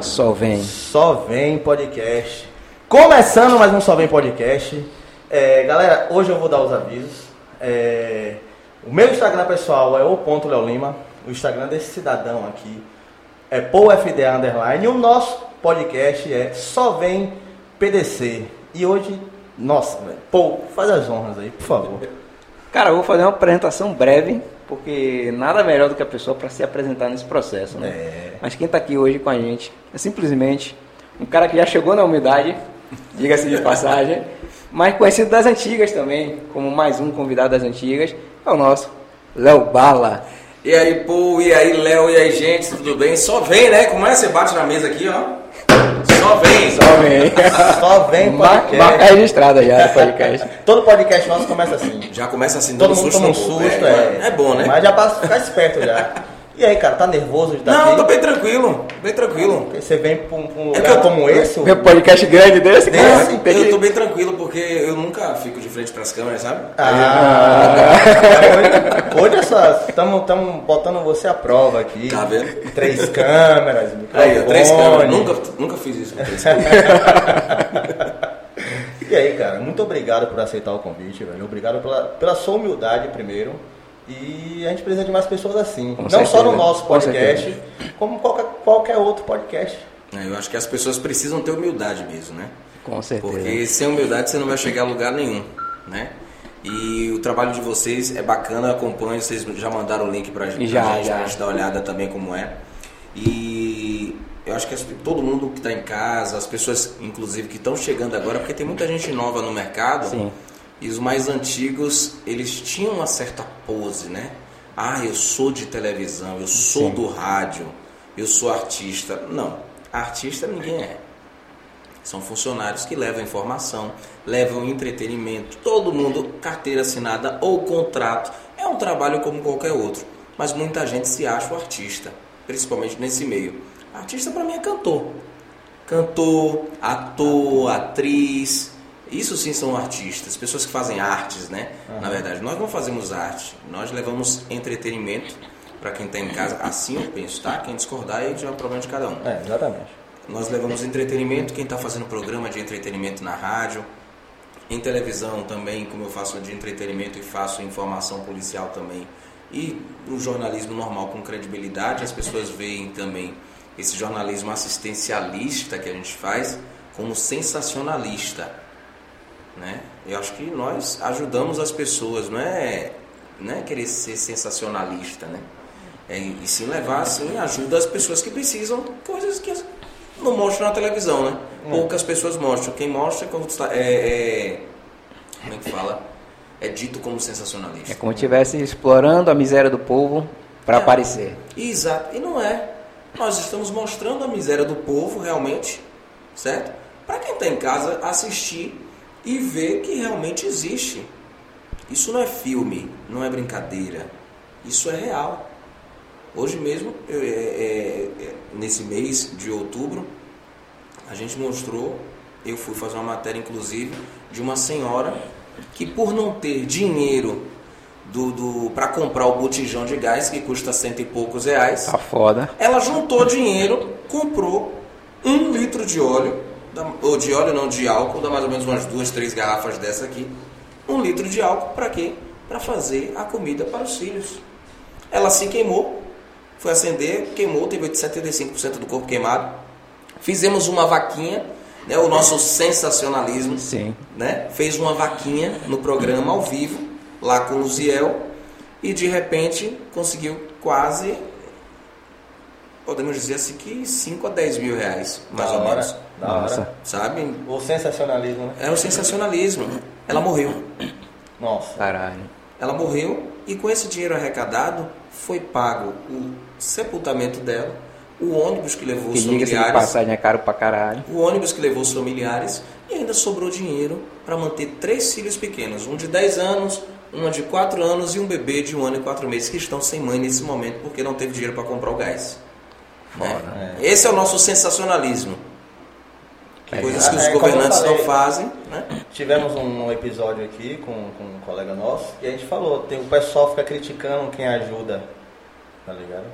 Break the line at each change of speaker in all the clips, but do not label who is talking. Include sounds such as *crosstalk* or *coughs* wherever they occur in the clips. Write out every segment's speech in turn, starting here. Só vem.
Só Vem Podcast. Começando mais um Só Vem Podcast. É, galera, hoje eu vou dar os avisos. É, o meu Instagram pessoal é o ponto Leo Lima. O Instagram desse cidadão aqui é PouFDA Underline. E o nosso podcast é Só Vem PDC. E hoje, nossa, velho, Pou, faz as honras aí,
*laughs*
por favor.
Cara, eu vou fazer uma apresentação breve, porque nada melhor do que a pessoa para se apresentar nesse processo, né?
É,
Mas quem tá aqui hoje com a gente é simplesmente um cara que já chegou na umidade, *laughs* diga-se de passagem, mas conhecido das antigas também, como mais um convidado das antigas, é o nosso Léo Bala.
E aí, pô, e aí, Léo, e aí, gente, tudo bem? Só vem, né? Como é que você bate na mesa aqui, ó? Só vem, só
Amém.
Só Vem
Mar- Marca
Podcast.
registrada já do podcast.
Todo podcast nosso começa assim.
Já começa assim,
Todo
dando
mundo toma um
no
susto,
corpo.
é.
é. É bom, né?
Mas já passa, fica esperto já. E aí, cara, tá nervoso de estar
Não,
aqui?
tô bem tranquilo, bem tranquilo.
Você vem pra um, pra um
É
lugar
que eu-
como esse?
Meu podcast grande desse, cara.
Desse?
tem
assim, Eu
que-
tô bem tranquilo porque eu nunca fico de frente pras câmeras, sabe?
*laughs*
Ah, hoje, é hoje estamos botando você à prova aqui.
Tá vendo?
Três câmeras,
Aí, ó,
microfone.
três câmeras, nunca, nunca fiz isso com três câmeras.
*laughs* E aí, cara, muito obrigado por aceitar o convite, velho. Obrigado pela, pela sua humildade, primeiro. E a gente precisa de mais pessoas assim.
Com
Não
certeza.
só no nosso
Com
podcast,
certeza.
como qualquer, qualquer outro podcast.
É, Eu acho que as pessoas precisam ter humildade mesmo, né?
Com certeza.
Porque sem humildade você não vai chegar a lugar nenhum, né? E o trabalho de vocês é bacana, acompanho, vocês já mandaram o link pra gente,
Já,
pra gente,
já.
pra gente dar uma olhada também como é. E eu acho que as- todo mundo que tá em casa, as pessoas inclusive que estão chegando agora, porque tem muita gente nova no mercado,
Sim.
e os mais antigos, eles tinham uma certa pose, né? Ah, eu sou de televisão, eu sou do rádio, eu sou artista. Não, artista ninguém é. São funcionários que levam informação, levam entretenimento, todo mundo, carteira assinada ou contrato. É um trabalho como qualquer outro, mas muita gente se acha o artista, principalmente nesse meio. Artista para mim é cantor. Cantor, ator, atriz. Isso sim são artistas, pessoas que fazem artes, né? Na verdade, nós não fazemos arte, nós levamos entretenimento para quem está em casa. Assim eu penso, tá? Quem discordar aí já é um problema de cada um.
É, exatamente.
Nós levamos entretenimento, quem está fazendo programa de entretenimento na rádio, em televisão também, como eu faço de entretenimento e faço informação policial também. E o jornalismo normal com credibilidade, as pessoas veem também esse jornalismo assistencialista que a gente faz como sensacionalista. Né? Eu acho que nós ajudamos as pessoas, não é, não é querer ser sensacionalista, né? É, e sim levar assim ajuda as pessoas que precisam coisas que não mostram na televisão né poucas pessoas mostram quem mostra é, quando está- é, é- como é que fala é dito como sensacionalista
É como se estivesse explorando a miséria do povo para
É.
aparecer.
Exato, e não é. Nós estamos mostrando a miséria do povo realmente, certo? Para quem está em casa assistir e ver que realmente existe. Isso não é filme, não é brincadeira. Isso é real. Hoje mesmo, eu- é- é- é- nesse mês de outubro, a gente mostrou, eu fui fazer uma matéria inclusive, de uma senhora que por não ter dinheiro do, do para comprar o botijão de gás que custa cento e poucos reais,
Tá foda.
ela juntou dinheiro, comprou um litro de óleo, da- ou de óleo não, de álcool, dá mais ou menos umas duas, três garrafas dessa aqui. Um litro de álcool para quê? Para fazer a comida para os filhos. Ela se queimou, foi acender, queimou, teve 75% do corpo queimado. Fizemos uma vaquinha, né, o nosso sensacionalismo
Sim.
né? Fez uma vaquinha no programa ao vivo, lá com o Luziel, e de repente conseguiu quase, podemos dizer assim, que 5 a 10 mil reais, mais
da
ou
hora,
menos.
Da
Nossa.
hora.
Sabe?
O sensacionalismo, né?
É o sensacionalismo. Ela morreu.
Nossa.
Caralho.
Ela morreu e com esse dinheiro arrecadado foi pago o sepultamento dela, o ônibus que levou
Que
os
diga-se de
familiares.
passagem é caro pra caralho.
o ônibus que levou os familiares e ainda sobrou dinheiro para manter três filhos pequenos, um de 10 anos, uma de 4 anos e um bebê de um ano e quatro meses que estão sem mãe nesse momento porque não teve dinheiro para comprar o gás. Né? Esse é o nosso sensacionalismo.
É.
Coisas que os
É, como eu
governantes não
falei.
fazem, né?
Tivemos um episódio aqui com, com um colega nosso e a gente falou, tem, o pessoal fica criticando quem ajuda, tá ligado?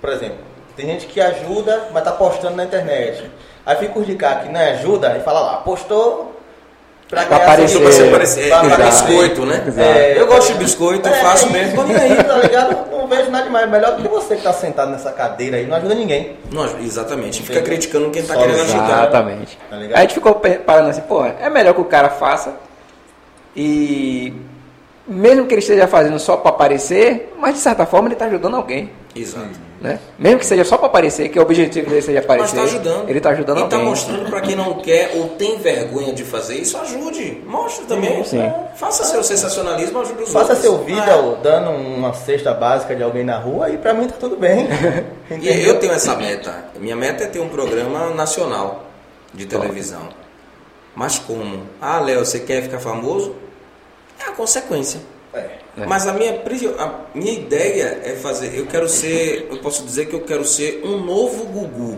Por exemplo, Tem gente que ajuda, mas tá postando na internet. Aí fica os de cá que não é ajuda e fala lá, postou pra
Pra
ganhar
aparecer.
Pra
seguidor,
você parecer, é,
pra
pra
aparecer.
biscoito, né?
Exato.
Eu gosto de biscoito, eu
é,
faço
é
mesmo,
isso,
tô nem aí.
Tá ligado? Não vejo nada demais. Melhor do que você que tá sentado nessa cadeira aí, não ajuda ninguém.
Nós, exatamente, fica
Entendi.
criticando quem tá
Só
querendo ajudar.
Exatamente.
Tá
Aí
ligado?
a gente ficou pe- parando assim, pô, é melhor que o cara faça e mesmo que ele esteja fazendo só para aparecer, mas de certa forma ele tá ajudando alguém,
Exato.
né? Mesmo que seja só para aparecer, que o objetivo dele seja
Mas
aparecer,
tá ajudando.
ele tá ajudando
e
alguém.
tá mostrando pra quem não quer ou tem vergonha de fazer isso, ajude. Mostre também.
Sim.
É, Faça seu sensacionalinho, ajude os
Faça
outros.
seu vídeo
É.
dando uma cesta básica de alguém na rua e pra mim tá tudo
*laughs*
bem.
E
Entendeu?
eu tenho essa meta. Minha meta é ter um programa nacional de televisão. Mas como? Ah, Léo, você quer ficar famoso? É a consequência.
É.
É.
Mas a minha, pri- a minha ideia é fazer. Eu quero ser. Eu posso dizer que eu quero ser um novo Gugu.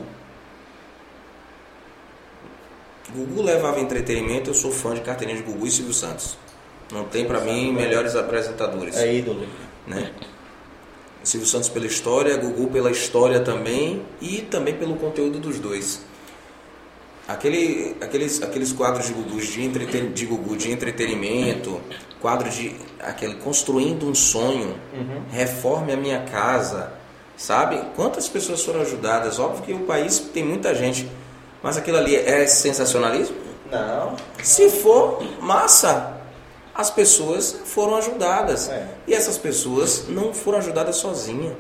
Gugu levava entretenimento. Eu sou fã de carteirinha de Gugu e Silvio Santos. Não tem pra mim melhores apresentadores
É ídolo.
né? Silvio Santos pela história, Gugu pela história também e também pelo conteúdo dos dois. Aquele, aqueles, aqueles quadros de Gugu de, entreten, de Gugu de entretenimento, quadro de aquele construindo um sonho, reforme a minha casa, sabe? Quantas pessoas foram ajudadas? Óbvio que o país tem muita gente, mas aquilo ali é sensacionalismo?
Não.
Se for massa, as pessoas foram ajudadas.
É.
E essas pessoas não foram ajudadas sozinha.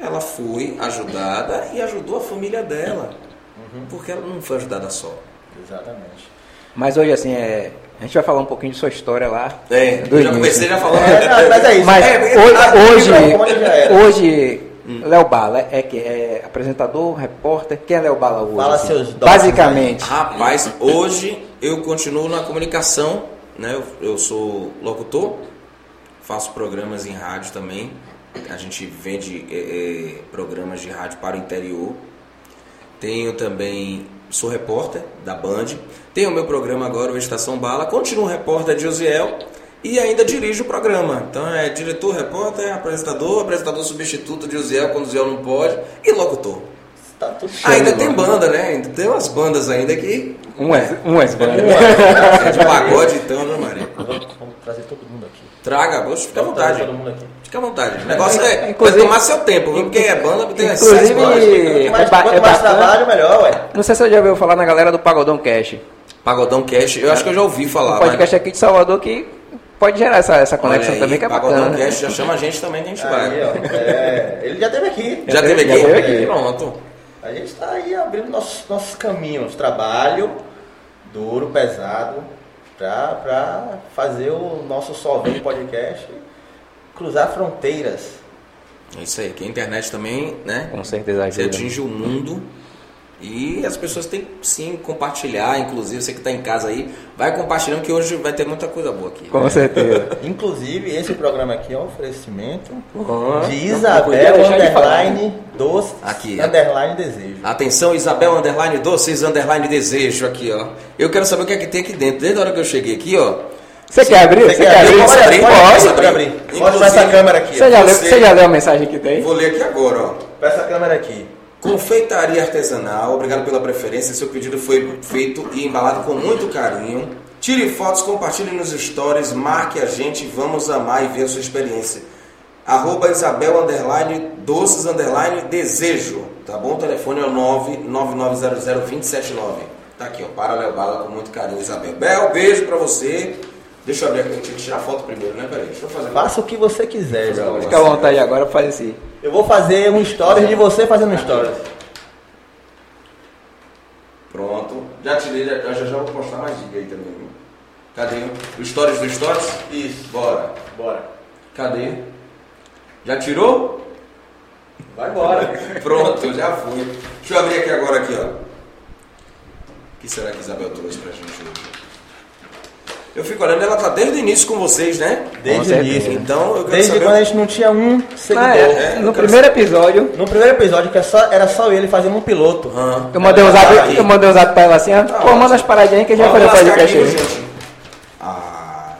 Ela foi ajudada e ajudou a família dela. Porque ela não foi ajudada só.
Exatamente.
Mas hoje assim, é, a gente vai falar um pouquinho de sua história lá.
É,
do
eu já
início.
comecei já né? falando.
É, não, mas é isso.
Mas
É,
porque-
hoje,
ah,
hoje,
o microfone já era.
hoje,
Hum.
Léo Bala é que é apresentador, repórter. Quem é Léo Bala hoje?
Fala seus dotes
Basicamente.
Rapaz, hoje eu continuo na comunicação, né? Eu, eu sou locutor, faço programas em rádio também. A gente vende eh, eh, programas de rádio para o interior. Tenho também, sou repórter da Band. Tenho o meu programa agora, o Estação Bala. Continuo repórter de Osiel e ainda dirijo o programa. Então é diretor, repórter, apresentador, apresentador substituto de Osiel quando Osiel não pode e locutor.
Tá tudo
Ah, ainda
cheio,
tem
mano.
banda, né? Ainda tem umas bandas ainda que.
Um é, um é, Bala.
É de pagode então, né, Maria?
Vamos vamos trazer todo mundo aqui.
Traga, poxa, fica à
Vamos trazer
vontade.
todo mundo aqui.
Fica à vontade. O negócio é,
Inclusive-
é tomar seu tempo, viu? Porque é banda, tem as
Inclusive-
sete bandas.
É
Mas
ba-
quanto
é
mais
bacana.
trabalho, melhor, ué.
Não sei se você já ouviu falar na galera do Pagodão Cash.
Pagodão Cash, eu acho que eu já ouvi
um
falar.
podcast aqui de Salvador que pode gerar essa, essa
mas...
conexão
Olha aí,
também, que é
Pagodão
bacana. né?
Cash já chama a gente também que a gente
Aí,
vai.
ó. É, ele já teve aqui.
Já teve
Já
aqui?
teve aqui.
Pronto.
A gente tá aí abrindo nossos, nossos caminhos. Trabalho duro, pesado, pra, pra fazer o nosso Solvente Podcast cruzar fronteiras.
É isso aí, que a internet também, né?
Com certeza
Você
ajuda.
atinge o mundo e as pessoas têm que, sim compartilhar, inclusive você que está em casa aí, vai compartilhando que hoje vai ter muita coisa boa aqui.
Com certeza.
Inclusive, esse programa aqui é um oferecimento
Uhum.
de
podia
Isabel
deixar de falar,
Underline Doce
Aqui, ó.
Underline Desejo.
Atenção, Isabel Underline Doces Underline Desejo aqui, ó. Eu quero saber o que é que tem aqui dentro. Desde a hora que eu cheguei aqui, ó.
Você quer abrir? Você quer abrir?
Pode abrir,
Pode.
pode abrir.
Pode pra essa câmera aqui.
Você
ó.
já, leu,
Você-
você já leu a mensagem que tem?
Vou ler aqui agora, ó.
Pra essa câmera aqui.
Confeitaria artesanal, obrigado pela preferência. Seu pedido foi feito e embalado com muito carinho. Tire fotos, compartilhe nos stories, marque a gente, vamos amar e ver a sua experiência. Arroba Isabel underline, doces underline, desejo. Tá bom? O telefone é o 999002079. Tá aqui, ó. Paralel bala com muito carinho, Isabel. Bel, beijo pra você. Deixa eu abrir aqui, eu tinha que tirar foto primeiro, né? Peraí, deixa eu fazer.
Faça o que você quiser, João.
Fica à vontade agora, faz assim.
Eu vou fazer um stories de você fazendo stories.
Pronto. Já tirei, já, já, já vou postar mais dicas aí também. viu? Cadê? O Stories do Stories? Isso. Bora.
Bora.
Cadê? Já tirou?
Vai embora.
Pronto, já foi. Deixa eu abrir aqui agora aqui, ó. O que será que Isabel trouxe pra gente hoje? Eu fico olhando, ela tá desde o início com vocês, né?
Desde o
certeza.
início.
Então eu quero
Desde
saber.
quando a gente não tinha um seguidor.
Ah, é,
é,
no
eu quero
primeiro episódio,
No primeiro episódio, que é só- era só ele fazendo um piloto.
Ah.
eu mandei um
Tá aí.
zap, eu mandei um zap pra ela assim, ó,
Tá
pô, manda as paradinhas aí que a gente vai fazer
Vamos
o
lascar
podcast
aqui,
aí.
viu, gente? Ah,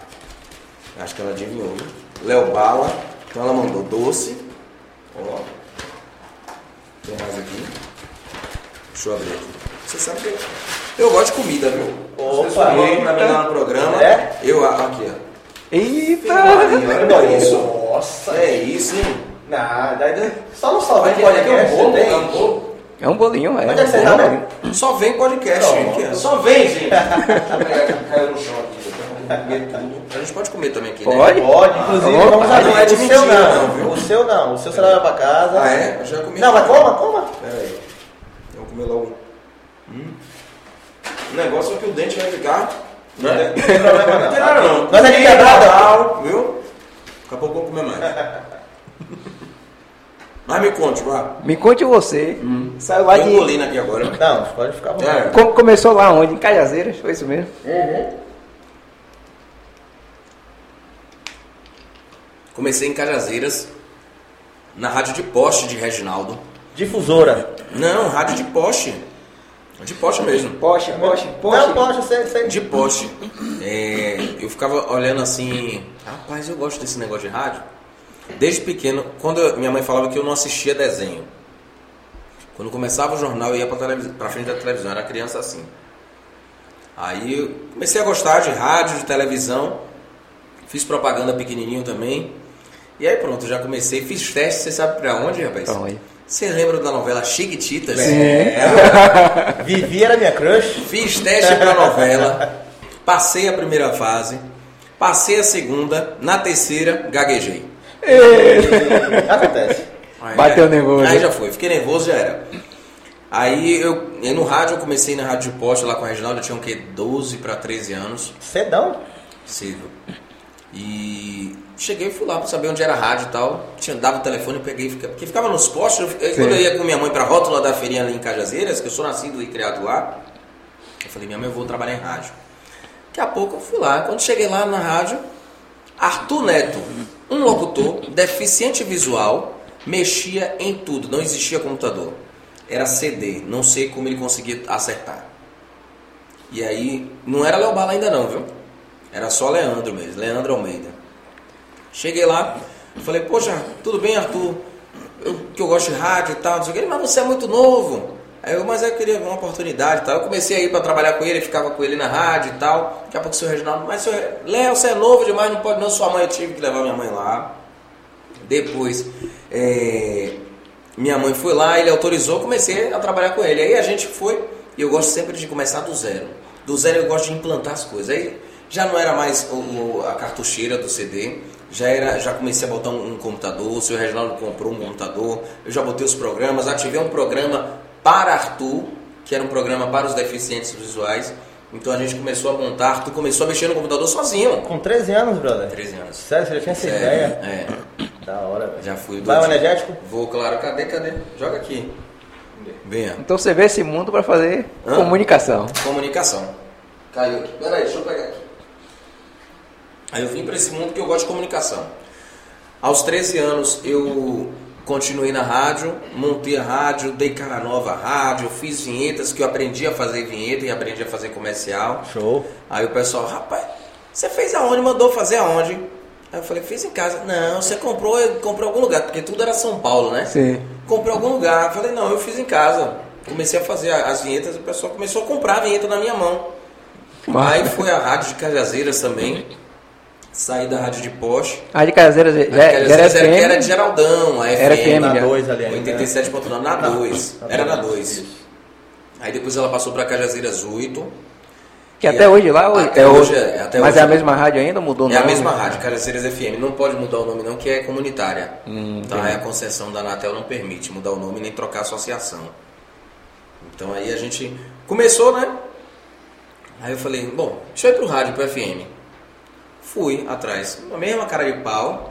acho que ela adivinhou. viu? Léo Bala. Então ela mandou doce. Ó. Tem mais aqui. Deixa eu abrir aqui. Você sabe que eu, eu gosto de comida, viu?
Opa,
Vocês falam pra mim lá no programa.
É?
Eu, ah, aqui, ó.
Eita!
Olha isso.
Nossa.
É isso, hein?
Nada, só não salvei
Aqui, aqui é um
podcast,
bolo,
tem.
é um bolo.
É um bolinho, é.
Onde é que você
É um
tá,
bolinho.
né?
Só vem podcast,
Não,
hein? que é.
Só vem, gente.
Deixa eu pegar aqui, caiu no chão aqui. eu quero comer tudo. A gente pode comer também aqui, né?
Pode?
*laughs* Pode, inclusive,
Alô?
vamos
Ah,
abrir.
não é de
o
mentira,
seu não,
não, viu?
o seu não, o seu você leva pra casa.
Ah, é? Eu já comi.
Não, mas coma, coma.
Pera aí. Eu vou comer logo. Hum? O negócio é que o dente vai ficar. Né?
Não tem problema não.
Não tem nada, não.
Nós aqui quebrada.
Tal, viu? Daqui a pouco eu vou comer *laughs* mais. Mas me conte, vá.
Me conte você. Saiu lá
Tem um
de.
bolinho aqui agora.
Não, pode ficar bom.
É.
Como começou lá onde? Em Cajazeiras? Foi isso mesmo?
Comecei em Cajazeiras, na rádio de poste de Reginaldo.
Difusora.
Não, rádio de poste. De poste mesmo.
Poxa, poxa,
Não,
poxa.
pode, você, você...
De poste. É, eu ficava olhando assim, rapaz, eu gosto desse negócio de rádio. Desde pequeno, quando eu- minha mãe falava que eu não assistia desenho. Quando começava o jornal, eu ia pra, televis- pra frente da televisão, eu era criança assim. Aí eu comecei a gostar de rádio, de televisão, fiz propaganda pequenininho também. E aí pronto, já comecei, fiz teste, você sabe pra onde, rapaz?
Pra onde?
Você lembra da novela Chiquititas? É,
Vivi era minha
*laughs*
crush.
Fiz teste para novela, passei a primeira fase, passei a segunda, na terceira gaguejei.
Acontece.
Aí
Bateu
já-
nervoso.
Aí já foi, fiquei nervoso já era. Aí eu, e no rádio, eu comecei na rádio de poste lá com a Reginaldo, eu tinha o quê? 12 para 13 anos,
Cedão.
cedo. E cheguei, fui lá para saber onde era a rádio e tal. Tinha, dava o telefone, eu peguei, fica- porque ficava nos postes. eu fi- eu- quando eu ia com minha mãe para rótula da feirinha ali em Cajazeiras, que eu sou nascido e criado lá, eu falei, minha mãe, eu vou trabalhar em rádio. Daqui a pouco eu fui lá. Quando cheguei lá na rádio, Arthur Neto, um locutor, deficiente visual, mexia em tudo, não existia computador. Era CD, não sei como ele conseguia acertar. E aí, não era Léo Bala ainda não, viu? Era só Leandro mesmo, Leandro Almeida. Cheguei lá, falei, poxa, tudo bem, Arthur? Eu, que eu gosto de rádio e tal, não sei o que. Ele, mas você é muito novo. Aí eu, mas eu queria uma oportunidade e tal. Eu comecei a ir para trabalhar com ele, ficava com ele na rádio e tal. Daqui a pouco o seu Reginaldo, mas seu Re- Léo, você é novo demais, não pode não, sua mãe, eu tive que levar minha mãe lá. Depois, é, minha mãe foi lá, ele autorizou, comecei a trabalhar com ele. Aí a gente foi, e eu gosto sempre de começar do zero. Do zero eu gosto de implantar as coisas. Aí já não era mais o- o- a cartucheira do CD, já, era, já comecei a botar um, um computador, o seu Reginaldo comprou um computador, eu já botei os programas, ativei um programa para Arthur, que era um programa para os deficientes visuais. Então a gente começou a montar, Arthur começou a mexer no computador sozinho.
Com 13 anos, brother.
13 anos.
Sério, você já tinha essa ideia?
É.
Da hora, velho.
Já fui
Vai, o
doidinho.
energético?
Vou, claro. Cadê, cadê? Joga aqui. Venha.
Então você vê esse mundo pra fazer
Hã?
comunicação.
Comunicação. Caiu aqui. Peraí, deixa eu pegar aqui. Aí eu vim pra esse mundo que eu gosto de comunicação. Aos 13 anos eu continuei na rádio, montei a rádio, dei cara nova à rádio, fiz vinhetas que eu aprendi a fazer vinheta e aprendi a fazer comercial.
Show.
Aí o pessoal, rapaz, você fez aonde? Mandou fazer aonde? Aí eu falei, fiz em casa. Não, você comprou, eu comprei em algum lugar, porque tudo era São Paulo, né?
Sim.
Comprei em algum lugar. Eu falei, não, eu fiz em casa. Comecei a fazer a- as vinhetas, o pessoal começou a comprar a vinheta na minha mão. Aí foi a rádio de Cajazeiras também. Saí da rádio de Porsche.
A de Cajazeiras já, é- já
Aquelas
era
era, é que era
FM.
de Geraldão, a
Era
FM,
FM,
Na
já.
2 ali ainda. né? Tá
87.9, na 2. Era na 2. Aí depois ela passou para Cajazeiras 8.
Que até hoje lá
Até
é
hoje
hoje.
é, até
mas
hoje
é a
é.
mesma rádio ainda? Mudou o
É a
nome?
mesma rádio, Cajazeiras FM. Não pode mudar o nome não, que é comunitária. tá? A concessão da Anatel não permite mudar o nome nem trocar a associação. Então aí a gente começou, né? Aí eu falei, bom, deixa eu ir pro rádio, pro FM. Fui atrás, a mesma cara de pau,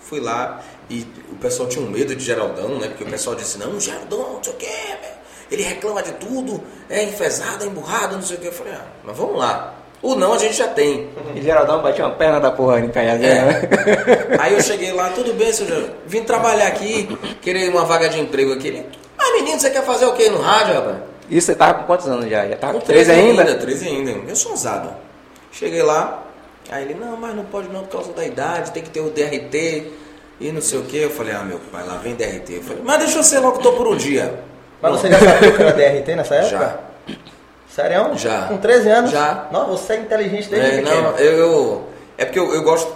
fui lá e o pessoal tinha um medo de Geraldão, né? Porque o pessoal disse, não, Geraldão, não sei o que, ele reclama de tudo, é enfesado, é emburrado, não sei o que. Eu falei, ah, mas vamos lá. O não a gente já tem.
E Geraldão bateu uma perna da porra em Cajazeiras. né? *laughs*
É. *laughs* Aí eu cheguei lá, tudo bem, seu Geraldo? Vim trabalhar aqui, querer uma vaga de emprego aqui. Ele, ah, menino, você quer fazer o quê no rádio, rapaz?
E você tava com quantos anos já? Já tava
Com
com 13 ainda?
13 Tá ainda. Eu sou ousado. Cheguei lá, aí ele, não, mas não pode não por causa da idade, tem que ter o DRT. E não sei o que, eu falei, ah, meu pai, lá vem DRT. Eu falei, mas deixa eu ser locutor por um dia.
Mas você já sabia que era DRT nessa época?
Já.
Sério?
Já.
Com 13 anos?
Já.
Não, você é inteligente desde
É,
pequeno.
não, eu, eu- É porque eu, eu gosto.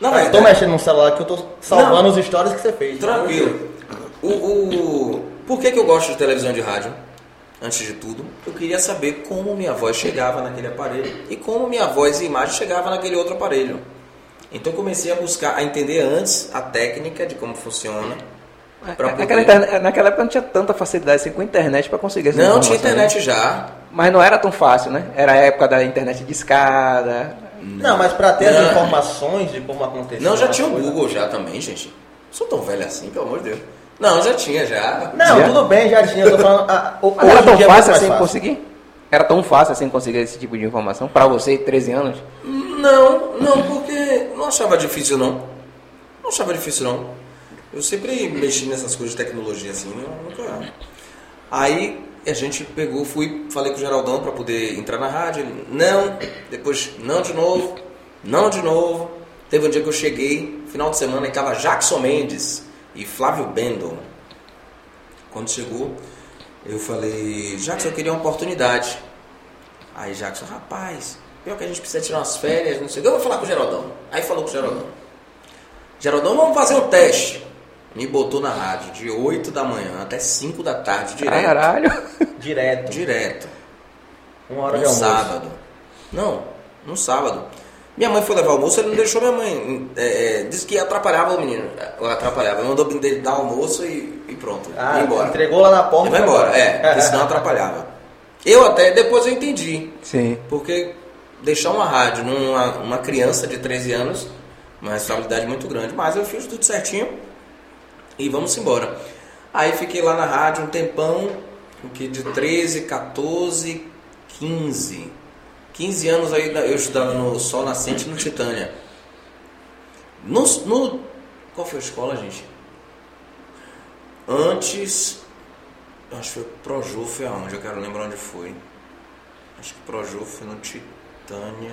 Não,
Cara,
é, né? mas.
eu tô mexendo no celular que eu tô salvando os stories que você fez. né?
Tranquilo. O, o- Por que, que eu gosto de televisão e de rádio? Antes de tudo, eu queria saber como minha voz chegava naquele aparelho e como minha voz e imagem chegava naquele outro aparelho. Então eu comecei a buscar, a entender antes a técnica de como funciona. pra
Naquela,
poder-
interna- naquela época não tinha tanta facilidade assim com a internet para conseguir essa
Não,
informação,
tinha internet já.
né? Mas não era tão fácil, né? Era a época da internet de escada.
Não, mas pra ter
Não.
as informações de como aconteceu.
Não, já
as
tinha o
coisas.
Google já também, gente. Não sou tão velho assim, pelo amor de Deus. Não, já tinha já.
Não,
Já?
tudo bem, já tinha. Eu tô falando. ah, o-
Mas era
hoje em
tão
dia é muito
fácil
mais
assim conseguir? Era tão fácil assim conseguir esse tipo de informação para você, 13 anos?
Não, não, porque não achava difícil não. Não achava difícil não. Eu sempre mexi nessas coisas de tecnologia assim, eu nunca. Aí a gente pegou, fui, falei com o Geraldão pra poder entrar na rádio. Ele, não, depois não de novo, não de novo. Teve um dia que eu cheguei, final de semana, e tava Jackson Mendes e Flávio Bendon. Quando chegou, eu falei, Jackson, eu queria uma oportunidade. Aí Jackson, rapaz, pior que a gente precisa tirar umas férias, não sei o que, eu vou falar com o Geraldão. Aí falou com o Geraldão. Geraldão, vamos fazer o teste. Me botou na rádio de 8 da manhã até 5 da tarde, direto.
Caralho.
Direto.
Direto.
Uma hora de
No
almoço.
sábado. Não, no sábado. Minha mãe foi levar o almoço, ele não deixou minha mãe. É, é, disse que atrapalhava o menino. É, Atrapalhava. Mandou dele dar almoço e, e pronto.
Ah,
ia embora.
entregou lá na
Ele
porta.
vai embora, é. Porque senão atrapalhava. Eu até, depois eu entendi.
*laughs* Sim.
Porque deixar uma rádio numa uma criança de 13 anos, uma responsabilidade muito grande. Mas eu fiz tudo certinho e vamos embora. Aí fiquei lá na rádio um tempão, o que de 13, 14, 15. 15 anos aí eu estudava no Sol Nascente no Titânia. No, no- qual foi a escola, gente? Antes, acho que foi Proju, foi aonde? Eu quero lembrar onde foi. Acho que Proju foi no Titânia.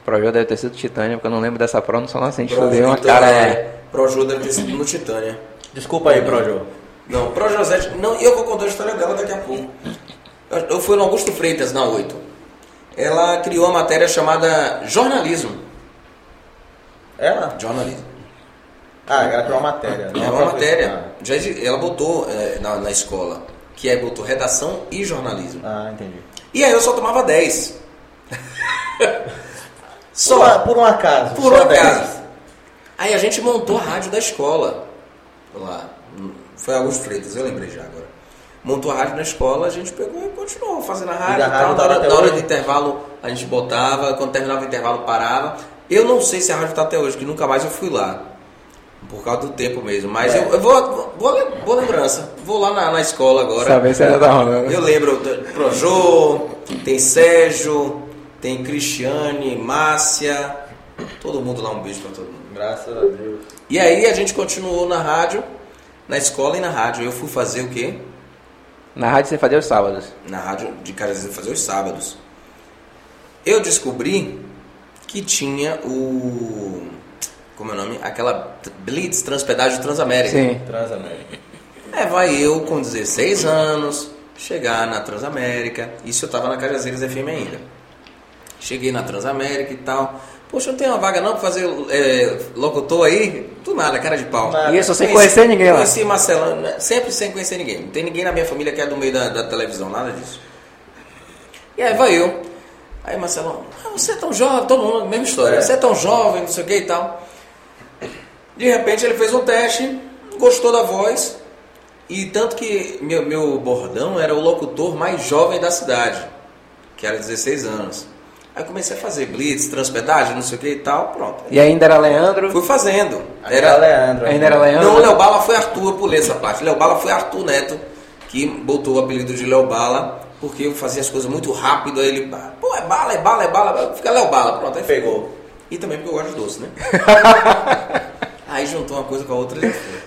O projeto deve ter sido Titânia, porque eu não lembro dessa prova, não sou um nascente. Eu
Proju,
dei uma
então,
cara.
é, Proju deve ter sido no Titânia.
Desculpa aí, Projo.
Não, é Pro José. Não, eu vou contar a história dela daqui a pouco. Eu, eu fui no Augusto Freitas, na 8. Ela criou uma matéria chamada jornalismo.
Ela?
Jornalismo.
Ah, ela criou uma matéria.
É uma matéria. Já exi- ela botou eh, na, na escola, que aí botou redação e jornalismo.
Ah, entendi.
E aí eu só tomava 10.
Só
*laughs* só.
por um acaso.
Por
só
um acaso.
dez.
Aí a gente montou a rádio da escola. Lá. Foi Augusto Freitas, eu lembrei já agora. Montou a rádio na escola, a gente pegou e continuou fazendo a rádio.
da
e
rádio
tal.
tá
Na
lá
hora,
até
na hora
hoje?
do intervalo a gente botava, quando terminava o intervalo parava. Eu não sei se a rádio está até hoje, que nunca mais eu fui lá. Por causa do tempo mesmo. Mas
É.
eu, eu vou, vou, lem- boa lembrança. Vou lá na, na escola agora.
Saber se ela tá rolando.
Eu lembro do Projô, tem Sérgio, tem Cristiane, Márcia, todo mundo lá, um beijo pra todo mundo.
Graças a Deus.
E aí a gente continuou na rádio, na escola e na rádio. Eu fui fazer o quê?
Na rádio você fazia os sábados.
Na rádio de Carazinho fazer os sábados. Eu descobri que tinha o. Como é o nome? Aquela Blitz Transpedagem Transamérica.
Sim.
Transamérica.
É, vai eu com 16 anos chegar na Transamérica. Isso eu tava na Cajazeiras FM ainda. Cheguei na Transamérica e tal. Poxa, não tem uma vaga não pra fazer é, locutor aí? Do nada, cara de pau.
Nada.
E isso sem conhecer ninguém lá.
Conheci Marcelão, né? sempre sem conhecer ninguém. Não tem ninguém na minha família que é do meio da, da televisão, nada disso. E aí vai eu. Aí Marcelão, "Ah, você é tão jovem, todo mundo, mesma história.
É.
Você é tão jovem, não sei o que e tal. De repente ele fez um teste, gostou da voz, e tanto que meu, meu bordão era o locutor mais jovem da cidade, que era 16 anos. Aí comecei a fazer blitz, transpedagem, não sei o que e tal, pronto.
E ainda era Leandro.
Fui fazendo.
Era Leandro.
Ainda era Leandro.
Não, Léo Bala foi Arthur, eu pulei essa parte. Léo Bala foi Arthur Neto, que botou o apelido de Léo Bala, porque eu fazia as coisas muito rápido, aí ele, pô, é bala, é bala, é bala, fica Léo Bala, pronto, aí
Pegou.
ficou. E também porque eu gosto de doce, né? aí juntou uma coisa com a outra e já foi.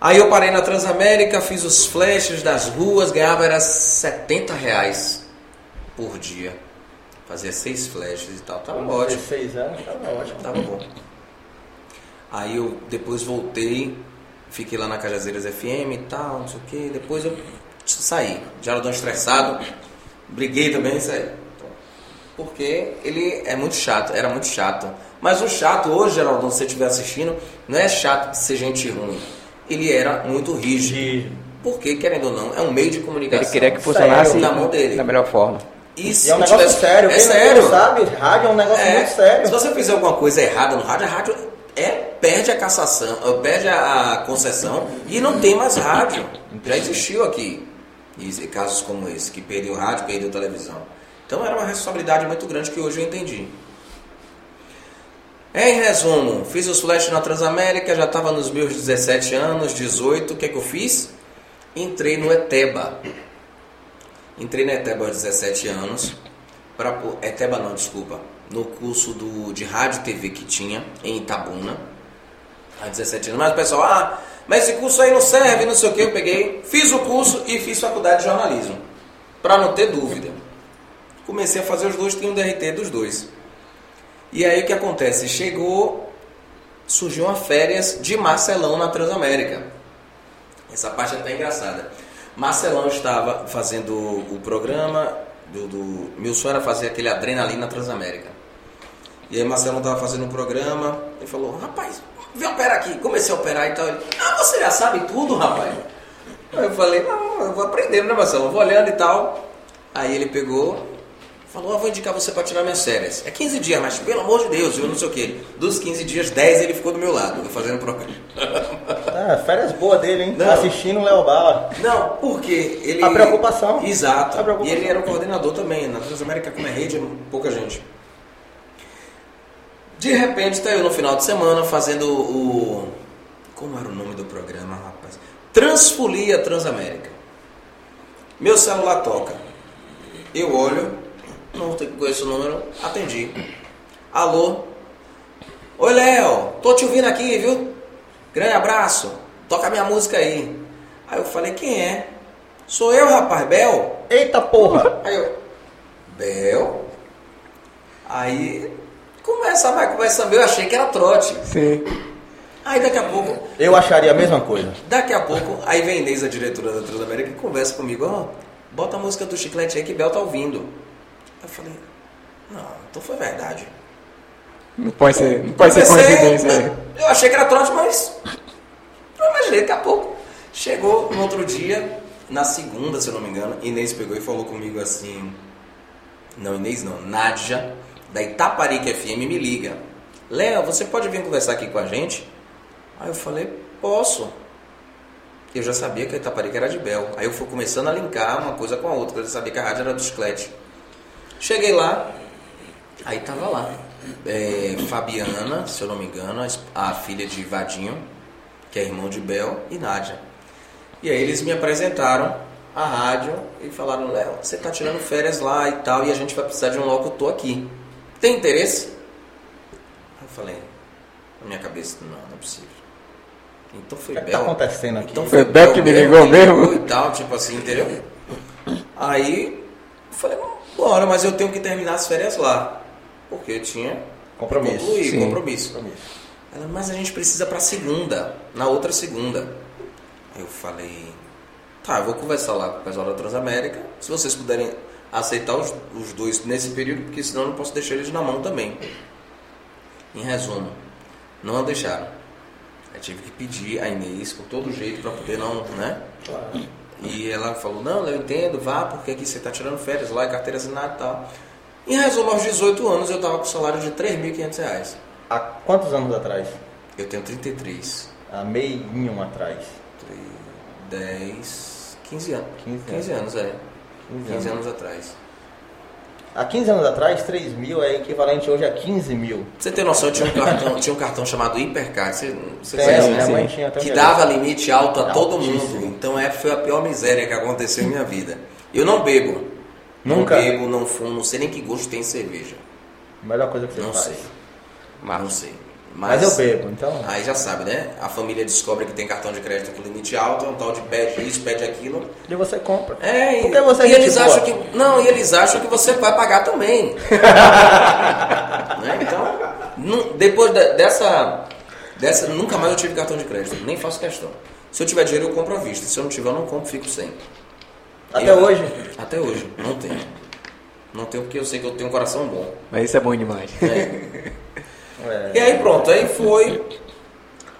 Aí eu parei na Transamérica, fiz os flashes das ruas, ganhava era 70 reais por dia. Fazia seis flashes e tal, tava
Com
Tá ótimo.
16 anos, tava tá ótimo.
Tava bom. Aí eu depois voltei, fiquei lá na Cajazeiras FM e tal, não sei o quê. Depois eu saí. Já era tão estressado, briguei também e saí. Porque ele é muito chato, era muito chato. Mas o chato hoje, Geraldão, se você estiver assistindo, não é chato de ser gente ruim. Ele era muito rígido.
De...
Porque, querendo ou não, é um meio de comunicação.
Ele queria que
Sério,
funcionasse
na mão dele.
da melhor forma.
E
E
se
é um
eu
negócio
tivesse-
sério.
É
Quem não
sério.
sabe, rádio é um negócio
É.
muito sério.
Se você fizer alguma coisa errada no rádio, a rádio é, perde a cassação, eh, perde a a concessão e não tem mais rádio. Já existiu aqui e casos como esse, que perdeu rádio, perdeu televisão. Então era uma responsabilidade muito grande que hoje eu entendi. É, em resumo, fiz o Slash na Transamérica, já estava nos meus 17 anos, 18, o que é que eu fiz? Entrei no Eteba. Entrei na Eteba aos 17 anos, pra, po- Eteba não, desculpa, no curso do, de rádio e TV que tinha, em Itabuna, há 17 anos. Mas o pessoal, ah, mas esse curso aí não serve, não sei o que, eu peguei, fiz o curso e fiz faculdade de jornalismo, para não ter dúvida. Comecei a fazer os dois, tenho um DRT dos dois. E aí o que acontece? Chegou, surgiu uma férias de Marcelão na Transamérica. Essa parte é até engraçada. Marcelão estava fazendo o programa do, do meu sonho era fazer aquele adrenalina Transamérica. E aí Marcelão estava fazendo um programa e falou: "Rapaz, vem operar aqui". Comecei a operar e tal. Ele, "Ah, você já sabe tudo, rapaz". Aí eu falei: "Não, eu vou aprendendo, né, Marcelão? Eu Vou olhando e tal". Aí ele pegou, Falou, ah, vou indicar você para tirar minhas férias. É 15 dias, mas pelo amor de Deus, eu não sei o que. Dos 15 dias, 10 ele ficou do meu lado, eu fazendo programa.
Ah, férias boas dele, hein?
Não.
Assistindo o Léo Bala.
Não, porque ele.
A preocupação.
Exato.
A preocupação.
E ele era o coordenador também. Na Transamérica, como é rede, é pouca gente. De repente, tá eu no final de semana fazendo o. Como era o nome do programa, rapaz? Transfolia Transamérica. Meu celular toca. Eu olho, não te- conheço o número, atendi. Alô? Oi, Léo, tô te ouvindo aqui, viu? Grande abraço, toca minha música aí. Aí eu falei, quem é? Sou eu, rapaz, Bel?
Eita porra!
Aí eu, Bel? Aí começa, vai conversando, eu achei que era trote.
Sim.
Aí daqui a pouco,
Eu acharia a mesma coisa.
Daqui a pouco, aí vem Inês, a diretora da Transamérica, e conversa comigo, ó, bota a música do Chiclete aí que Bel tá ouvindo. Eu falei, não, então foi verdade.
Não pode ser, não pode ser
Comecei,
coincidência. né?
Eu achei que era trote, mas não imaginei, daqui a pouco. Chegou no outro dia, na segunda, se eu não me engano, Inês pegou e falou comigo assim, não, Inês não, Nádia, da Itaparica FM, me liga. Léo, você pode vir conversar aqui com a gente? Aí eu falei, posso. Eu já sabia que a Itaparica era de Bel. Aí eu fui começando a linkar uma coisa com a outra, porque eu já sabia que a rádio era do Chiclete. Cheguei lá, aí tava lá. é, Fabiana, se eu não me engano, a esp- a filha de Vadinho, que é irmão de Bel, e Nádia. E aí eles me apresentaram a rádio e falaram, Léo, você tá tirando férias lá e tal, e a gente vai precisar de um locutor aqui. Tem interesse? Aí eu falei, na minha cabeça, não, não é possível. Então foi
O que, é que
Bel.
tá acontecendo aqui?
Então
Foi o Bel que me ligou mesmo?
E tal, tipo assim, entendeu? Aí eu falei, bora, mas eu tenho que terminar as férias lá. Porque eu tinha
Compromisso.
concluir,
Sim.
compromisso. Ela, mas a gente precisa pra segunda, na outra segunda. Eu falei, tá, eu vou conversar lá com o pessoal da Transamérica, se vocês puderem aceitar os, os dois nesse período, porque senão eu não posso deixar eles na mão também. Em resumo, não deixaram. Eu tive que pedir a Inês com todo jeito pra poder não, né?
Claro.
E ela falou, não, eu entendo, vá, porque aqui você está tirando férias lá, e carteira assinada e tal. Em resumo, aos 18 anos eu estava com salário de 3.500 reais.
Há quantos anos atrás?
Eu tenho 33,
Há meiinho atrás.
3, 10, 15 anos.
15 anos.
15 anos, é.
15 anos.
15 anos atrás.
Há 15 anos atrás, 3 mil é equivalente hoje a 15 mil.
Pra Você tem noção, eu tinha um cartão, tinha um cartão chamado Hipercard, você, você
Tem,
conhece,
minha
né?
mãe tinha até um
que
negócio.
dava limite alto a todo
Altíssimo.
mundo. Então é, foi a pior miséria que aconteceu em minha vida. Eu não bebo.
Nunca?
Não bebo, não fumo, não sei nem que gosto tem cerveja.
Melhor coisa que você
Não
faz.
sei.
Mas-
Não sei.
Mas, eu bebo, então.
Aí já sabe, né? A família descobre que tem cartão de crédito com limite alto, é um tal de pede isso, pede aquilo.
E você compra.
É, e-
Porque você é
e
gente
eles
boa.
acham que. Não, e eles acham que você vai pagar
*laughs*
também. Né? Então, não- depois da- dessa, Dessa, nunca mais eu tive cartão de crédito, nem faço questão. Se eu tiver dinheiro, eu compro à vista. Se eu não tiver, eu não compro, fico sem.
Até
Eu-
hoje.
Até hoje, não tenho. Não tenho porque eu sei que eu tenho um coração bom.
Mas isso é bom demais.
né?
É.
e aí pronto, aí foi.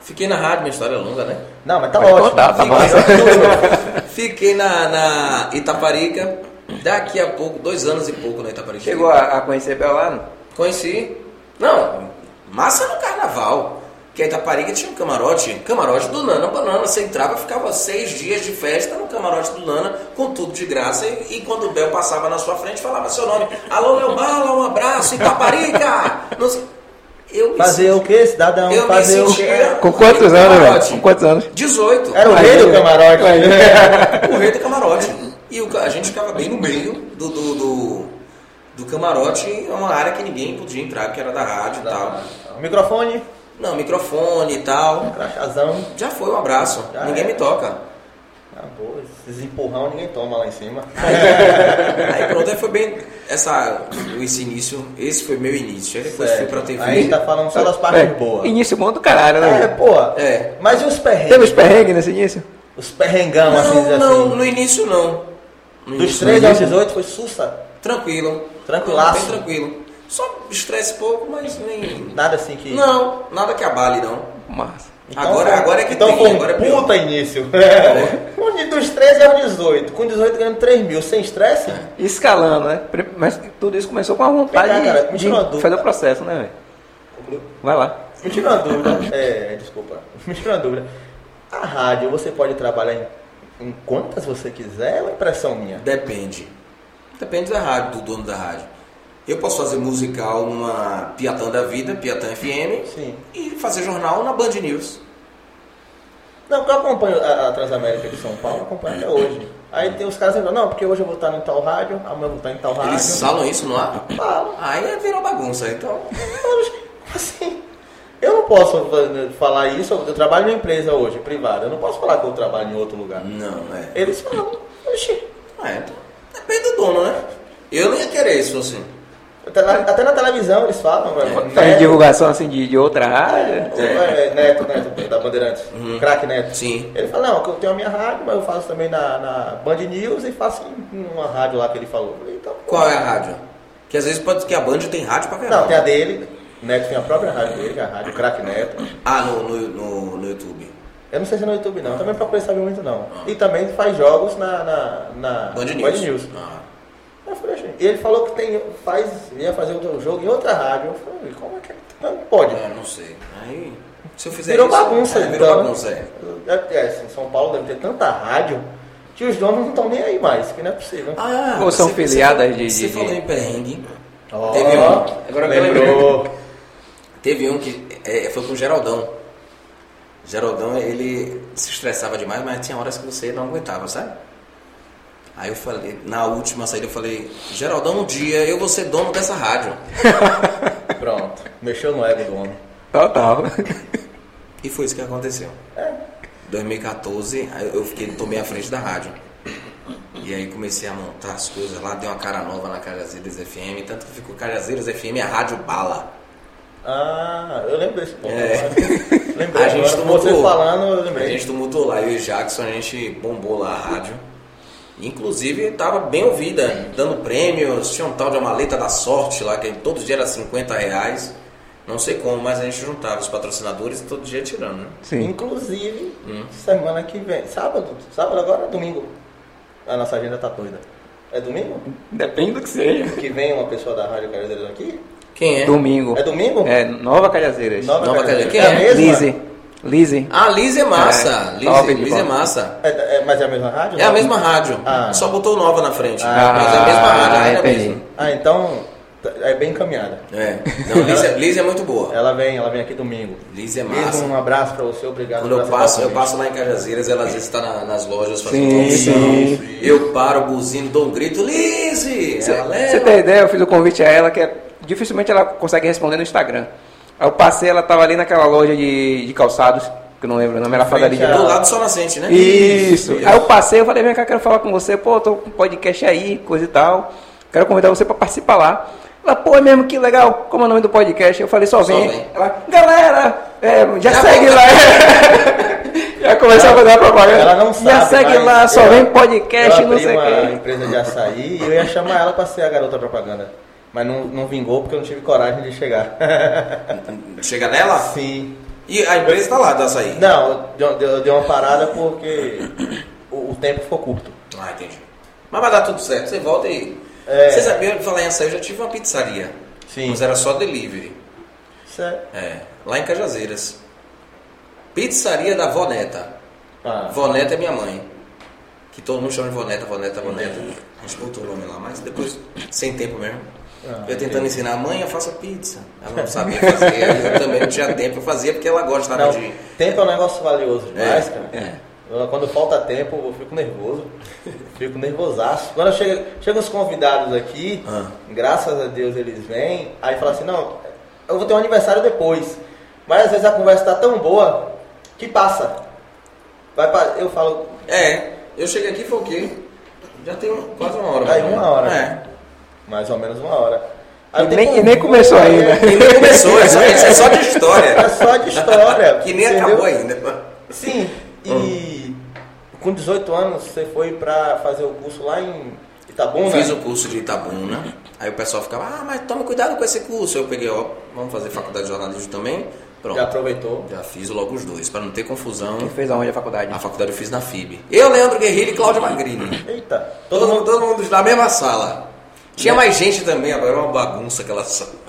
Fiquei na rádio, minha história é longa, né?
Não, mas tá
Mas
ótimo.
contar, tá
*laughs*
Fica-
Fiquei na, na Itaparica, daqui a pouco, dois anos e pouco na Itaparica.
Chegou a, a conhecer Belano?
Conheci. Não, massa no carnaval. Que a Itaparica tinha um camarote, camarote do Nana Banana. Você entrava, ficava seis dias de festa no camarote do Nana, com tudo de graça. E, e quando o Bel passava na sua frente, falava seu nome. Alô, Leobala, um abraço, Itaparica! Não sei- Eu me
Fazer o quê,
um
cidadão?
eu me
Fazer o
sentia
quê?
É, Com
o
quantos
rei do
anos,
camarote.
velho? Com quantos anos?
18.
Era o
Aí,
rei do
né?
camarote. *laughs*
o rei do camarote. E o ca- a gente ficava bem no meio do, do, do, do camarote, é uma área que ninguém podia entrar, porque era da rádio e tal.
Microfone,
Não, microfone e tal.
crachazão.
Já foi um abraço.
Já
ninguém
é.
me toca.
Ah, boa. Esses empurrão ninguém toma lá em cima. É,
Aí pronto, aí foi bem. Essa, esse início, esse foi meu início. Aí depois fui pra TV.
Aí a gente tá falando só das partes boas.
É, Início bom do caralho, né?
É,
velho?
pô.
É.
Mas e os perrengues?
Teve os perrengues nesse início?
Os perrengão,
Não,
assim, dizer
não,
assim.
no início não. No
Dos
início,
13 aos 18 foi sussa.
tranquilo.
Tranquilaço.
Bem tranquilo. Só estresse pouco, mas nem.
Nada assim que.
Não, nada que abale não.
Massa.
Então
agora,
foi-
agora é que
então
tem,
foi um
agora é pior. É.
puta início. *laughs* Um de- Dos 13 aos 18. Com 18 ganhando 3 mil. Sem estresse?
Escalando, né? Pri- Mas tudo isso começou com a vontade
Vem cá, cara, me
de
tira uma dúvida.
fazer o processo, né, velho?
É.
Vai lá.
Me tira uma dúvida. É, desculpa. Me tira uma dúvida. A rádio, você pode trabalhar em, em quantas você quiser ou é impressão minha?
Depende. Depende da rádio, do dono da rádio. Eu posso fazer musical numa Piatã da Vida, Piatã FM,
Sim.
e fazer jornal na Band News.
Não, porque eu acompanho a, a Transamérica de São Paulo, eu acompanho até hoje. Aí tem os caras que falam, não, porque hoje eu vou estar em tal rádio, amanhã eu vou estar em tal rádio.
Eles falam isso no ar?
Falam.
Aí virou bagunça, então.
Assim, eu não posso falar isso, eu trabalho em uma empresa hoje, privada, eu não posso falar que eu trabalho em outro lugar.
Não, é.
Eles falam, oxi,
É, então, depende do dono, né? Eu não ia querer isso assim.
até na, até na televisão eles falam,
É,
Faz
Neto,
divulgação assim de, de outra área.
é, Neto, Neto, da Bandeirantes, craque Neto.
Uhum. Sim.
Ele fala, não, que eu tenho a minha rádio, mas eu faço também na, na Band News e faço em uma rádio lá que ele falou. Eu falei, Então,
Qual é a rádio? Que às vezes pode que a Band tem rádio pra caramba.
Não, tem a dele, Neto tem a própria rádio dele, que é a rádio Crack Neto.
Ah, no, no, no, no YouTube.
Eu não sei se é no YouTube não, também procurei saber muito não. E também faz jogos na, na, na
Band News. Ah.
Eu falei, "Oxe". E ele falou que tem, faz, ia fazer outro jogo em outra rádio. Eu falei, como é que não pode?
É, não sei. Aí, se eu fizer
virou
isso...
bagunça,
é, virou
então, né?
bagunça, é.
Deve- é, assim, em São Paulo deve ter tanta rádio que os donos não estão nem aí mais, que não é possível.
Ah,
Ou são
você-
filiadas
você-
de-
Você
de-
falou em perrengue.
Ó,
teve um- agora que eu
lembrou.
Teve um que é, foi com o Geraldão. Geraldão, ele se estressava demais, mas tinha horas que você não aguentava, sabe? Aí eu falei, na última saída eu falei, Geraldão, um dia eu vou ser dono dessa rádio.
Pronto, mexeu no ego do homem.
Total. *laughs*
E foi isso que aconteceu. 2014, aí eu fiquei, tomei a frente da rádio. E aí comecei a montar as coisas lá, dei uma cara nova na Cajazeiras FM, tanto que ficou Cajazeiras FM é a Rádio Bala.
Ah, eu lembro desse ponto.
É. *laughs*
agora. Lembrei
A gente
agora,
tomou
você
gol.
falando, eu
A
lembrei.
gente tumultuou lá, eu e o Jackson, a gente bombou lá a rádio. Inclusive, estava bem ouvida, dando prêmios. Tinha um tal de uma maleta da sorte lá, que todo dia era 50 reais. Não sei como, mas a gente juntava os patrocinadores e todo dia tirando, né?
Sim.
Inclusive,
Hum.
semana que vem. Sábado? Sábado agora? Domingo. A nossa agenda tá doida. É domingo?
Depende do que seja.
Que vem uma pessoa da Rádio Cajazeira aqui?
Quem é?
Domingo.
É domingo?
É, Nova Calhazeiras.
Nova
Cajazeira.
Cajazeira.
É a mesma?
Lise. Lise.
Ah, Liz é massa.
É,
Liz,
top de
Liz é
bola.
massa.
É- é- mas é a mesma rádio?
É a mesma rádio,
Ah.
só botou nova na frente.
Ah.
mas é a mesma rádio, a rádio é a
entendi.
mesma.
Ah, então tá- é bem encaminhada.
É. Não, Liz, é, Liz é muito boa.
Ela vem, ela vem aqui domingo.
Liz é
Liz,
massa.
um abraço pra você, obrigado
Quando eu
por
passo,
aceitar
eu
o convite.
passo lá em Cajazeiras, ela às vezes está nas lojas fazendo
Sim,
comissão.
sim.
Eu paro, buzino, dou um grito, Lise!
Ah,
Ela
é
Você
leva.
tem ideia? Eu fiz o convite a ela que é- dificilmente ela consegue responder no Instagram. Aí eu passei, ela tava ali naquela loja de, de calçados, que eu não lembro o nome, ela faz ali de
Frente
Do lado do Sol Nascente, né?
Ah. Isso. Aí eu passei, eu falei, vem cá, quero falar com você, pô, tô com um podcast aí, coisa e tal. Quero convidar você pra participar lá. Ela, pô, é mesmo, que legal, como é o nome do podcast? Eu falei, só
Só
vem.
vem.
Ela, galera, É, já, segue lá. já começou a fazer a propaganda.
Ela não
Já
sabe,
segue
mas
lá, só
eu-
vem
Eu
podcast, não
abri
sei o
uma
quê.
empresa de açaí e eu ia chamar ela pra ser a garota propaganda. Mas não, não vingou porque eu não tive coragem de chegar.
Chega nela
Sim.
e a empresa tá lá do açaí.
Não, eu dei- eu dei uma parada porque o, o tempo ficou curto.
Ah, entendi. Mas vai dar tudo certo, você volta e.
É.
Você sabia falar em açaí? Eu já tive uma pizzaria.
Sim.
Mas era só delivery.
Isso é.
É, lá em Cajazeiras. Pizzaria da Voneta.
Ah,
Voneta é minha mãe. Que todo mundo chama de Voneta, Voneta, Voneta. A gente botou o nome lá, mas depois, sem tempo mesmo.
Ah,
eu tentando ensinar a mãe, eu faço pizza. Ela não sabia fazer,
*laughs*
eu também não tinha tempo, eu fazia porque ela gosta
não,
de.
tempo é um negócio valioso demais, cara.
é.
Eu- Quando falta tempo, eu fico nervoso. *laughs* Fico nervosaço. Quando chega, chega os convidados aqui,
Ah.
graças a Deus eles vêm, aí fala assim, não, eu vou ter um aniversário depois. Mas às vezes a conversa tá tão boa que passa. Vai pa- eu falo,
É, eu cheguei aqui foi o quê? Já tem um- quase uma hora.
Aí,
mais ou
uma
menos.
hora.
É.
mais ou menos uma hora.
E
Aí eu
nem-
tenho
e nem
convite,
começou
aí
ainda.
é-
E nem começou, isso é isso é só de
*laughs* É
história.
só de história.
*laughs* Que nem
entendeu?
acabou ainda.
Sim,
Hum.
e com 18 anos você foi pra fazer o curso lá em Itabuna?
Fiz o curso de Itabuna, aí o pessoal ficava, ah, mas tome cuidado com esse curso. Eu peguei, ó, vamos fazer faculdade de jornalismo também. Pronto.
Já aproveitou.
Já fiz logo os dois, para não ter confusão.
Quem fez aonde a faculdade?
A faculdade eu fiz na FIB. Eu, Leandro Guerreiro e Cláudio Magrini.
Eita, *laughs*
Todo mundo, todo mundo na mesma sala. Tinha mais gente também, agora é uma bagunça aquela sala.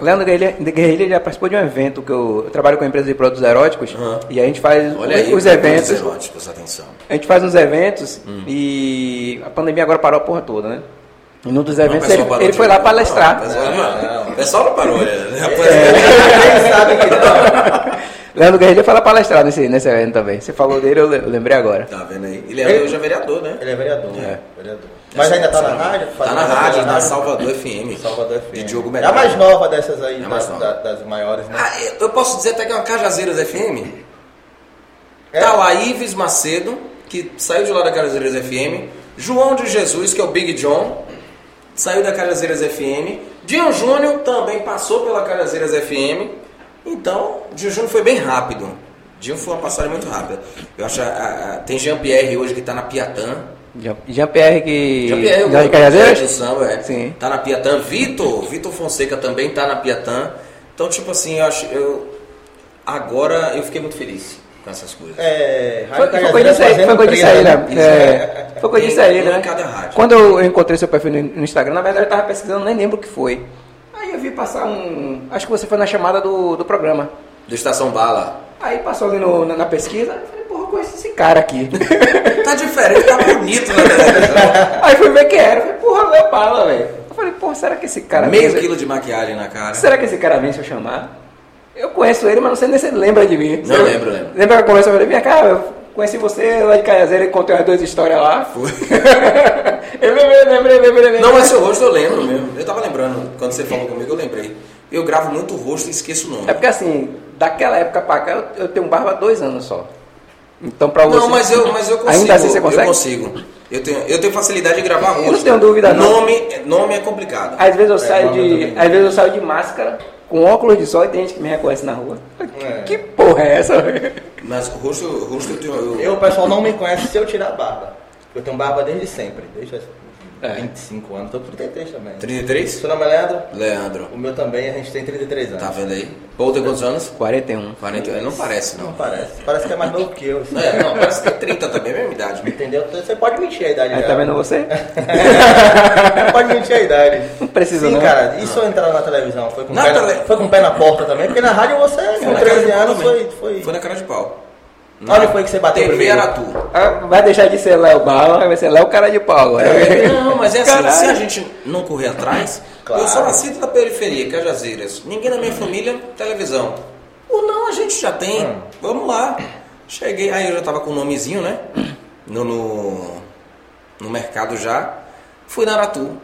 Leandro Guerrilha, de Guerrilha já participou de um evento que eu, eu trabalho com a empresa de produtos eróticos
Aham.
e a gente faz
Olha aí,
os
produtos
eventos.
eróticos, atenção.
A gente faz uns eventos
Hum.
e a pandemia agora parou a porra toda, né? E num dos
Não, o
eventos
pessoal
ele,
parou
ele
de- né?
foi lá
não,
palestrar.
o pessoal-
Não,
não, O pessoal não
É.
parou, né? Rapaz,
Quem sabe que tá. não.
Leandro Guerrilha foi lá palestrar nesse, nesse evento também. Você falou dele, eu le- eu lembrei agora.
Tá vendo aí? E Leandro hoje é vereador, né?
Ele é vereador, né? Vereador. Mas ainda tá na rádio?
Tá na rádio, na Salvador FM.
Salvador FM.
De
é
Diogo
a
Mercado.
mais nova dessas aí,
É a
das,
mais nova.
da- das maiores, né?
Ah, eu- eu posso dizer até que é uma Cajazeiras FM.
É.
Tá lá Ives Macedo, que saiu de lá da Cajazeiras FM. João de Jesus, que é o Big John, saiu da Cajazeiras FM. Dion Júnior também passou pela Cajazeiras FM. Então, Dion Júnior foi bem rápido. Dion foi uma passagem muito rápida. Eu acho. a- a- a- tem Jean-Pierre hoje que tá na Piatã.
Jean- Jean-Pierre que.
Jean-Pierre, o
Jean
Jean-Pierre do
Cajazeiras?
samba, é.
Sim.
Tá na Piatã. Vitor, Vitor Fonseca também tá na Piatã. Então, tipo assim, eu acho. Eu, agora eu fiquei muito feliz com essas coisas.
É,
Foi,
Rádio
foi coisa
Cajazeiras
disso aí, foi
fazendo
coisa disso aí,
trilha,
né?
Isso,
É, foi coisa
Tem
disso aí,
um
né?
em cada rádio.
Quando eu encontrei seu perfil no, no Instagram, na verdade eu tava pesquisando, nem lembro o que foi. Aí eu vi passar um. Acho que você foi na chamada do, do programa.
Do Estação Bala.
Aí passou ali no- na, na pesquisa, eu falei, porra, eu conheço esse cara aqui.
Tá diferente, tá bonito né? na televisão.
aí fui ver quem era, eu falei, porra, Léo Bala, velho. Eu falei, porra, será que esse *laughs* cara. é-
Meio
vem-
quilo de maquiagem na cara.
Será que esse cara vem se eu chamar? Eu conheço ele, mas não sei nem se ele lembra de mim.
Não,
Eu-
lembro, lembro.
Lembra que eu conversa? Eu falei, minha cara, eu conheci você lá de Caiazeira e contei umas duas histórias lá. Foi. *laughs* eu lembrei, lembrei, lembrei, lembrei.
Não, mas seu rosto eu lembro mesmo. Eu tava lembrando. Quando você falou comigo, eu lembrei. Eu gravo muito o rosto e esqueço o nome.
É porque assim, daquela época pra cá, eu, eu tenho barba há dois anos só. Então pra você...
Não, mas eu, mas eu consigo.
Ainda assim você consegue?
Eu consigo. Eu tenho, eu tenho facilidade de gravar rosto.
não tenho dúvida, não.
Nome, nome é complicado.
Às vezes eu saio
não, eu
de...
também.
Às vezes eu saio de máscara, com óculos de sol e tem gente que me reconhece na rua.
né?
É.
Que porra é essa, velho?
Mas o rosto, o rosto eu tenho. Eu,
Eu, o pessoal não me conhece se eu tirar a barba. Eu tenho barba desde sempre, desde os
É.
25 anos, tô com 33 também.
33?
Seu nome é Leandro?
Leandro.
O meu também, a gente tem 33 anos.
Tá vendo aí? Paul tem quantos anos?
41.
40. Não parece, não.
Não parece. Parece que é mais novo que eu. assim.
É, não, parece que tem 30 também, mesma idade.
Entendeu? Então, Você pode mentir a idade.
É,
Aí
já.
tá vendo você?
Você pode mentir a idade.
Não precisa
Sim,
não.
cara. E se eu entrar na televisão? Foi com,
Na
pé na,
tele-
foi com o pé na porta também? Porque na rádio você, com
É na cara
13
de pau
anos, foi...
também.
foi...
Foi na cara de pau.
Onde foi que você bateu
TV
primeiro?
era tu.
Ah, Vai deixar de ser Léo Bala, vai ser Léo Cara de Pau agora.
Não, mas é assim,
Caralho.
se a gente não correr atrás,
Claro.
eu sou nascido da periferia, Cajazeiras. Ninguém da minha família, televisão. Ou não, a gente já tem. Vamos lá. Cheguei, aí eu já tava com o nomezinho, né? No, no, no mercado já. Fui na Aratu.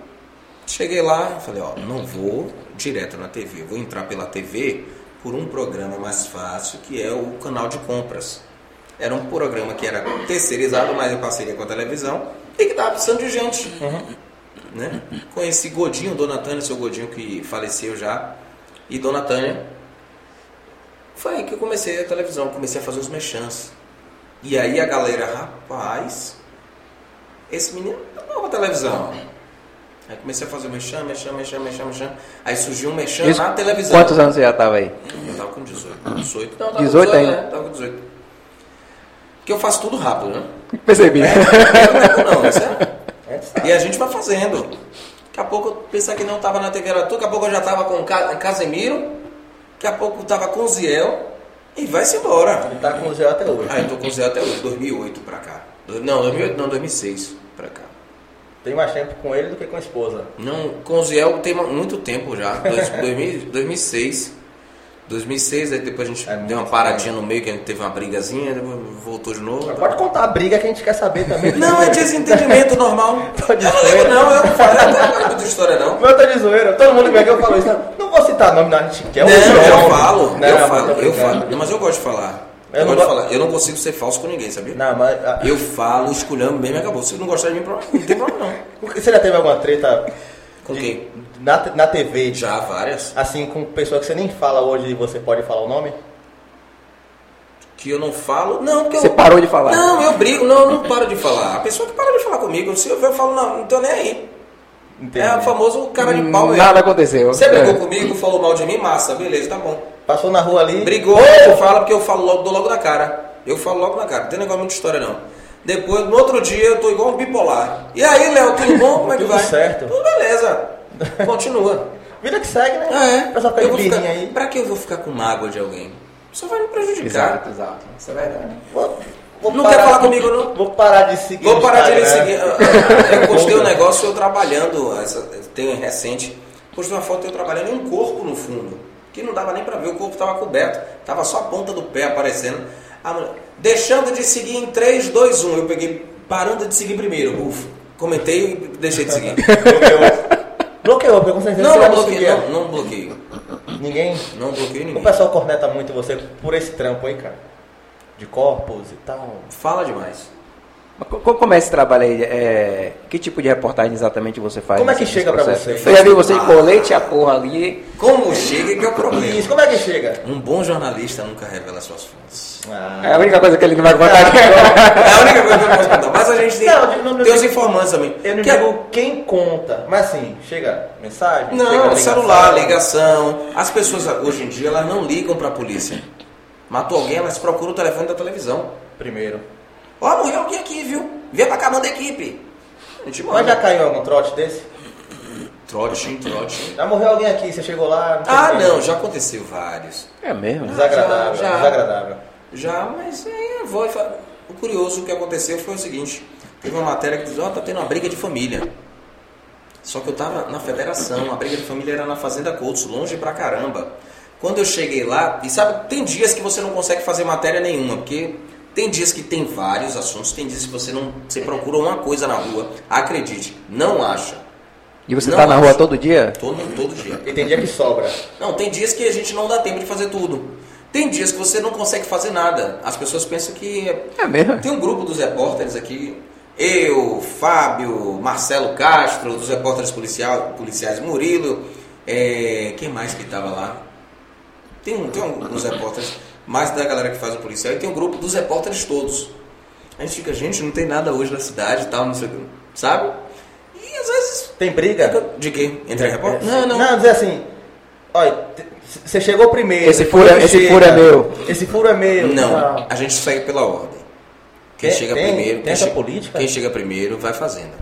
Cheguei lá, falei, ó, não vou direto na TV, eu vou entrar pela TV por um programa mais fácil, que é o canal de compras. Era um programa que era terceirizado, mas em parceria com a televisão, e que tava precisando de gente né? Conheci Godinho, Dona Tânia, seu Godinho que faleceu já, e Dona Tânia. Foi aí que eu comecei a televisão, comecei a fazer os mexãs. E aí a galera, rapaz, esse menino tá bom pra televisão. Aí comecei a fazer mexã, mexã, mexã, mexã, mexã. Aí surgiu um mexã
Isso-
na televisão.
Quantos anos você já estava aí?
Eu tava com 18. 18? Não, eu tava
18
com 18
ainda.
né? Tava com 18. Porque eu faço tudo
*laughs*
rápido, né?
Percebi.
Eu não, não, sério.
É, sabe?
E a gente vai fazendo. Daqui a pouco eu pensava que não tava na TV era tu, daqui a pouco eu já tava com Ca- Casemiro, daqui a pouco eu tava com Ziel e vai-se embora.
Ele tá com o Zé até hoje.
Ah, eu tô com Ziel até hoje, 2008 pra cá. Do- Não, 2008 não, 2006 pra cá.
Tem mais tempo com ele do que com a esposa.
Não, com o Ziel tem ma- muito tempo já, dois- *laughs* 2000, 2006. 2006, aí depois a gente
É
deu uma
muito
paradinha no meio, que a gente teve uma brigazinha, depois voltou de novo.
Mas Pode contar a briga que a gente quer saber também.
Não, é desentendimento normal.
*laughs* Pode
eu não
ser.
ligo não, eu não falei até muita história não.
Não, eu tô tá de zoeira. Todo mundo que vem aqui eu falo isso. né? Não, não vou citar nome, não. A gente quer
Não,
um
eu
nome.
falo,
Não,
eu
mas
falo,
tô
eu
brincando.
falo. Não, mas eu gosto de falar.
Eu não
Eu, gosto de
go-
falar. Eu não consigo ser falso com ninguém, sabia?
Não, mas... ah,
Eu falo, esculhambo mesmo e acabou. Se não gostar de mim, pro- não tem problema não.
Você já teve alguma treta
Com
de-
quem?
na, te- na TV?
Já, várias.
Assim, com pessoa que você nem fala hoje e você pode falar o nome?
Que eu não falo. Não, porque
Você
eu.
parou de falar.
Não, eu brigo, não, eu não paro de falar. A pessoa que para de falar comigo, se eu ver, eu falo, não, não tô nem aí.
Entendi.
É o famoso cara de pau mesmo.
Nada aconteceu.
Você
É.
brigou comigo, falou mal de mim, massa, beleza, tá bom.
Passou na rua ali.
Brigou, eu falo porque eu falo logo, dou logo na cara. Eu falo logo na cara, não tem negócio muito de história não. Depois, no outro dia, eu tô igual um bipolar. E aí, Léo, tudo bom? Como é que
Tudo
vai?
certo.
Tudo beleza. Continua.
Vida que segue, né?
Ah, é?
O pessoal fica
Eu
de
vou
birrinha
ficar-
aí.
Pra que eu vou ficar com mágoa de alguém? Só vai me prejudicar.
Exato, exato. Isso é verdade.
Vou- vou
Não quer falar comigo, não?
Vou parar de seguir
Vou
no
parar de lhe
Instagram.
seguir. Eu eu postei um negócio eu trabalhando, essa, tem recente. Postei uma foto eu trabalhando e um corpo no fundo. Que não dava nem pra ver, o corpo tava coberto. Tava só a ponta do pé aparecendo. A mulher, deixando de seguir em 3, 2, 1. Eu peguei, parando de seguir primeiro. Uf, comentei e deixei
*laughs*
de seguir.
Bloqueou. Bloqueou, porque com certeza
Não,
você
não
vai
bloqueei,
conseguir.
não, não bloqueio.
Ninguém.
Não bloqueio
O
ninguém.
pessoal corneta muito você por esse trampo aí, cara. De corpos e tal.
Fala demais.
Mas co- co- Como é esse trabalho aí? É, Que tipo de reportagem exatamente você faz?
Como é
nesse-
que chega
nesse
pra
processo?
você?
Eu já vi você de colete a porra ali.
Como chega que é o problema.
Isso, como é que chega?
Um bom jornalista nunca revela suas fontes.
É a
Ah,
única coisa que ele não vai contar aqui agora.
É a única coisa que eu posso contar. Mas a gente tem,
Não, eu não-
tem os informantes também.
eu não
Que é-
digo quem conta, mas assim, chega mensagem?
Não,
chega
celular, ligação. As pessoas hoje em dia elas não ligam pra polícia. Matou alguém, elas procuram o telefone da televisão.
Primeiro.
Ó, morreu alguém aqui, viu? Vem pra cá, manda a equipe. A gente
Mas
manda.
já caiu algum trote desse?
Trote, trote.
Já morreu alguém aqui, você chegou lá? sei
Ah,
o quê.
não, já aconteceu vários.
É mesmo?
Desagradável,
Já, já.
desagradável.
Já, mas aí eu vou e falo. O curioso que aconteceu foi o seguinte: teve uma matéria que diz, ó, tá tendo uma briga de família. Só que eu tava na federação, a briga de família era na Fazenda Coutos, longe pra caramba. Quando eu cheguei lá, e sabe, tem dias que você não consegue fazer matéria nenhuma, porque tem dias que tem vários assuntos, tem dias que você não. Você procura uma coisa na rua, acredite, não acha.
E você
Não,
tá na rua
acho.
todo dia?
Todo, todo dia.
E tem dia que sobra.
Não, tem dias que a gente não dá tempo de fazer tudo. Tem dias que você não consegue fazer nada. As pessoas pensam que é
É mesmo?
tem um grupo dos repórteres aqui, eu, Fábio, Marcelo Castro, dos repórteres policial, policiais Murilo, é, quem mais que estava lá? Tem, um, tem um, uns repórteres, mais da galera que faz o policial, e tem um grupo dos repórteres todos. A gente fica, gente, não tem nada hoje na cidade e tal, não sei o que, sabe? E às vezes.
Tem briga?
fica- De quem? Entre repórteres? é Não, não.
Não, dizer assim. Olha, te- você chegou primeiro.
Esse
depois
furo é-
eu
esse
chego.
furo é meu.
Esse furo é meu.
Não, a gente segue pela ordem. Quem
Tem-
chega
tem-
primeiro.
tem
quem
essa
chega-
política?
Quem chega primeiro vai fazendo.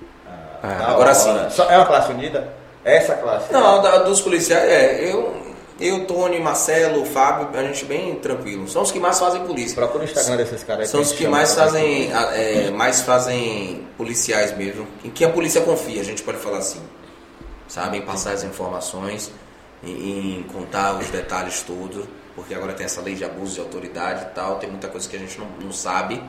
Da
Ah,
Agora
hora.
sim.
Só- é uma classe unida? Essa classe.
Não, da- dos policiais, é, eu, eu, Tony, Marcelo, Fábio, a gente bem tranquilo. São os que mais fazem polícia.
Procura o Instagram desses caras aí.
São
a
os
gente
que
chama
mais
pra-
fazem, a- é, mais fazem policiais mesmo, em que a polícia confia, a gente pode falar assim. Sabem passar as informações, em, em contar os detalhes todos, porque agora tem essa lei de abuso de autoridade e tal, tem muita coisa que a gente não, não sabe,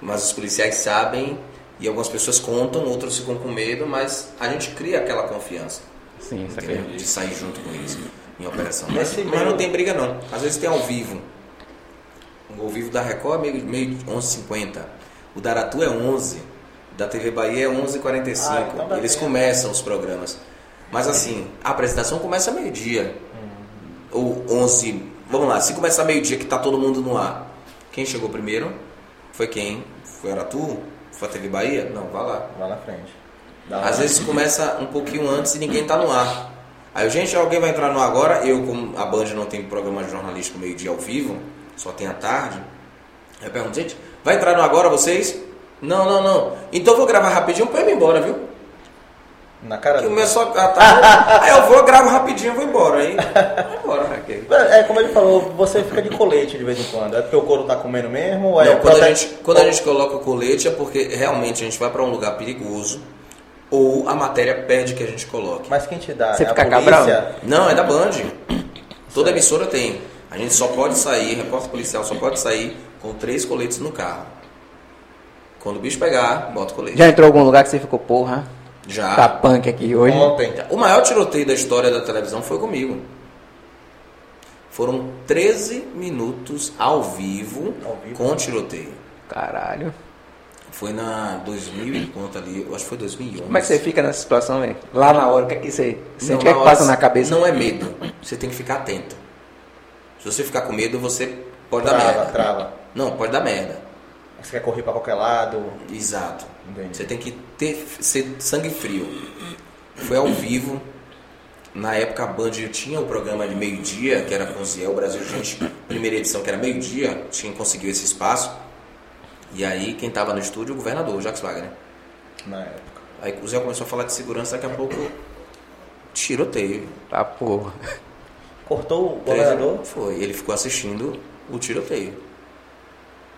mas os policiais sabem e algumas pessoas contam, outras ficam com medo, mas a gente cria aquela confiança
sim, isso
entendeu?
aqui.
É, de sair junto com eles em operação. Mas,
Nesse
mas
meio-
não tem briga não. Às vezes tem ao vivo. O ao vivo da Record é meio, meio 11h50. O da Aratu é 11. Da TV Bahia é 11h45.
Ah, então dá
eles
tempo.
começam os
Hum.
programas. Mas assim, a apresentação começa meio-dia. Ou 11 Vamos lá, se começar meio-dia que tá todo mundo no ar, quem chegou primeiro? Foi quem? Foi era tu? Foi a TV Bahia? Não, vai lá.
Lá na frente. Dá
Às
lá.
vezes começa um pouquinho antes e ninguém tá no ar. Aí, gente, alguém vai entrar no ar agora. Eu, como a Band não tem programa jornalístico meio-dia ao vivo, só tem à tarde. Eu pergunto, gente, vai entrar no ar agora vocês? Não, não, não. Então eu vou gravar rapidinho pra eu ir embora, viu?
Na cara
Que o
do-
meu só. ah, tá. Aí eu vou, gravo rapidinho, vou embora. Aí, vou embora.
É, como ele falou, você fica de colete de vez em quando. É porque o couro tá comendo mesmo? ou é
Não, quando, a
prote-
gente, quando a gente coloca o colete é porque realmente a gente vai pra um lugar perigoso ou a matéria pede que a gente coloque.
Mas quem te dá?
Você
é a
fica
polícia?
cabrão?
Não, é da Band. Toda emissora tem. A gente só pode sair, repórter policial só pode sair com três coletes no carro. Quando o bicho pegar, bota o colete.
Já entrou em algum lugar que você ficou, porra,
Já.
tá punk aqui hoje?
Ontem.
O maior tiroteio da história da televisão foi comigo. Foram 13 minutos ao vivo,
Ao vivo.
com tiroteio.
Caralho.
Foi na 2000 e conta ali, eu acho que foi 2011.
Como é que você fica nessa situação, velho? Lá na hora, o que é que você sente?
Não,
O que é que
hora,
passa na cabeça?
Não é medo. Você tem que ficar atento. Se você ficar com medo, você pode
Ah,
dar
Trava,
tá.
merda.
trava.
Não, pode dar merda.
Você quer correr pra qualquer lado?
Exato.
Entendi.
Você tem que ter, ser sangue frio. Foi ao vivo. Na época a Band tinha o programa de meio-dia, que era com o Ziel Brasil Gente, primeira edição que era meio-dia, tinha conseguiu esse espaço. E aí quem estava no estúdio, o governador, Jacques Wagner.
Na época.
Aí o Zé começou a falar de segurança, daqui a pouco tiroteio.
Tá, porra.
Cortou o
Três-
governador?
Foi, ele ficou assistindo o tiroteio.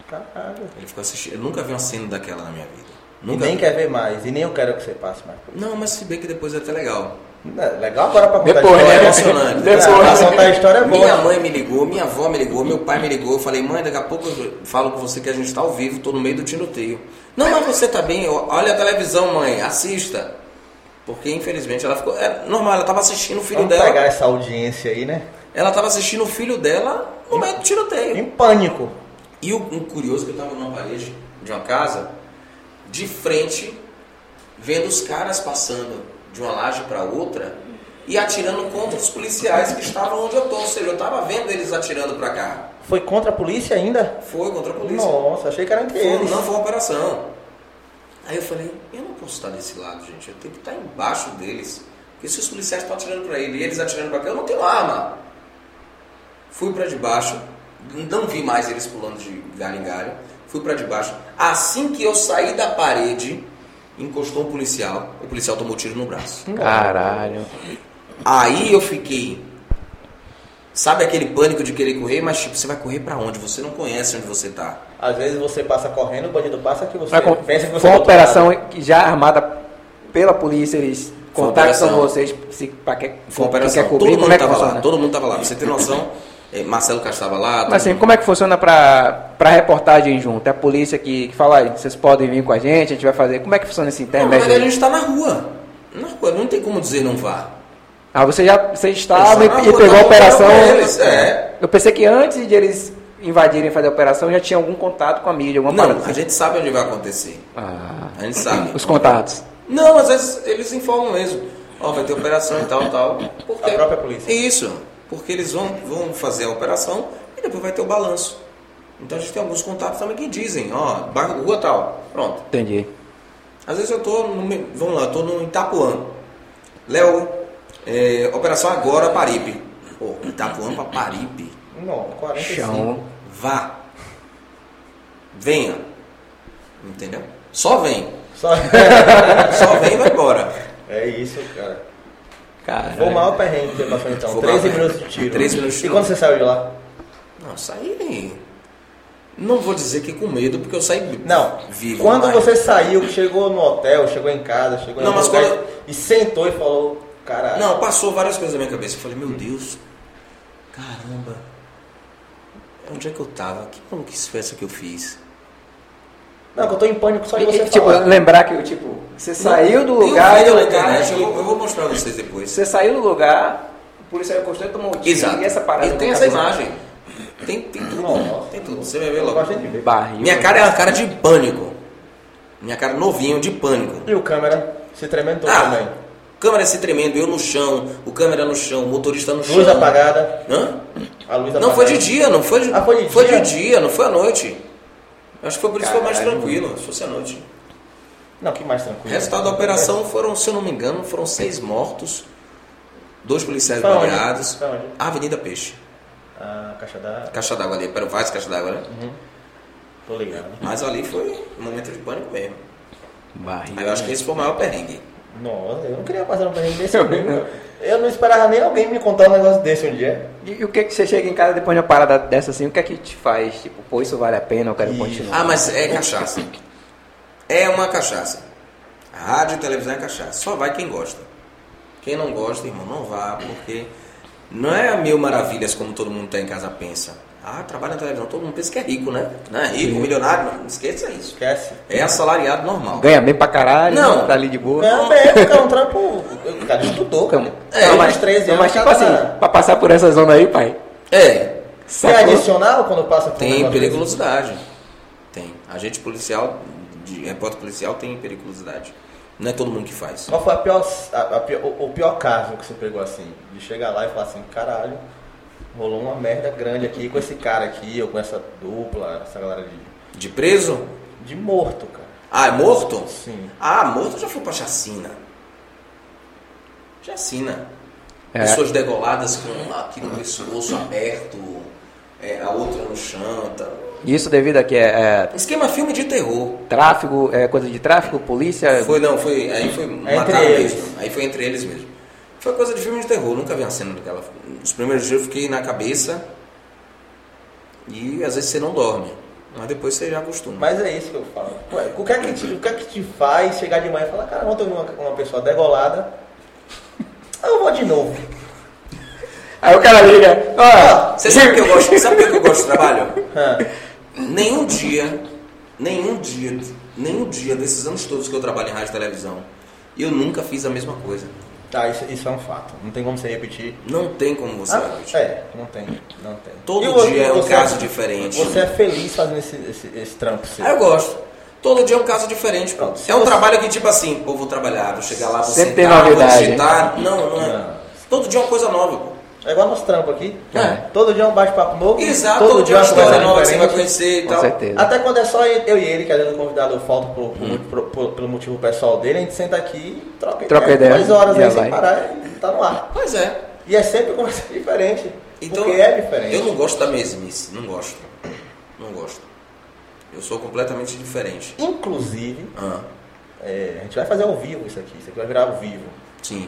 Caralho.
Ele ficou assistindo. Eu nunca vi uma cena daquela na minha vida.
E
Nunca
nem
vi.
quer ver mais. E nem eu quero que você passe mais.
Não, mas se bem que depois é até legal.
É Legal agora pra contar
Depois,
a
É
né?
história.
emocionante.
Depois.
Não, pra contar a história é boa.
Minha mãe me ligou, minha avó me ligou, meu pai me ligou. Eu falei, mãe, daqui a pouco eu falo com você que a gente tá ao vivo, tô no meio do tiroteio. Não, mas você tá bem, ó, olha a televisão, mãe, assista. Porque infelizmente ela ficou. É normal, ela tava assistindo o filho
Vamos
dela.
pegar essa audiência aí, né?
Ela tava assistindo o filho dela no meio do tiroteio.
Em pânico.
E o um curioso que eu tava numa parede de uma casa, de frente, vendo os caras passando de uma laje para outra e atirando contra os policiais que estavam onde eu tô. Ou seja, eu tava vendo eles atirando para cá.
Foi contra a polícia ainda?
Foi contra a polícia.
Nossa, achei que era entre
Foi-
eles.
não foi uma operação. Aí eu falei, eu não posso estar desse lado, gente. Eu tenho que estar embaixo deles. Porque se os policiais estão atirando para ele e eles atirando para cá, eu não tenho arma. Fui para debaixo, não vi mais eles pulando de galho em galho. Fui para debaixo. Assim que eu saí da parede, encostou um policial. O policial tomou tiro no braço.
Caralho.
Aí eu fiquei. Sabe aquele pânico de querer correr, mas tipo, você vai correr para onde? Você não conhece onde você tá.
Às vezes você passa correndo, o bandido passa que você
Mas com-
pensa que você
foi
é
uma
do outro
operação que já é armada pela polícia, eles
Foi uma
contactam
operação.
vocês se, pra que,
Foi uma
quem
operação.
quer
todo
cobrir,
mundo
como é que
tava
funciona?
lá. Todo mundo tava lá. Pra você ter noção, eh, Marcelo Castro tava lá. todo
Mas assim,
mundo-
como é que funciona pra, pra reportagem junto? É a polícia que, que fala, "Olha, vocês podem vir com a gente, a gente vai fazer. Como é que funciona esse
Não, na
intermédio?
verdade, a
aí?
gente tá na rua. Na rua, não tem como dizer não vá.
Ah, você já você
Eles
estava
tão na
e, e
rua,
pegou a
tão
operação.
com eles, é.
Eu pensei que antes de eles invadirem e fazer a operação, já tinha algum contato com a mídia, alguma
Não,
parada.
a gente sabe onde vai acontecer.
Ah,
A gente sabe.
os contatos.
Não, às vezes eles informam mesmo. Ó, vai ter operação e tal, tal. Porque...
A própria polícia.
Isso. Porque eles vão, vão fazer a operação e depois vai ter o balanço. Então a gente tem alguns contatos também que dizem, ó, bairro rua tal. Pronto.
Entendi.
Às vezes eu tô no. me- Vamos lá, eu tô no Itapuã. Léo, é, operação agora Paripe. Pô, Itapuã pra Paripe.
lado. Não, 45.
Chão.
Vá. Venha. Entendeu? Só vem.
Só- *laughs*
Só vem e vai embora.
é isso, cara. Foi o
Caralho.
maior perrengue que você passou então.
Foi o
13
maior
minutos de
perrengue.
tiro.
13 minutos de
E
tiro.
quando você saiu de lá?
Não, saí. Não vou dizer que com medo, porque eu saí
Não.
vivo.
quando
mas-
você saiu, chegou no hotel, chegou em casa, chegou
Não,
em
mas
algum lugar
quando-
e sentou e falou, caralho.
Não, passou várias coisas na minha cabeça. Eu falei, meu Deus, caramba, onde é que eu tava? Que maluquice foi essa que eu fiz?
Não, que eu tô em pânico só
Então,
de
E,
você
e, tipo,
falar.
lembrar que tipo, você saiu do
Tem um
lugar.
vídeo
do
na
lugar
internet, eu,
que-
vou, eu vou mostrar pra vocês depois.
Você saiu do lugar, o policial encostou e tomou o tiro.
Exato.
E essa parada.
E tem
na
essa
cabeça.
imagem. Tem, tem tudo.
Nossa.
Tem tudo. Você vai ver
Eu
logo.
gostei de né? ver.
Barril. né?
Minha cara é uma cara de pânico. Minha cara novinho de pânico.
E o câmera se tremendo
Ah,
também.
Câmera se tremendo, eu no chão, o câmera no chão, o motorista no chão.
Luz apagada.
Hã?
A luz apagada.
Não, foi de dia, não foi de,
Ah, foi de dia?
dia, não foi à noite. Acho que foi por isso que foi mais
Caralho.
tranquilo, se fosse à noite.
Não, que mais
O
tranquilo. É.
resultado da operação foram, se eu não me engano, foram seis mortos, dois policiais
Foi onde?
baleados,
Foi onde?
Avenida Peixe.
Ah, A caixa d'água.
Caixa d'água ali, pera, várias caixas d'água, né?
Uhum. Tô ligado.
Mas ali foi um momento de pânico mesmo. Aí eu
Barriga.
acho que esse foi o maior perrengue.
Nossa, eu não queria passar um perrengue desse.
Eu
nunca. Eu não esperava nem alguém me contar um negócio desse um dia.
E, e o que, que você chega em casa depois de uma parada dessa assim? O que é que te faz? Tipo, pô, isso vale a pena, eu quero
Isso.
continuar.
Ah, mas é cachaça. É uma cachaça. Rádio e televisão é cachaça. Só vai quem gosta. Quem não gosta, irmão, não vá, porque não é mil maravilhas como todo mundo que tá em casa pensa. Ah, trabalha na televisão, todo mundo pensa que é rico, né? Não é rico, milionário, não esqueça isso.
Esquece.
É assalariado normal.
Ganha bem pra caralho,
Não.
tá ali de boa.
Não, é, porque é um trampo. O cara estudou, cara.
É,
Tem
mas,
uns 13
não,
anos. tá
mas tipo
tá
cada-
assim, pra passar por essa zona aí, pai.
É,
Tem
sacou?
adicional quando passa por um
tem
negócio desse?
periculosidade. Tem. Agente policial, de repórter policial tem periculosidade. Não é todo mundo que faz.
Qual foi a pior, a- a pior- o, o pior caso que você pegou assim? De chegar lá e falar assim, caralho, rolou uma merda grande aqui com esse cara aqui, ou com essa dupla, essa galera de,
De preso?
de morto, cara.
Ah, é morto?
Sim.
Ah, morto já foi pra chacina. Chacina.
É.
Pessoas degoladas com aqui no pescoço aberto, é, a outra no chão. Tá.
Isso devido a que é, é
Esquema filme de terror.
tráfico, é coisa de tráfico, polícia.
Foi não, foi. Aí foi
É
matar
entre eles.
mesmo. Aí foi entre eles mesmo. Foi coisa de filme de terror, nunca vi uma cena daquela. Os primeiros dias eu fiquei na cabeça e às vezes você não dorme. Mas depois você já acostuma.
Mas é isso que eu falo. Ué, o, que é que te, o que é que te faz chegar de manhã e falar, cara, ontem eu vi uma, uma pessoa degolada, eu vou de novo.
Aí o cara liga, ó,
Você sabe que eu gosto, sabe por que eu gosto do trabalho?
Hã.
Nenhum dia, nenhum dia, nenhum dia desses anos todos que eu trabalho em rádio e televisão, eu nunca fiz a mesma coisa.
Tá, isso, isso é um fato. Não tem como você repetir.
Não tem como você repetir.
é, não tem, não tem.
Todo
E o-
dia é um
você-
caso diferente.
Você é feliz fazendo esse, esse, esse trampo seu.
Ah, eu gosto. Todo dia é um caso diferente. pô.
Pronto, se
É um
você-
trabalho que, tipo assim, pô, vou trabalhar, vou chegar lá, vou
Sempre tem
sentar, vou
novidade.
digitar. Não, não é.
Não.
Todo dia é uma coisa nova, pô.
É igual nos trampos aqui.
É.
Todo dia é um bate-papo novo.
Exato, todo, dia é uma
conversa
história nova que você vai
diferente.
conhecer e
Com
tal.
certeza.
Até quando é só eu e ele, que às vezes o convidado falta por, por-
Uhum.
por- por- pelo motivo pessoal dele, a gente senta aqui e troca,
Troca ideia,
Duas horas
já
aí sem
vai.
parar e tá no ar.
Pois é.
E é sempre conversa *laughs* diferente.
Então,
porque é diferente.
Eu não gosto da mesmice, não gosto. Não gosto. Eu sou completamente diferente.
Inclusive,
Ah,
é, a gente vai fazer ao vivo isso aqui. Isso aqui vai virar ao vivo.
sim.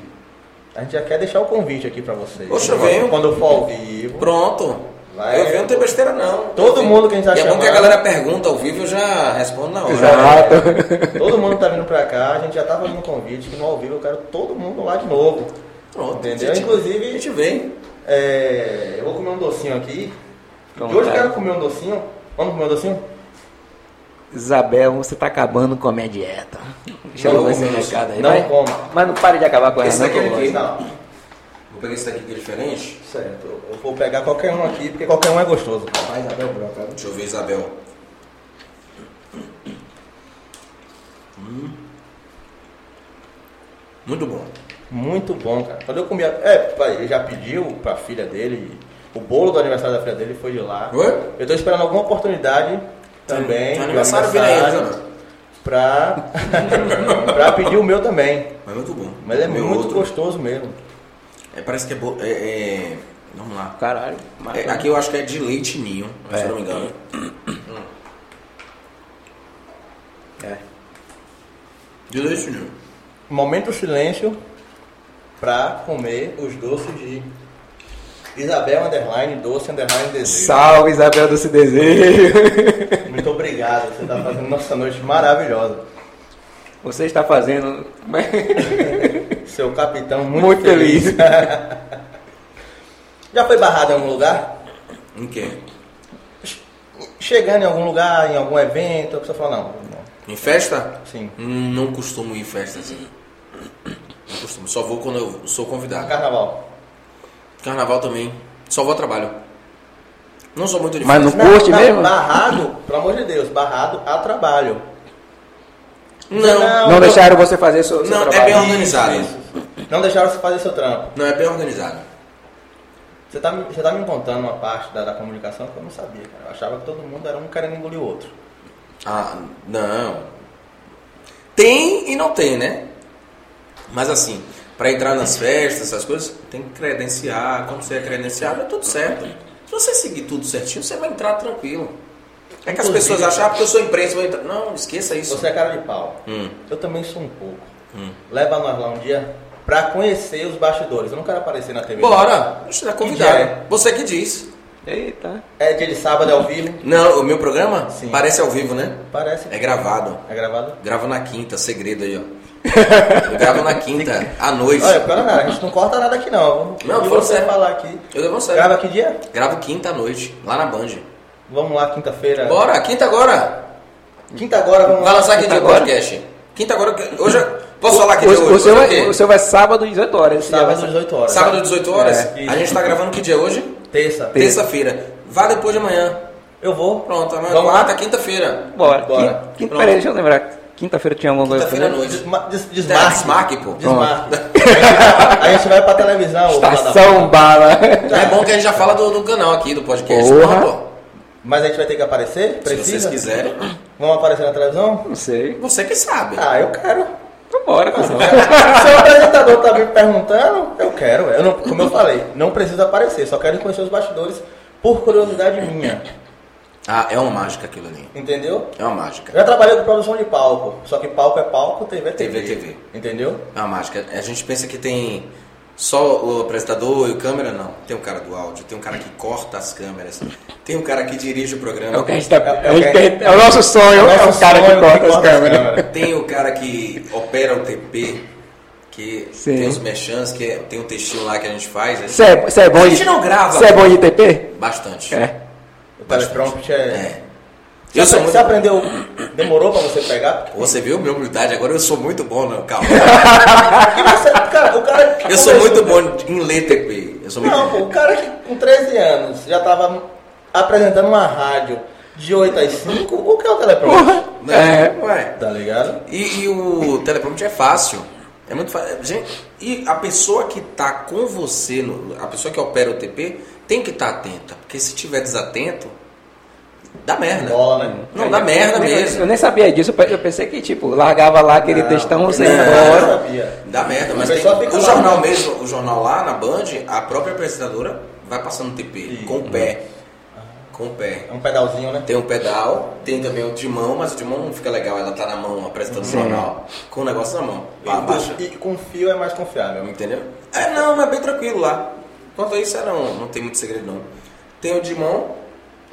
A gente já quer deixar o convite aqui pra vocês.
Oxe, eu
quando,
venho.
quando for ao vivo.
Pronto.
Vai.
Eu vi, não tem besteira não.
Todo
Eu vi.
mundo que a gente tá
E é bom que
chamando.
a galera pergunta ao vivo, eu já respondo na hora.
Exato.
Todo mundo tá vindo pra cá, a gente já tá fazendo um convite que no ao vivo eu quero todo mundo lá de novo.
Pronto.
Entendeu?
a gente-
Inclusive-
a gente vem.
É, eu vou comer um docinho aqui.
Então,
de hoje eu
cara.
quero comer um docinho. Vamos comer um docinho?
Isabel, você tá acabando com a minha dieta. Deixa eu
Não,
dar esse
não,
recado aí.
não
vai.
coma.
Mas não pare de acabar com ela,
Esse
não,
daqui
que eu
é
gosto.
aqui.
Não.
Vou pegar esse daqui que é diferente.
Certo. Eu vou pegar qualquer um aqui, porque qualquer um é gostoso. Rapaz, Isabel Branca.
Deixa eu ver, Isabel. Hum. Muito bom.
Muito bom, cara. Quando eu comia. É, pai, ele já pediu pra filha dele. O bolo do aniversário da filha dele foi de lá.
Oi?
Eu tô esperando alguma oportunidade também.
Teu
de
aniversário vem aí,
aniversário,
Isabel.
pra... *laughs* pra pedir o meu também.
Mas é muito bom.
Mas é
Meu
muito
outro-
gostoso mesmo.
É, parece que é, bo... é, é- Vamos lá.
Caralho. mas-
tá
É, aqui eu acho que é de leite ninho, se
É.
eu não me engano.
É.
De leite ninho.
Momento silêncio pra comer os doces de Isabel Underline, doce Underline Desejo.
Salve, Isabel do Se Desejo.
Muito obrigado, você tá fazendo nossa noite maravilhosa.
Você está fazendo.
Seu capitão muito,
Muito, feliz.
*laughs* Já foi barrado em algum lugar?
Em quê?
Chegando em algum lugar, em algum evento, a pessoa fala, não, assim, não.
Em festa?
Sim.
Hum, Não costumo ir em festa assim. Não costumo. Só vou quando eu sou convidado.
Carnaval.
Carnaval também. Só vou a trabalho. Não sou muito de
Mas
festa.
não curte mesmo?
Barrado, pelo amor de Deus, barrado a trabalho.
Não.
Não deixaram você fazer seu, seu
Não, é
trabalho.
bem É organizado.
Isso, isso. Não deixaram você fazer seu trampo.
Não, é bem organizado.
Você tá, me- você tá me contando uma parte da, da comunicação que eu não sabia, cara. Eu achava que todo mundo era um querendo engolir o outro.
Ah, não. Tem e não tem, né? Mas assim, pra entrar nas festas, essas coisas, tem que credenciar. Quando você é credenciado, é tudo certo. Se você seguir tudo certinho, você vai entrar tranquilo. É que as
Inclusive-
pessoas acham, ah, porque eu sou imprensa, vou entrar. Não, esqueça isso.
Você é cara de pau.
Hum,
Eu também sou um pouco.
hum.
Leva nós lá um dia pra conhecer os bastidores. Eu não quero aparecer na TV.
Bora! Você tá
Que dia
convidado.
é?
Você que diz.
Eita.
É dia de sábado é ao vivo.
Não, o meu programa
Sim.
parece ao vivo, né?
Parece.
É gravado.
É gravado?
Gravo na quinta,
*laughs*
segredo aí, ó. Eu gravo na quinta, à noite.
Olha, pera, cara, a gente não corta nada aqui não.
Não,
E
foi
você
certo.
falar aqui.
Eu levo a sério.
Grava que dia?
Gravo quinta à noite, lá na Band.
Vamos lá, quinta-feira.
Bora, quinta agora.
Quinta agora, vamos
Vai
lá.
lançar aqui
Quinta
de
agora?
podcast. Quinta agora, que- hoje... eu- Posso falar aqui
O,
de hoje?
o, seu
Hoje é
vai,
o quê?
o seu vai sábado, 18 horas. Você já vai
Sábado,
sa-
18 horas.
Sábado, 18 horas?
É,
a gente tá gravando que dia hoje?
Terça.
Terça-feira. Vá depois de amanhã.
Eu vou.
Pronto, amanhã
Vamos lá.
quarta, quinta-feira.
Bora.
Bora.
Quinta, quinta,
Pronto.
peraí, deixa eu lembrar. Quinta-feira tinha alguma coisa pra
Quinta-feira à
fazer?
noite.
Desma des
Tá,
desmarque.
Desmarque, pô.
Desmarque. *laughs* a gente vai pra televisão. ô filha da
Estação um Bala.
É bom que a gente já fala do, do canal aqui, do podcast.
Porra.
Não, pô.
p***. Mas a gente vai ter que aparecer?
Se
Precisa?
vocês quiserem.
Vamos aparecer na televisão?
Não sei.
Você que sabe.
Ah, eu quero. *laughs*
Então bora, cuzão.
Se o apresentador tá me perguntando, eu quero. é. Eu não, como eu falei, não precisa aparecer. Só quero conhecer os bastidores por curiosidade minha.
Ah, é uma mágica aquilo ali.
Entendeu?
É uma mágica.
Eu já trabalhei com produção de palco. Só que palco é palco, TV é TV.
TV é TV.
Entendeu?
É uma mágica. A gente pensa que tem só o apresentador e o câmera, não. Tem o cara do áudio, tem o cara que corta as câmeras, tem o cara que dirige o
É o
programa,
que a gente tá.
É- é
a gente
o que a gente-
quer- é o nosso sonho, é
Nosso
o cara
sonho
que corta as câmeras.
câmeras.
tem o cara que opera o TP, que
Sim.
tem os merchans, que é- tem um textinho lá que a gente faz. A gente-
Você é, cê é bom
A
de.
gente não grava.
Você é bom de TP?
Bastante.
É.
O teleprompter é...
É. Eu sou
você
muito...
aprendeu... Demorou pra você pegar?
Pô, Você viu minha humildade, agora eu sou muito bom, não, calma.
Porque você- cara, o cara...
Eu sou muito bom em ler TP. Eu sou muito
Não,
bom.
pô, o cara que com 13 anos já tava apresentando uma rádio de 8 às 5, o que é o teleprompter?
Porra.
Não,
É.
ué.
Tá ligado?
E, e o teleprompter é fácil. É muito fácil. Gente, e a pessoa que tá com você, no- a pessoa que opera o TP, tem que estar atenta. Porque se tiver desatento, dá merda.
Bola, né?
Não, dá merda
Eu- eu- Eu
mesmo.
nem sabia disso, eu pe- eu pensei que, tipo, largava lá aquele
Não,
textão, você ia
não, eu
embora.
sabia.
Dá merda, mas
O
tem,
pessoal fica
o
lá,
jornal
né?
mesmo, o jornal lá na Band, a própria apresentadora vai passando TP
Ih,
com o pé. Com o pé.
É um pedalzinho, né?
Tem o pedal, tem também o de mão, mas o de mão não fica legal, ela tá na mão apresentando o jornal. Com o negócio na mão.
E
Pá, Abaixa.
com- Ah, E com fio é mais confiável.
Entendeu? É, não, mas bem tranquilo lá. Quanto a isso, é, não, não tem muito segredo, não. Tem o Dimão.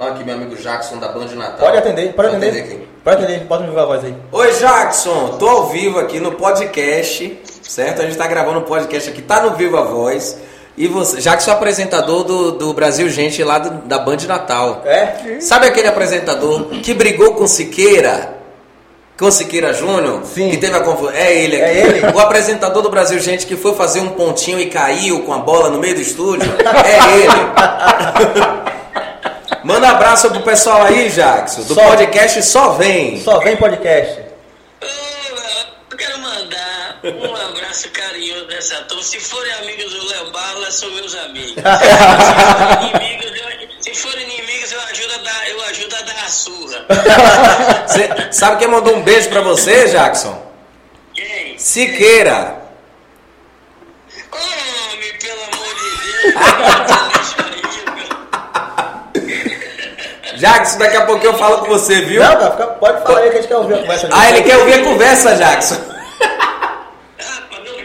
Olha aqui, meu amigo Jackson, da Band de Natal.
Pode atender, pode
Vou
atender.
aqui.
Pode atender, pode me ver a voz aí.
Oi, Jackson. Tô ao vivo aqui no podcast, certo? A gente tá gravando um podcast aqui, tá no Viva Voz. E você, Jackson é apresentador do, do Brasil Gente lá do- da Band de Natal.
É?
Sabe aquele apresentador que brigou com Siqueira? Com Siqueira Júnior?
Sim.
Que teve a confusão. É ele aqui.
É ele?
O apresentador do Brasil, gente, que foi fazer um pontinho e caiu com a bola no meio do estúdio? É ele.
*laughs*
Manda abraço pro pessoal aí, Jackson. Do
Só-
podcast Só Vem.
Só vem podcast.
Eu quero mandar um abraço carinhoso dessa turma. Se forem amigos do Léo Barla, são meus amigos. Se forem inimigos, eu- Se forem inimigos, eu ajudo a dar, eu ajudo a dar a surra.
Cê sabe quem mandou um beijo pra você, Jackson?
Quem?
Siqueira.
Homem, pelo amor de Deus. deixa aí, meu.
Jackson, daqui a pouco eu falo com você, viu?
Não, cara, fica- pode falar aí que a gente quer ouvir a conversa. de
Ah, ele
vocês.
quer ouvir a conversa, Jackson.
Ah, mas não pode,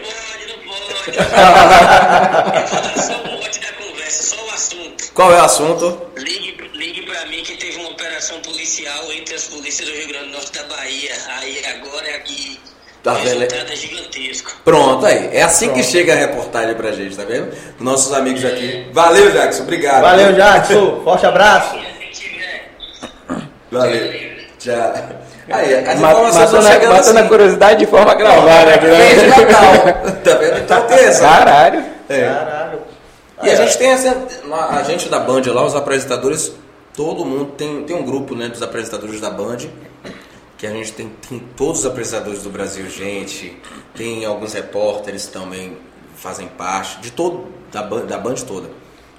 não pode. Eu vou dar só o mote da conversa, só o assunto.
Qual é o assunto?
Ligue, ligue pra mim que teve uma operação policial entre as polícias do Rio Grande do Norte e da Bahia. Aí agora é aqui.
Tá
o
vendo,
resultado é gigantesco.
Pronto, aí. É assim que chega a reportagem pra gente, tá vendo? Nossos amigos aqui. Valeu, Jackson. Obrigado.
Valeu, Jackson. Forte abraço.
E assim que, né?
Valeu. Tchau. Aí, as
Ma-
informações
Matando
estão
a- matando
chegando
a
assim.
curiosidade de forma gravada aqui,
Mês de
né?
Natal. *laughs* tá vendo? Então tem essa.
Caralho.
É.
Caralho.
E
É.
a gente tem essa... A gente da Band lá, os apresentadores, todo mundo tem, tem um grupo, né, dos apresentadores da Band. Que a gente tem, tem todos os apresentadores do Brasil, gente. Tem alguns repórteres também fazem parte, de todo, da, ban- da Band toda.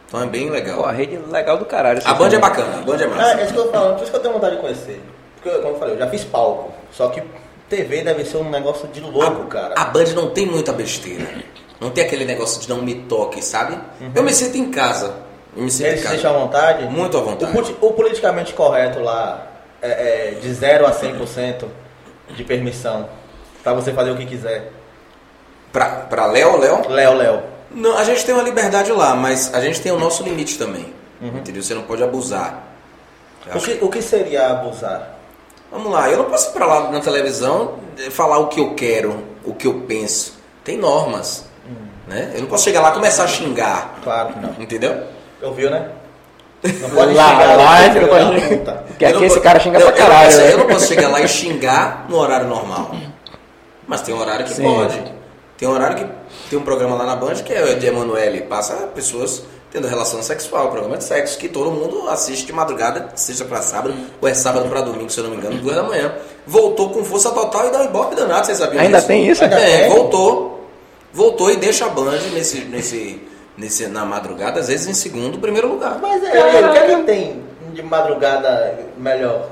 Então é bem legal.
Pô, a rede legal do caralho.
a
essa
Band é
também.
bacana, a Band é massa.
É, é isso que eu tô falando, por isso que eu tenho vontade de conhecer. Porque, eu- como eu falei, eu já fiz palco. Só que TV deve ser um negócio de louco, cara.
A Band não tem muita besteira. Não tem aquele negócio de não me toque, sabe?
Uhum.
Eu me sinto em casa. Eu me sinto
Eles
em
se
casa.
deixam à vontade?
Muito à vontade.
O, politi- o politicamente correto lá, é, é, de 0 a 100% de permissão, pra você fazer o que quiser.
Pra, pra Léo, Léo?
Léo, Léo.
Não, a gente tem uma liberdade lá, mas a gente tem o nosso limite também.
Uhum.
Entendeu? Você não pode abusar. Eu
O
acho-
que, o que seria abusar?
Vamos lá, eu não posso ir pra lá na televisão eh, falar o que eu quero, o que eu penso. Tem normas.
Uhum.
Né? Eu não posso chegar lá e começar a xingar.
Claro que não.
Entendeu?
Ouviu, né?
*laughs*
Não pode
Lá,
chegar
lá,
filho
fica
da
com a gente.
puta.
Porque
Eu
aqui
não
esse
posso-
cara xinga
eu-
pra
eu não
caralho.
posso- Eu não
né?
posso chegar lá e xingar no horário normal. Mas tem um horário que
Sim.
pode. Tem horário que tem um programa lá na Band que é de Emanuele. Passa pessoas tendo relação sexual, programa de sexo, que todo mundo assiste de madrugada, sexta pra sábado, ou é sábado pra domingo, se eu não me engano, duas da manhã. Voltou com força total e dá um ibope danado, vocês sabiam
Ainda
disso?
tem isso?
Ainda
É,
tem?
voltou. Voltou e deixa a Band nesse, nesse, nesse, na madrugada, às vezes em segundo, primeiro lugar.
Mas é, aí, o que é que tem de madrugada melhor?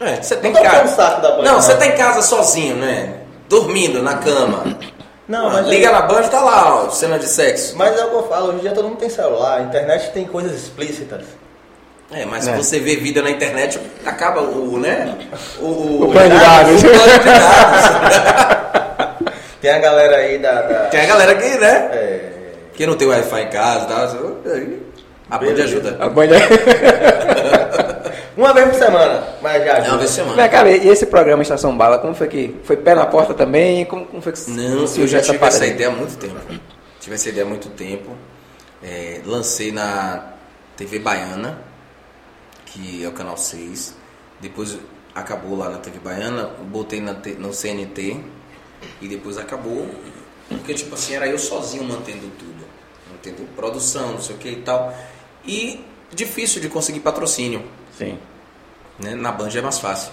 É, você tem
Não tô
cara.
com o saco da Band,
não,
não.
você tá em casa sozinho, né? Dormindo na cama.
Não,
Ah,
mas
Liga
é,
na Band tá lá, ó, cena de sexo.
mas é o que eu falo, hoje em dia todo mundo tem celular, a internet tem coisas explícitas.
É, mas
É.
se você vê vida na internet, acaba o, né? O, o,
O plano de dados.
O plano de dados.
Tem a galera aí da. da-
Tem a galera que, né?
é,
Que não tem Wi-Fi em casa tá? e tal. aí A Band
Beleza.
ajuda.
A Band é...
uma vez por semana, mas já.
É uma vez por
Mas,
semana.
cara, e esse programa Estação Bala, como foi que... Foi pé na porta também? Como, como foi que
Não, eu
surgiu
já tive
parada?
essa ideia há muito tempo. Tive essa ideia há muito tempo. É, lancei na TV Baiana, que é o canal 6. Depois acabou lá na TV Baiana, botei na T- no CNT e depois acabou. Porque tipo assim, era eu sozinho mantendo tudo. Entendeu? Produção, não sei o que e tal. E difícil de conseguir patrocínio.
Sim.
Né? Na Band é mais fácil.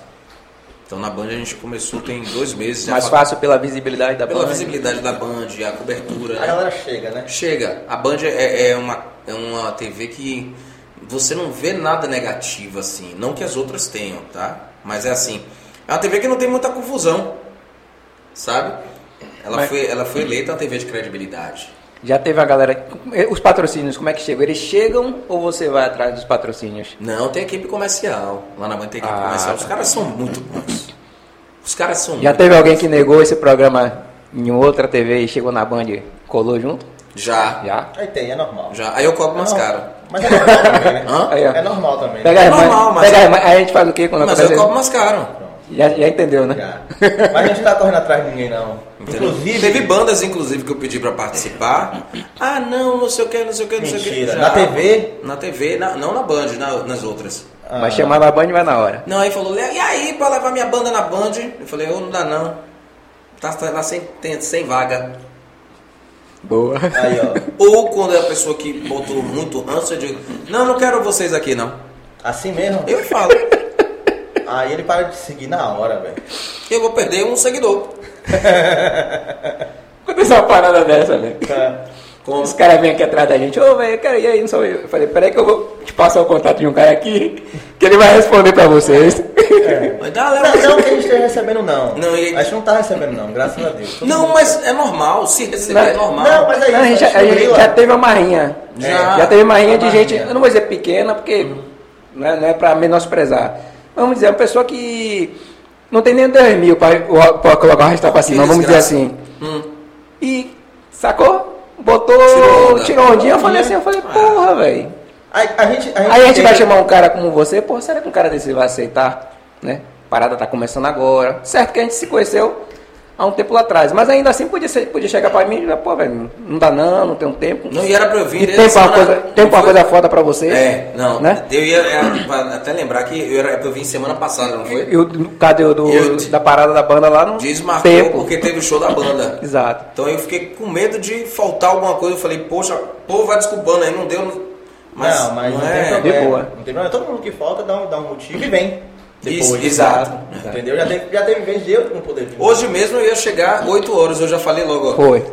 Então na Band a gente começou tem dois meses. já
Mais
fa-
fácil pela visibilidade da
é pela
Band.
visibilidade da Band, a cobertura.
A
né?
galera chega, né?
Chega. A Band é, é uma, é uma TV que você não vê nada negativo assim. Não que as outras tenham, tá? Mas é assim. É uma TV que não tem muita confusão. Sabe? Ela,
Mas-
foi, ela foi eleita uma TV de credibilidade.
Já teve a galera... Os patrocínios, como é que chegam? Eles chegam ou você vai atrás dos patrocínios?
Não, tem equipe comercial. Lá na Band tem equipe
Ah,
comercial. Os
tá.
caras são muito bons. Os caras são
Já
muito
teve
bons.
alguém que negou esse programa em outra TV e chegou na Band e colou junto?
Já.
Já?
Aí tem, é normal.
Já. Aí eu cobro mais
É normal.
caro.
Mas é normal também, né?
Hã?
Aí, ó.
É normal também.
Pega a
É
irmã,
normal, mas-
pega a irmã. Aí a gente faz o quê quando
Mas é
acontece
eu
isso?
cobro mais caro.
Já, já entendeu, né?
Já. Mas a gente não tá correndo atrás de ninguém, não.
Entendeu?
Inclusive.
Teve bandas, inclusive, que eu pedi pra participar. Ah, não, não sei o que, não sei o que, não sei o
Mentira.
que.
Na TV?
Na TV, na- não na Band, na- nas outras.
Ah,
Vai chamar na Band e vai na hora.
Não, aí falou, e aí, pra levar minha banda na Band? Eu falei, ô, não dá não. Tá, tá lá sem, tem- sem vaga.
*laughs* Boa.
Aí, ó.
Ou quando é a pessoa que botou muito ranço, eu digo, não, não quero vocês aqui, não.
Assim mesmo?
Eu falo,
Aí ele para de seguir na hora, velho.
eu vou perder um seguidor.
Aconteceu uma parada dessa, né? velho.
Como?
Os caras vêm aqui atrás da gente, ô velho, cara, e aí, não sou eu. Eu falei, peraí que eu vou te passar o contato de um cara aqui, que ele vai responder pra vocês.
Mas dá,
Não,
leva.
não que a gente esteja recebendo, não.
Não, e-
A gente não tá recebendo, não, graças a Deus. Todo
Não,
mundo-
mas é normal, se receber é normal.
Não, mas aí
Não, a gente, já- a gente já teve uma marrinha. É,
Já.
já teve marrinha de
Marrinha.
gente, eu não vou dizer pequena, porque não, é, não é pra menosprezar. Vamos dizer, uma pessoa que não tem nem dois mil pra, pra colocar uma restauração,
Que
não, vamos dizer
desgraça.
assim.
Hum,
E sacou? Botou,
Tirou onda.
tirou ondinha, eu falei assim, eu falei, porra, velho.
Aí a gente, a gente,
Aí a
É.
gente vai
teve-
chamar um cara como você, pô, será que um cara desse vai aceitar? Né? Parada tá começando agora. Certo que a gente se conheceu há um tempo lá atrás, mas ainda assim podia, ser, podia chegar pra mim e dizer, pô, velho, não dá não, não tenho tempo.
Não, e era pra eu vir
E
desde
tem
semana-
uma coisa, tem uma coisa foda pra você?
É, não.
Né?
Eu ia é, pra- até lembrar que eu, era, eu vim semana passada, não foi?
E o do- cadê o do,
Eu te-
da parada da banda lá no
Desmarcou
tempo?
porque teve o show da banda.
Exato.
Então eu fiquei com medo de faltar alguma coisa. Eu falei, poxa, pô, vai desculpando aí, não deu. Mas
não, mas não, tem
é.
De
problema.
boa.
Não tem problema. Todo mundo que falta dá um, dá um motivo e vem. Depois.
Isso, exato.
Entendeu? Já teve, já teve vez de eu não poder vir.
Hoje mesmo eu ia chegar 8 horas, eu já falei logo. ó.
Foi.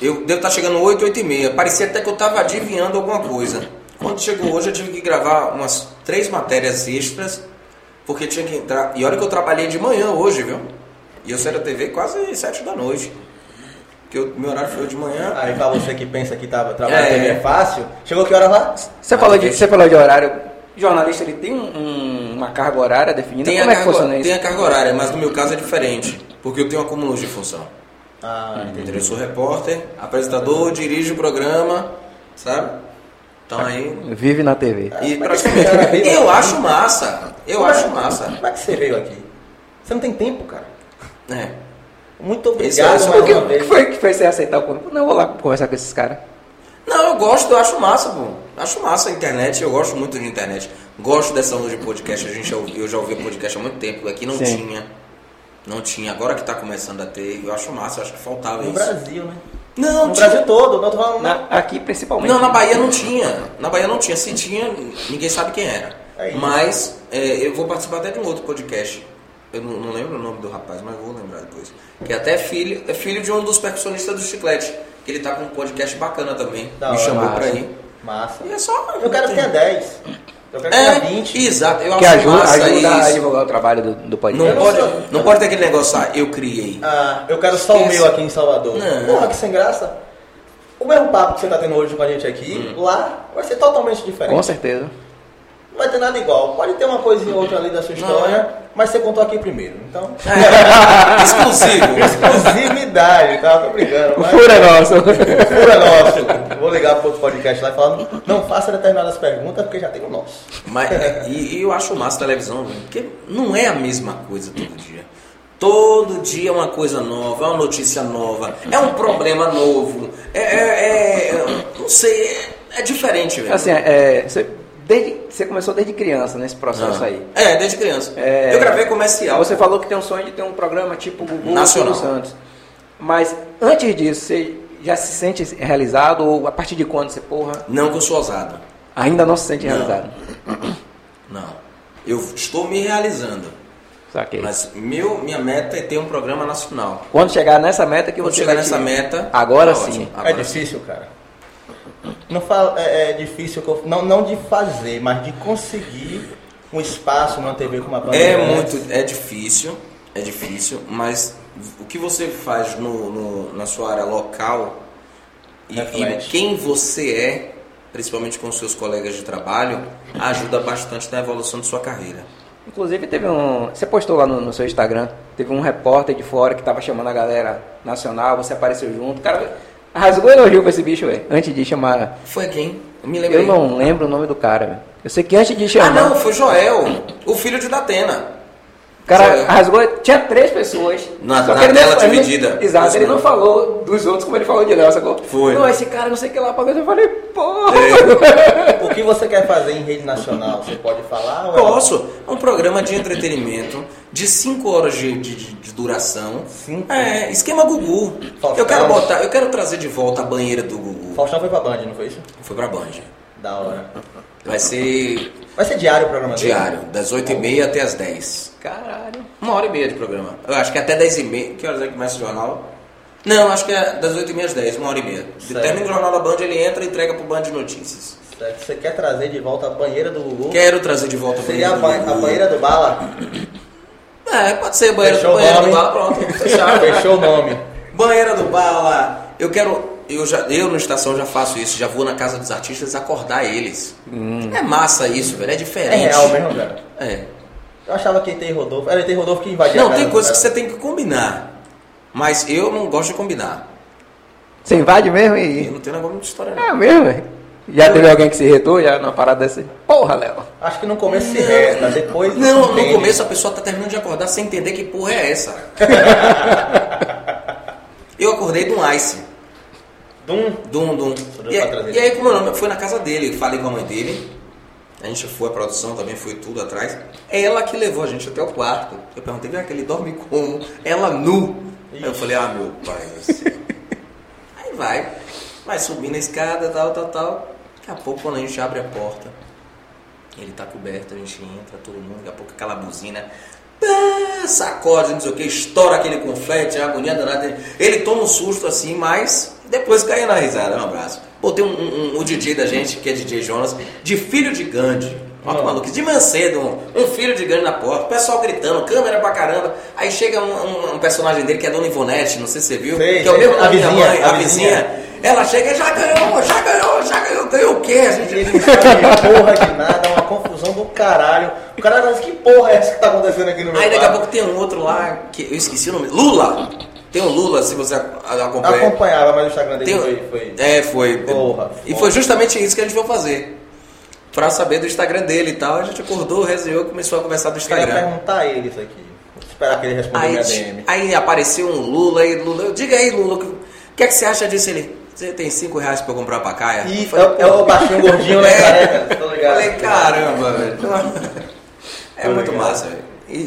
Eu devo estar chegando 8, 8 e meia. Parecia até que eu estava adivinhando alguma coisa. Quando chegou hoje, eu tive que gravar umas três matérias extras, porque tinha que entrar. E olha que eu trabalhei de manhã hoje, viu? E eu saí da TV quase sete da noite. Porque eu- meu horário foi de manhã.
Aí pra você que pensa que tá, trabalhar
É.
é. TV é fácil, chegou que horas lá?
Você falou, de,
deixa.
você falou de horário. Jornalista ele tem um- um- uma carga horária definida?
Tem a,
Como é que
carga,
funciona isso?
tem a carga horária, mas no meu caso é diferente, porque eu tenho acúmulos de função.
Ah,
Entendeu? Eu sou repórter, apresentador, dirijo o programa, sabe? Então
Tá.
aí.
Vive na TV.
E
Mas que cara
praticamente.
viva.
*laughs* Eu acho massa. Eu acho massa.
Como é que você veio aqui? Você não tem tempo, cara.
É.
Muito
Esse é
obrigado
o-
mais
O que,
uma
o que
vez.
foi que fez você aceitar o convite? Não, eu vou lá conversar com esses caras.
Não, eu gosto, eu acho massa, pô. Acho massa a internet, eu gosto muito de internet. Gosto dessa onda de podcast, a gente já, ouvi- eu já ouvi podcast há muito tempo, aqui não
Sim.
tinha. Não tinha, agora que tá começando a ter, eu acho massa, eu acho que faltava
No
isso.
Brasil, né?
Não,
No
tinha.
Brasil todo, não tô falando nada.
Na- aqui principalmente.
Não, na Bahia não tinha. Na Bahia não tinha. Se tinha, ninguém sabe quem era.
É isso.
Mas é, eu vou participar até de um outro podcast. Eu não, não lembro o nome do rapaz, mas vou lembrar depois. Que até é filho, é filho de um dos percussionistas do Chiclete. Que ele tá com um podcast bacana também.
Da
Me
hora,
chamou
massa.
pra ir.
Massa.
E é só.
Eu quero que tenha 10. Eu quero que tenha
É,
20.
exato. Eu
Que
acho
ajuda,
massa
ajuda a
isso.
divulgar o trabalho do, do podcast.
Não,
Eu não
pode,
sou-
não pode ter aquele negócio, ah, eu criei.
Ah, eu quero só o
Esquece.
meu aqui em Salvador.
Não.
Porra, que sem graça. O mesmo papo que você tá tendo hoje com a gente aqui,
Hum.
lá vai ser totalmente diferente.
Com certeza.
Não vai ter nada igual. Pode ter uma coisinha ou outra ali da sua história, mas você contou aqui primeiro. Então,
Ah, é.
Ah. *laughs*
Exclusivo.
exclusividade, tá? Tô brincando.
O
Mas...
furo é nosso.
Fura nosso. Vou ligar pro outro podcast lá e falar, não faça determinadas perguntas, porque já tem o nosso.
Mas, é, e, e eu acho massa a televisão, velho, porque não é a mesma coisa todo dia. Todo dia é uma coisa nova, é uma notícia nova, é um problema novo, é. é- é- não sei, é, é diferente, velho.
Assim, é, você, desde, você começou desde criança nesse processo
Ah.
aí.
É, desde criança.
É.
Eu gravei comercial.
Você falou que tem um sonho de ter um programa tipo Gugu Silvio
Nacional.
Santos. Mas antes disso, você já se sente realizado? Ou a partir de quando você, porra,
Não que eu sou ousado.
ainda não se sente
Não.
realizado?
Não. Eu estou me realizando.
Saquei.
Mas meu, minha meta é ter um programa nacional.
Quando chegar nessa meta que
Quando
você
chegar
vai
nessa
te-
meta.
Agora
tá
sim.
ótimo. Agora
é difícil, cara. Não fala, é, é difícil, que eu- não, não de fazer, mas de conseguir um espaço numa TV com uma
É
bandeira.
muito, é difícil, é difícil, mas o que você faz no, no- na sua área local e, e
Reflete.
quem você é, principalmente com seus colegas de trabalho, ajuda bastante na evolução de sua carreira.
Inclusive teve um. Você postou lá no, no seu Instagram, teve um repórter de fora que tava chamando a galera nacional, você apareceu junto. Cara, rasgou elogio pra esse bicho, velho. Antes de chamar.
Foi quem? Eu me lembrei.
Eu não lembro o nome do cara, velho. Eu sei que antes de
Ah,
chamar.
não, foi Joel, o filho de Datena.
*laughs* O cara
Joel.
rasgou. Tinha três pessoas.
Na-
só que
na
ele não-
tela
ele não-
dividida.
exato,
Isso
ele não
mesmo.
falou dos outros como ele falou de Léo, sacou?
Foi. É.
Não, esse cara não sei o que lá pagou. Eu falei, porra.
O que você quer fazer em rede nacional? Você pode falar? ou é-
Posso. É um programa de entretenimento de 5 horas de, de- de- de duração.
Cinco?
É, esquema Gugu.
Faustão.
Eu quero botar, eu quero trazer de volta a banheira do Gugu.
Faustão foi pra Band, não foi isso?
Foi pra Band.
Da hora.
Vai ser
Vai ser diário o programa dele?
diário, das 8h30 até as 10.
Caralho.
Uma hora e meia de programa. Eu acho que é até 10h30. Que horas é que começa o jornal? Não, acho que é das 8h30 às 10, uma hora e meia.
Certo.
Termina o jornal da Band, ele entra e entrega pro Band Notícias.
Certo. É Você quer trazer de volta a banheira do Gugu?
Quero trazer de volta
Seria a,
do
ba- a
Gugu.
banheira do Bala?
É, pode ser banheira
Fechou
do
o
banheira do
nome.
bala, pronto.
*laughs*
Fechado.
Fechou o nome.
Banheira do Bala. Eu quero. Eu, já, eu no estação já faço isso, já vou na casa dos artistas acordar eles. É massa isso, velho.
Hum.
É
É
diferente.
real mesmo, cara.
É.
Eu achava que tem Rodolfo. Era tem Rodolfo que invadia a
Não,
casa né?
tem
do
coisas que
cara.
você tem que combinar. Mas eu não gosto de combinar.
Você invade mesmo e.
Eu não tenho negócio de história, não.
É mesmo, velho. Já teve alguém que se retou já numa parada dessa? Porra, Léo.
Acho que no começo se resta, depois.
Não, no
entende.
começo a pessoa tá terminando de acordar sem entender que porra é
*laughs*
essa. eu acordei de um ice.
Dum.
Dum, dum.
Tudo
E,
pra trazer.
e aí, como eu não, fui na casa dele, falei com a mãe dele. A gente foi, a produção também foi tudo atrás. É ela que levou a gente até o quarto. Eu perguntei, vem que ele dorme como? Ela nu. Aí eu falei, ah, meu pai. do céu." aí vai, vai subindo a escada, tal, tal, tal. Daqui a pouco, quando a gente abre a porta, ele tá coberto, a gente entra, todo mundo, daqui a pouco aquela buzina. pá, Sacode, não sei o que, estoura aquele confete, é uma agonia danada. Ele toma um susto assim, mas Depois caí na risada, um abraço. Pô, tem um, um, um- o DJ da gente, que é DJ Jonas, de filho de Gandhi. Olha que maluco, de Mancedo, um, um filho de Gandhi na porta, o pessoal gritando, câmera pra caramba. Aí chega um, um- um personagem dele que é Dona Ivonete, não sei se você viu,
Sei,
que é o
sei,
mesmo
a
da minha
vizinha,
mãe,
a
a vizinha. Ela chega e já ganhou, já ganhou, já ganhou, ganhou o quê? A gente
Ele não sabe porra de nada, é uma confusão do caralho. O cara fala, que porra é essa que tá acontecendo aqui no meu
Aí daqui a
quarto?"
pouco tem um outro lá, que eu esqueci o nome. Lula! Tem um Lula, se você a- a- acompanha.
Acompanhava, mas o Instagram dele
É. Tem um-
foi... foi...
É, foi.
Porra,
e
foda.
foi justamente isso que a gente foi fazer. Pra saber do Instagram dele e tal. A gente acordou, resenhou e começou a conversar do
Eu queria
Instagram.
perguntar a ele isso aqui. Vou Esperar que ele responda
Aí,
minha DM.
aí apareceu um Lula e Lula. Eu, Diga aí, Lula, o que, o que é que você acha disso? Ele, você tem 5 reais pra eu comprar pra caia?
E é, o- é o baixinho gordinho,
*laughs*
né, careca? Tô ligado.
Falei, caramba, velho. *laughs* É muito
ligado.
massa, velho. E,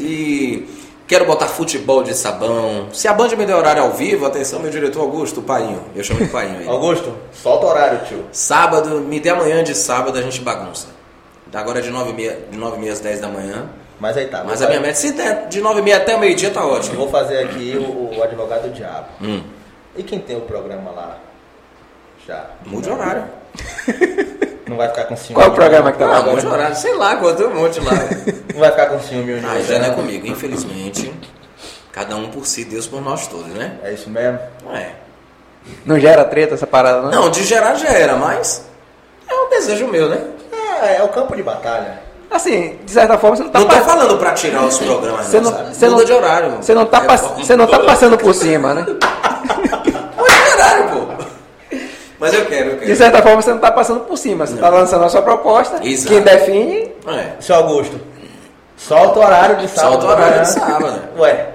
e quero botar futebol de sabão. Se a Band melhorar ao vivo, atenção, meu diretor Augusto, Painho. Eu chamo de Painho
*laughs*
aí.
Augusto, solta o horário, tio.
Sábado, me dê amanhã de sábado, a gente bagunça. Agora é de 9 e meia, de 9 e meia às 10 da manhã.
Mas aí tá.
Mas
vou
a minha
fazer-
meta, se der de 9 e meia até meio-dia, tá ótimo.
Vou fazer aqui o, o advogado do diabo.
Hum,
E quem tem o programa lá? Já.
mude o horário.
Não vai ficar com ciúme.
Qual é o programa que tá lá
Ah, mude o
agora?
horário. Sei lá, guardei um monte lá. velho.
Não vai ficar com ciúme. hoje,
ah, já não é comigo, infelizmente. Cada um por si, Deus por nós todos, né?
É isso mesmo?
Não é.
Não gera treta essa parada, não?
Não, de gerar já era, mas é um desejo meu, né?
É, é o campo de batalha.
Assim, de certa forma, você não tá
não tô
passando.
falando pra tirar os programas,
Você
não,
não-
sabe?
você
Muda
não-
de horário.
Você não tá,
É,
pass-
pô,
você não tá passando por cima, né?
Muda *laughs* de horário, pô. Mas eu quero, eu
De
quero.
certa forma, você não tá passando por cima. Você tá lançando a sua proposta.
Exato.
Quem define.
É.
Seu Augusto, solta o horário de sábado.
Solta o horário de
amanhã.
sábado.
*laughs* Ué,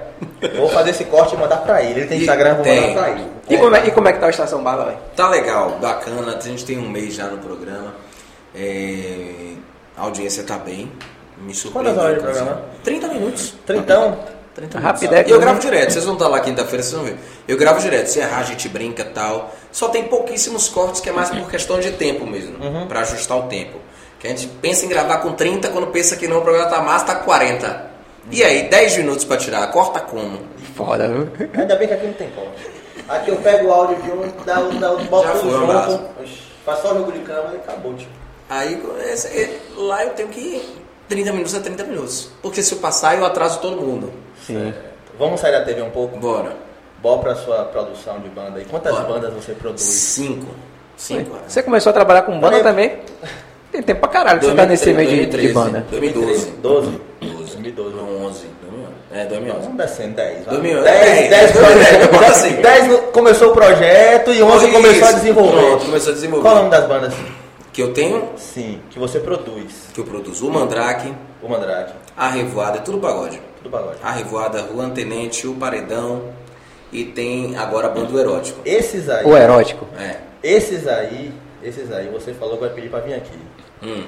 vou fazer esse corte e mandar pra ele. Ele tem
E
Instagram, vou
tem.
mandar pra ele.
E como, é, e como é que tá a Estação Bala, velho?
Tá legal, bacana. A gente tem um mês já no programa. É, A audiência tá bem. Me surpreendeu.
Quantas horas de
com isso.
programa?
30 minutos.
Trintão?
30
Rápido,
minutos, sabe?
é,
E Então, eu
né?
gravo direto, vocês vão estar lá quinta-feira, vocês vão ver. Eu gravo direto, se errar a gente brinca e tal. Só tem pouquíssimos cortes que é mais por questão de tempo mesmo,
Uhum.
pra ajustar o tempo. Que a gente pensa em gravar com 30, quando pensa que não, o programa tá massa, tá 40. E aí, 10 minutos pra tirar, corta como?
Foda, viu?
Ainda bem que aqui não tem corte. Aqui eu pego o áudio de um, dá, um- dá, um- boto
Já
tudo
foi, um abraço.
junto. Oxi, Faz só o jogo de câmera e acabou, tipo.
Aí esse- é, lá eu tenho que ir 30 minutos a 30 minutos. Porque se eu passar, eu atraso todo mundo.
Sim.
É, Vamos sair da TV um pouco?
Bora.
Bora pra sua produção de banda aí. Quantas
Bora.
bandas você produz?
Cinco. Cinco. é.
Você começou a trabalhar com banda
Eu-
também? Tem tempo pra caralho que você tá nesse meio de, de
2013,
banda.
2012.
12?
12.
2012.
11. 2011. É, 2011.
Vamos descendo 10.
2011.
10, 10,
2010, bota assim.
10 no- começou o projeto e 11
Isso,
começou a desenvolver.
pronto, começou a desenvolver.
Qual é o nome das bandas?
Que eu tenho,
Sim, que você produz.
que eu produzo o Mandrake,
O Mandrake,
a Revoada, é tudo pagode.
tudo pagode.
A Revoada, Juan Tenente, o Paredão e tem agora a banda do Erótico.
Esses aí,
O erótico.
É.
esses aí, esses aí, você falou que vai pedir pra vir aqui.
Hum.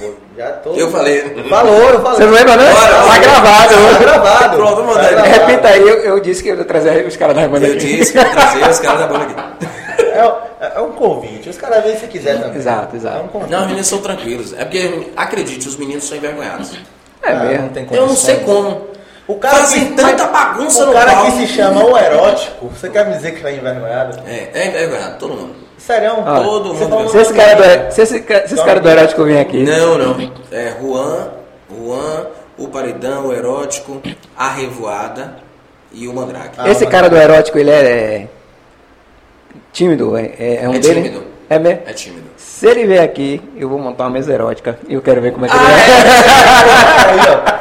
Vou- Já tô...
Eu falei.
Falou, eu falei.
Você não lembra, né?
Bora,
Tá
bora.
gravado.
Tá gravado.
Pronto, vou mandar.
Tá gravado.
Repita aí, eu, eu disse que eu ia trazer os caras da banda
Eu
aqui.
disse que eu trazer os caras da banda aqui.
É, é um convite. Os caras vêm se quiser também.
Exato, exato.
É um convite.
Não, os meninos são tranquilos. É porque, acredite, os meninos são envergonhados.
É
Ah,
mesmo.
não tem
Eu não sei
condições.
como.
O cara
Fazem
que,
assim, tanta bagunça
o
no
cara
palco.
que se chama o erótico, você quer me dizer que tá envergonhado?
É, é envergonhado, todo mundo.
Sério? é um
Ah,
todo
Você
mundo
falou
Se esse cara do, er- se esse, ca- se esse cara do erótico vir aqui.
Não, não. É Juan, Juan, o Paredão, o Erótico, a Revoada e o Mandrake.
Ah,
Esse
mas-
cara do erótico, ele é. é tímido, é, é- é um
É
dele.
tímido.
É mesmo?
É tímido.
Se ele vier aqui, eu vou montar uma mesa erótica. E eu quero ver como é que ele
Ah,
vai. *laughs*
aí,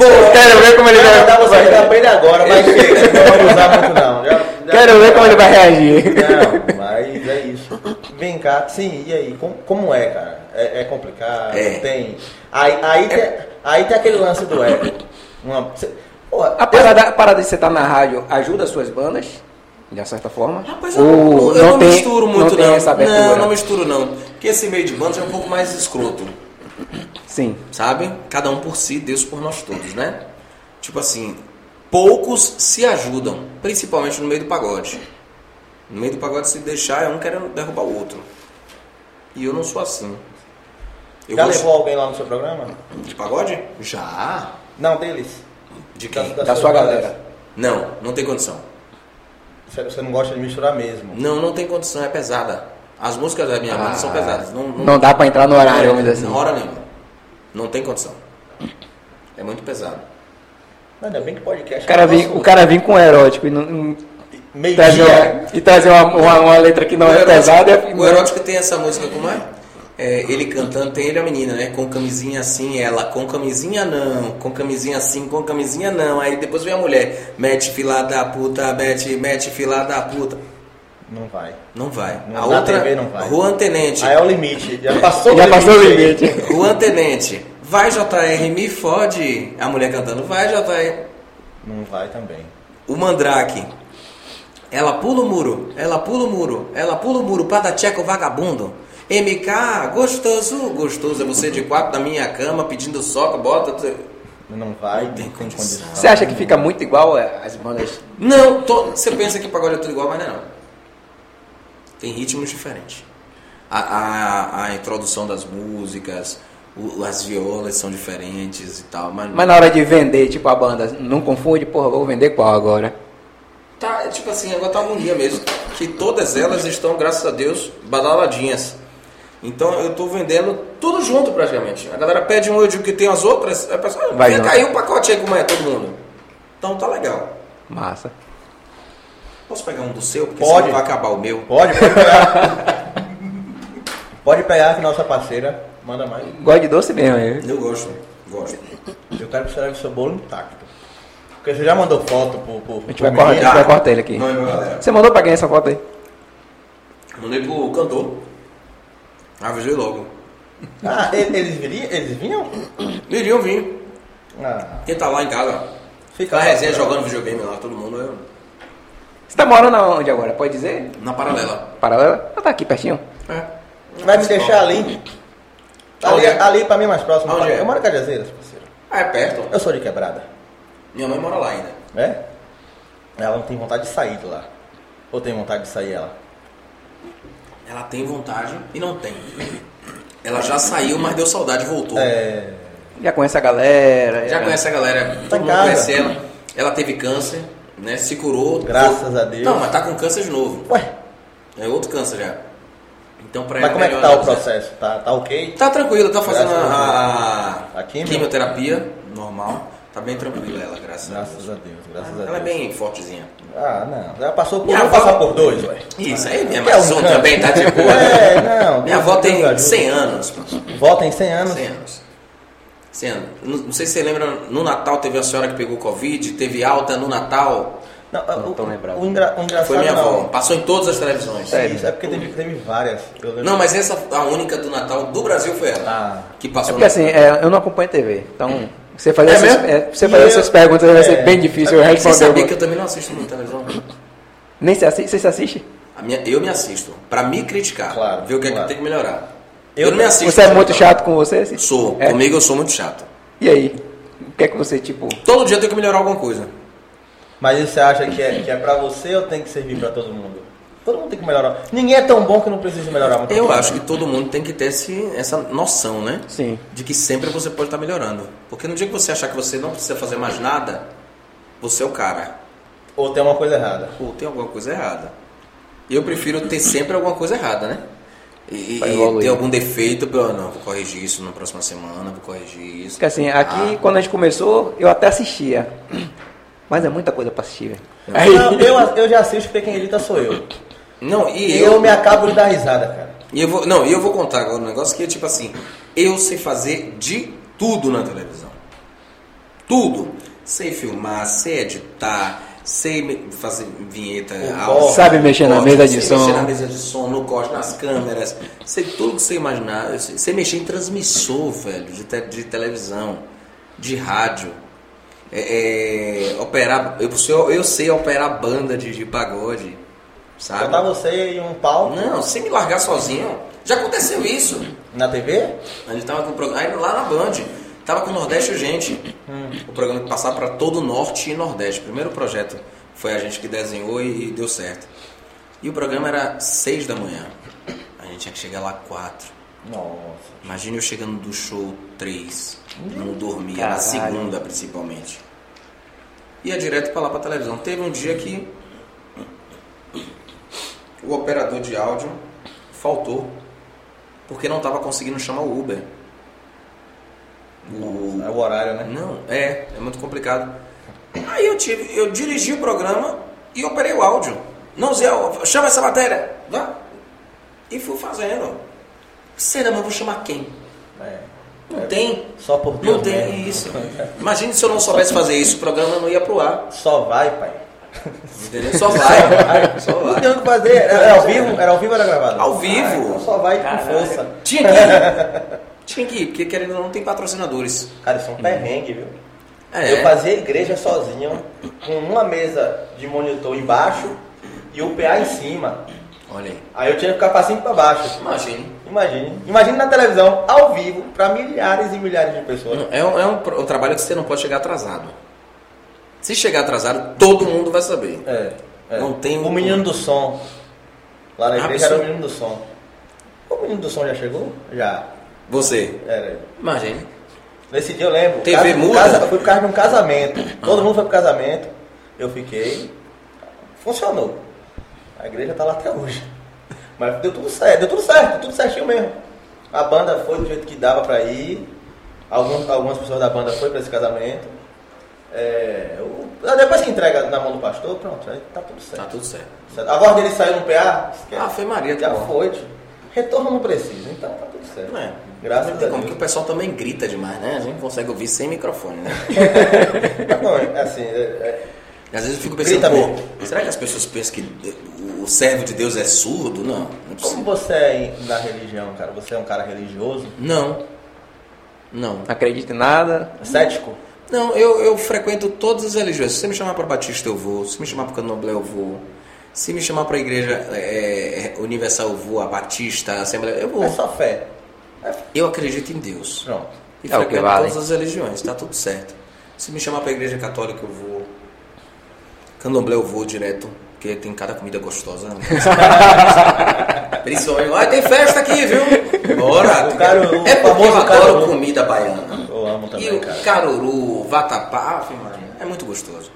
Eu quero ver como
ó.
ele
Já
vai.
dá você ligar pra ele agora, mas chega, não vai usar muito não. Já,
é?
já-
Quero ver como ele vai
*laughs*
reagir.
Não, mas é isso. Vem cá, sim, e aí? com- Como, é, cara? É, é complicado?
É.
Tem. Aí, aí, tem, aí tem aquele lance do ego. Uma, cê, porra,
A parada, a parada de você estar na rádio ajuda as suas bandas, de uma certa forma?
Rapaz, eu,
Ou
eu não,
tem-
misturo muito,
Não tem
não.
essa abertura?
não, não misturo, não. Porque esse meio de banda é um pouco mais escroto,
Sim.
sabe? Cada um por si, Deus por nós todos, né? Tipo assim, poucos se ajudam, principalmente no meio do pagode. No meio do pagode, se deixar, é um querendo derrubar o outro. E eu não sou assim. Eu
já
gosto-
levou alguém lá no seu programa?
De pagode? Já.
Não, deles.
De quem?
Da
suas
sua
bandas.
galera.
Não, não tem condição.
Você- Você não gosta de misturar mesmo.
Não, não tem condição, é pesada. As músicas da minha
Ah.
banda são pesadas. Não, não,
Não dá pra entrar no horário, vamos dizer assim.
Na hora nenhuma. Não tem condição. É muito pesado.
Ainda bem que podcast.
O cara,
é
vem,
nosso
o cara vem com um erótico e, não- não-
Meio
trazer
dia.
uma- e trazer uma, uma- uma letra que não
O
é
Erótico-
pesada. é-
O erótico tem essa música, como é? É, ele cantando, tem ele e a menina, né? Com camisinha assim, ela, com camisinha não, com camisinha assim, com camisinha não. Aí depois vem a mulher, mete fila da puta, mete, mete fila da puta.
Não vai.
Não vai.
Não,
a
na
outra,
TV não vai.
Juan Tenente,
Aí é o limite.
*laughs*
Já passou
Já passou o
aí.
limite.
Juan Tenente, vai JR, me fode. A mulher cantando, vai JR.
Não vai também.
O Mandrake. Ela pula o muro, ela pula o muro, ela pula o muro, para tcheco vagabundo. MK, gostoso, gostoso. É você de quatro na minha cama pedindo soca, bota.
Não vai. Não tem
condição.
condição.
Você acha que fica muito igual é, as bandas?
Não, to- você pensa que pagode é tudo igual, mas não é não. Tem ritmos diferentes. A, a, a introdução das músicas, o- as violas são diferentes e tal, mas,
Mas na hora de vender, tipo, a banda, não confunde, porra, vou vender qual agora?
Tá, é tipo assim, agora tá uma harmonia mesmo. Que todas elas estão, graças a Deus, badaladinhas. Então eu tô vendendo tudo junto praticamente. A galera pede um, eu digo que tem as outras. A pessoa, "Ah,
Vai
vem
junto.
cair o pacote aí como é, todo mundo. Então tá legal.
Massa.
Posso pegar um do seu? Porque
Pode.
senão vai acabar o meu.
Pode, pode pegar. pode pegar que nossa parceira manda mais.
Gosto de doce mesmo, hein?
Eu gosto, gosto.
Eu quero que você leve seu bolo intacto. Porque você já mandou foto pro, pro,
A gente vai cortar, a gente vai cortar ele aqui.
Não é meu galera.
Você mandou pra quem essa foto aí?
Mandei pro cantor. Avisei logo.
Ah, e- eles viriam? Eles vinham?
Iriam vir.
Ah,
Quem tá lá em casa,
fica
tá
lá.
resenha jogando videogame lá, todo mundo eu-
Você tá morando onde agora? Pode dizer?
na paralela.
Paralela? Ah, tá aqui pertinho.
É.
Vai me deixar ali? Tá Ali,
Onde é?
ali pra mim mais próximo.
Onde é?
Eu moro em Cajazeiras, parceiro.
Ah, é perto.
Eu sou de quebrada,
Minha mãe mora lá ainda.
né? Ela não tem vontade de sair de lá. Ou tem vontade de sair ela?
Ela tem vontade e não tem. Ela já saiu, mas deu saudade e voltou.
É.
Já conhece a galera. é.
Já conhece a galera, todo
Tá em
mundo
casa.
conhece ela. Ela teve câncer, né? Se curou.
Graças a Deus.
Não, mas tá com câncer de novo.
Ué,
É outro câncer já. Então pra
mas
ela.
como é que
melhor
tá o
não, né?
processo? Tá, tá ok?
Tá tranquilo, tá fazendo
Graças
a,
a Deus. A quimio?
quimioterapia normal. Tá bem tranquila ela, graças,
Graças
a
a Deus,
Deus.
graças a Deus.
Ela é bem fortezinha.
Ah, não. Já passou por.
Minha
Vamos
avó-
passar por dois, ué.
Isso aí, minha
Quer um
maçã
canto?
também tá de boa. né?
*laughs* É, não.
Minha
Deus
avó
ajuda,
tem
ajuda.
100 anos, mano.
Volta em 100 anos.
100 anos. 100 anos. Não, não sei se você lembra, no Natal teve a senhora que pegou Covid, teve alta no Natal.
Não,
Não
o,
tô lembrado.
o, engra, o engraçado
Foi minha
não.
avó. Passou em todas as televisões.
É isso, é porque teve, teve várias. Eu lembro.
Não, mas essa, a única do Natal do Brasil foi ela.
Ah,
Que
É
passou
porque
no-
assim, é, eu não acompanho TV. Então, você fazer,
É
essas,
mesmo?
é, você
E
fazer
eu-
essas perguntas vai ser
é.
bem difícil eu
Você
responder.
sabia que
alguma-
eu também não assisto muito televisão?
Nem se assiste? Você se assiste?
A minha- eu me assisto. Pra me criticar.
Claro,
Ver o que é
claro.
que tem que melhorar. Eu,
Eu-
não me assisto.
Você é muito
televisão.
chato com você? assim?
Sou.
É.
Comigo eu sou muito chato.
E aí? O que é que você, tipo...
Todo dia eu tenho que melhorar alguma coisa.
mas isso você acha que é, que é pra você ou tem que servir pra todo mundo? Todo mundo tem que melhorar. Ninguém é tão bom que não precisa melhorar muito.
Eu acho que todo mundo tem que ter esse, essa noção, né?
Sim.
De que sempre você pode estar melhorando. Porque no dia que você achar que você não precisa fazer mais nada, você é o cara.
Ou tem uma coisa errada.
Pô, tem alguma coisa errada. E eu prefiro ter sempre alguma coisa errada, né? E, e-
Pra
e
evoluir.
ter algum defeito, pô, não, vou corrigir isso na próxima semana, vou corrigir isso.
Porque assim, aqui,
Ah,
quando a gente começou, eu até assistia. *clears throat* Mas é muita coisa pra assistir, velho. Aí-
Não, eu, eu já assisto porque quem edita sou eu.
Não,
E
e
eu
eu,
me acabo de dar risada, cara.
e eu vou, não, e eu vou contar agora um negócio que é tipo assim, eu sei fazer de tudo na televisão. Tudo. Sei filmar, sei editar, sei me- fazer vinheta,
O
áudio,
corte.
Sabe mexer na
corte,
mesa de
sei
som.
mexer na mesa de som, no corte, nas câmeras, sei tudo que você imaginar, eu sei, sei mexer em transmissor, velho, de, te- de televisão, de rádio. É, é, operar, eu, eu, eu sei operar banda de, de pagode, sabe?
Botar você e um pau
Não, sem me largar sozinho. Já aconteceu isso.
na TV?
A gente tava com o programa. Aí lá na Band, tava com o Nordeste Urgente. O programa que passava para todo o Norte e Nordeste. Primeiro projeto foi a gente que desenhou e, e deu certo. E o programa era seis da manhã. A gente tinha que chegar lá quatro.
Nossa.
Imagina eu chegando do show três. Não dormia, na
Caralho.
segunda principalmente. Ia direto pra lá pra televisão. Teve um dia que o operador de áudio faltou porque não estava conseguindo chamar o Uber. O-
É o horário, né?
Não, é, é muito complicado. Aí eu tive, eu dirigi o programa e operei o áudio. Não, Zé, ó, chama essa matéria, vá. E fui fazendo. Será, mas eu vou chamar quem? Não
É.
tem.
Só por Deus
Não tem
mesmo.
isso. Imagine se eu não soubesse fazer isso, o programa não ia pro ar.
Só vai, pai.
Entendeu?
*laughs*
Só vai, só
Não
vai.
tem o que fazer. Era, era ao vivo? Era ao vivo ou era gravado?
Ao vivo.
Ah, então só vai com
Caralho.
força.
Tinha que ir. Tinha que ir, porque querendo ou não tem patrocinadores.
Cara, isso é um perrengue, viu?
É.
Eu fazia igreja sozinho, com uma mesa de monitor embaixo e o PA em cima.
Olha aí.
Aí eu tinha que ficar passinho pra baixo.
Imagine.
Imagine. Imagine na televisão, ao vivo, pra milhares e milhares de pessoas.
É, um, é um pro- um trabalho que você não pode chegar atrasado. Se chegar atrasado, todo mundo vai saber.
É. é.
Não tem
O menino do som. Lá na igreja
Absurdo.
era o menino do som. O menino do som já chegou? Já.
Você.
Era.
Imagine.
Nesse dia eu lembro.
TV
casa-
muda?
casa- eu fui por causa de um casamento. Todo mundo foi pro casamento. Eu fiquei. Funcionou. A igreja tá lá até hoje. Mas deu tudo certo, deu tudo certo, tudo certinho mesmo. A banda foi do jeito que dava pra ir. Algum- algumas pessoas da banda foi pra esse casamento. É, o- depois que entrega na mão do pastor, pronto, aí tá tudo
Tá
certo.
tudo certo.
Certo. A voz dele saiu no PA? esquece.
Ah, foi Maria, tá
Já
bom.
foi. tio. Retorno não precisa, então tá tudo certo.
É.
Graças
não
a
tem como, porque
Deus.
o pessoal também grita demais, né? A gente não consegue ouvir sem microfone, né?
Não, é assim, é- é-
Às vezes eu fico pensando,
Grita
pô, será que as pessoas pensam que o- o servo de Deus é surdo? Não, não é
Como
possível.
você é em- na religião, cara? Você é um cara religioso?
Não. Não.
Não acredito em nada.
É Cético?
Não, eu, eu frequento todas as religiões. Se você me chamar para Batista, eu vou. Se me chamar para Candomblé, eu vou. Se me chamar para Igreja é, é, Universal, eu vou. A Batista, a Assembleia, eu
É
vou.
só fé.
Eu acredito em Deus.
Pronto.
E
É o que
frequento
vale.
todas as religiões, tá tudo certo. Se me chamar para Igreja Católica, eu vou. Candomblé, eu vou direto. Porque tem cada comida gostosa.
*laughs*
né? Principalmente. Olha, tem festa aqui, viu? Bora!
O caruru,
é
o
porque eu
famoso
adoro
caruru.
comida baiana.
Eu amo
E
também,
o
cara.
caruru, vatapá, Ave Maria, é muito gostoso.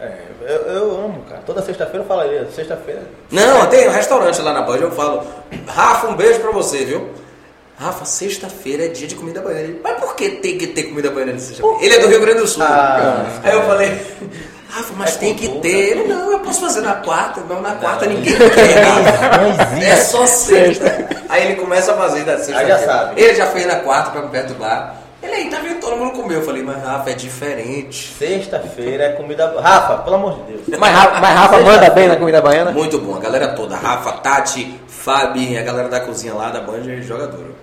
É, eu, eu amo, cara. Toda sexta-feira eu falaria. Sexta-feira.
Não, tem um restaurante lá na Band, eu falo, Rafa, um beijo pra você, viu? Rafa, sexta-feira é dia de comida baiana. Ele, mas por que tem que ter comida baiana nesse dia? Ele é do Rio Grande do Sul.
Ah.
Aí eu falei, Rafa, mas
É
tem que
cultura.
ter. Ele, não, eu posso fazer na quarta. Não, na quarta ninguém quer. Rafa. É só sexta. Aí ele começa a fazer da sexta.
Aí já sabe.
Ele já fez na quarta pra me perturbar. Ele aí, tá vendo? Todo mundo comeu. Eu falei, mas Rafa, é diferente.
Sexta-feira é comida. bo- Rafa, pelo amor de Deus.
Mas Rafa, mas Rafa manda Tá bem na comida baiana.
Muito bom, a galera toda. Rafa, Tati, Fabi, a galera da cozinha lá da Band é jogadora.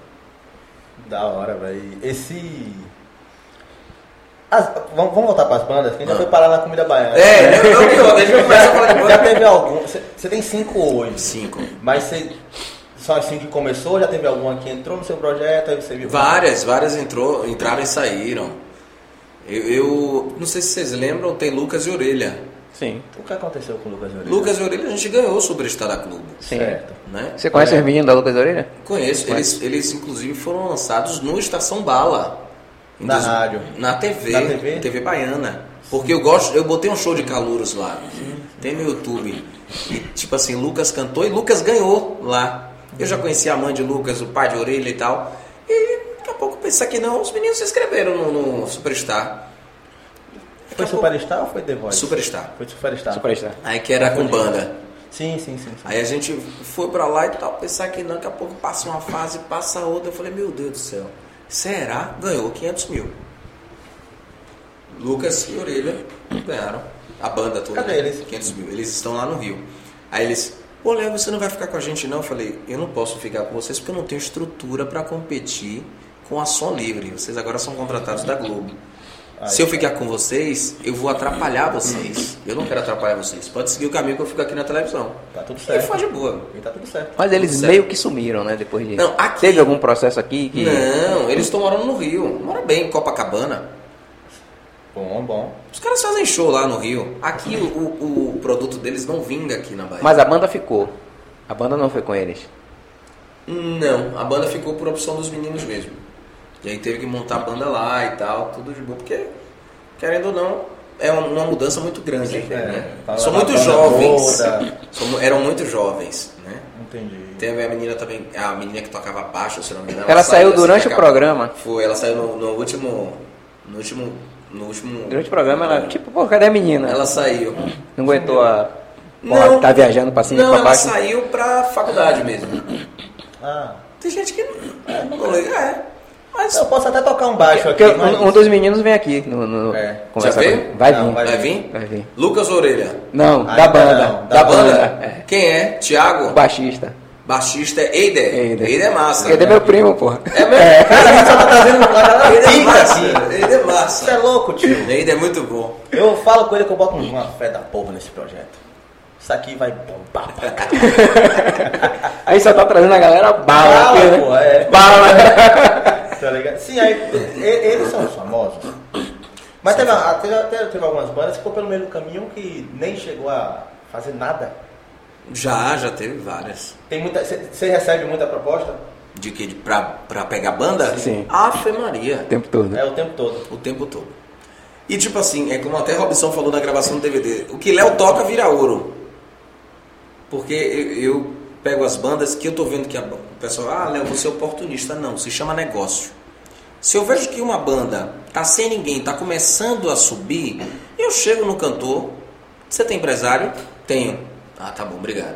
Da hora, velho. Esse. As- vamos, vamos voltar pras bandas? Quem já
Ah.
foi parar na comida baiana?
É, eu- eu- eu- deixa eu começar a falar de
Já
banda.
teve algum. Você você tem cinco hoje.
Cinco.
Mas você. Só assim que começou, já teve alguma que entrou no seu projeto, aí você viu.
Várias, várias entrou, entraram e saíram. Eu, eu- não sei se vocês lembram, tem Lucas e Orelha.
Sim.
O que aconteceu com o Lucas Orelha?
Lucas e Orelha a gente ganhou o Superstar Clube,
Sim.
Certo.
né?
Você conhece os meninos da Lucas Orelha?
Conheço, eles, eles inclusive foram lançados no Estação Bala. Em
Na rádio.
Na TV,
Na TV?
Baiana. Porque eu gosto, eu botei um show de calouros lá. Tem no YouTube. E tipo assim, Lucas cantou e Lucas ganhou lá. Eu
Uhum.
já conheci a mãe de Lucas, o pai de orelha e tal. E daqui a pouco pensar que não, os meninos se inscreveram no, no Superstar.
Foi Superstar ou foi The Voice?
É. Superstar.
Foi Superstar.
Superstar.
Aí que era com banda.
Sim, sim, sim. sim.
Aí a gente foi pra lá e tal, pensar que não, daqui a pouco passa uma fase, passa outra. Eu falei, meu Deus do céu, será? Ganhou 500 mil. Lucas e Orelha ganharam. A banda toda.
Cadê
né?
eles?
500 mil. Eles estão lá no Rio. Aí eles, pô, Léo, você não vai ficar com a gente não? Eu falei, eu não posso ficar com vocês porque eu não tenho estrutura pra competir com a Som Livre. Vocês agora são contratados da Globo.
Aí.
Se eu ficar com vocês, eu vou atrapalhar vocês. Eu não quero atrapalhar vocês. Pode seguir o caminho que eu fico aqui na televisão.
Tá tudo
E
certo.
foi de boa.
E tá tudo certo.
Mas eles
Certo.
meio que sumiram, né? Depois de.
Não, aqui-
Teve algum processo aqui que.
Não, eles estão morando no Rio. Mora bem, em Copacabana.
Bom, bom.
Os caras fazem show lá no Rio. Aqui o, o- o produto deles não vinga aqui na Bahia.
Mas a banda ficou. A banda não foi com eles.
Não, a banda ficou por opção dos meninos mesmo. E aí teve que montar a banda lá e tal, tudo de boa. Porque, querendo ou não, é uma- uma mudança muito grande. né?
tá
São
lá na
muito
banda
jovens.
toda.
São mu- eram muito jovens, né?
Entendi.
Teve a menina também, a menina que tocava baixo, se não me engano.
Ela saiu
assim,
durante o
tocava-
programa?
Foi, ela saiu no, no último. No último. No último.
Durante o programa, ela, tipo, pô, cadê a menina?
Ela saiu.
não aguentou a. Porra, tá viajando pra cima e
Não,
pra
ela
baixo.
saiu pra faculdade mesmo.
Ah.
Tem gente que não, não liga, é. Mas
Eu posso até tocar um baixo aqui,
Porque
mas...
um, um dos meninos vem aqui no, no
É.
conversar
Já
com-
veio?
Vai
Não,
vir.
vai-
vai vir?
Vai vir.
Lucas Orelha.
Não,
Ainda
da banda.
não, Da
Da, banda?
É.
Quem é?
O
Tiago?
baixista.
Baixista é Eider.
Eider.
é massa.
Ele é meu primo, porra. *laughs*
É mesmo?
Cara, a gente só tá trazendo a galera
Eider é
pica
massa.
aqui.
Eider é
Você é
massa.
louco, tio.
Eider é muito bom.
Eu falo com ele que eu boto uma fé da porra nesse projeto. Isso aqui vai bombar pra caralho.
Aí só tá trazendo a galera bala.
Bala,
aqui, né?
pô, é.
Bala.
Tá ligado? Sim, aí e- eles são os famosos. Mas teve, a- teve, até- teve algumas bandas que ficou pelo meio do caminho que nem chegou a fazer nada.
Já, já teve várias.
Tem muita. Você recebe muita proposta?
De que? De pra, pra pegar banda?
Sim.
Afe Maria.
O tempo todo.
É o tempo todo.
O tempo todo. E tipo assim, é como até Robson falou na gravação do DVD. O que Léo toca vira ouro. Porque eu, eu pego as bandas que eu tô vendo que a, o pessoal, ah, Léo, você é oportunista. Não, se chama negócio. Se eu vejo que uma banda tá sem ninguém, tá começando a subir, eu chego no cantor, você tem empresário? Tenho. Ah, tá bom, obrigado.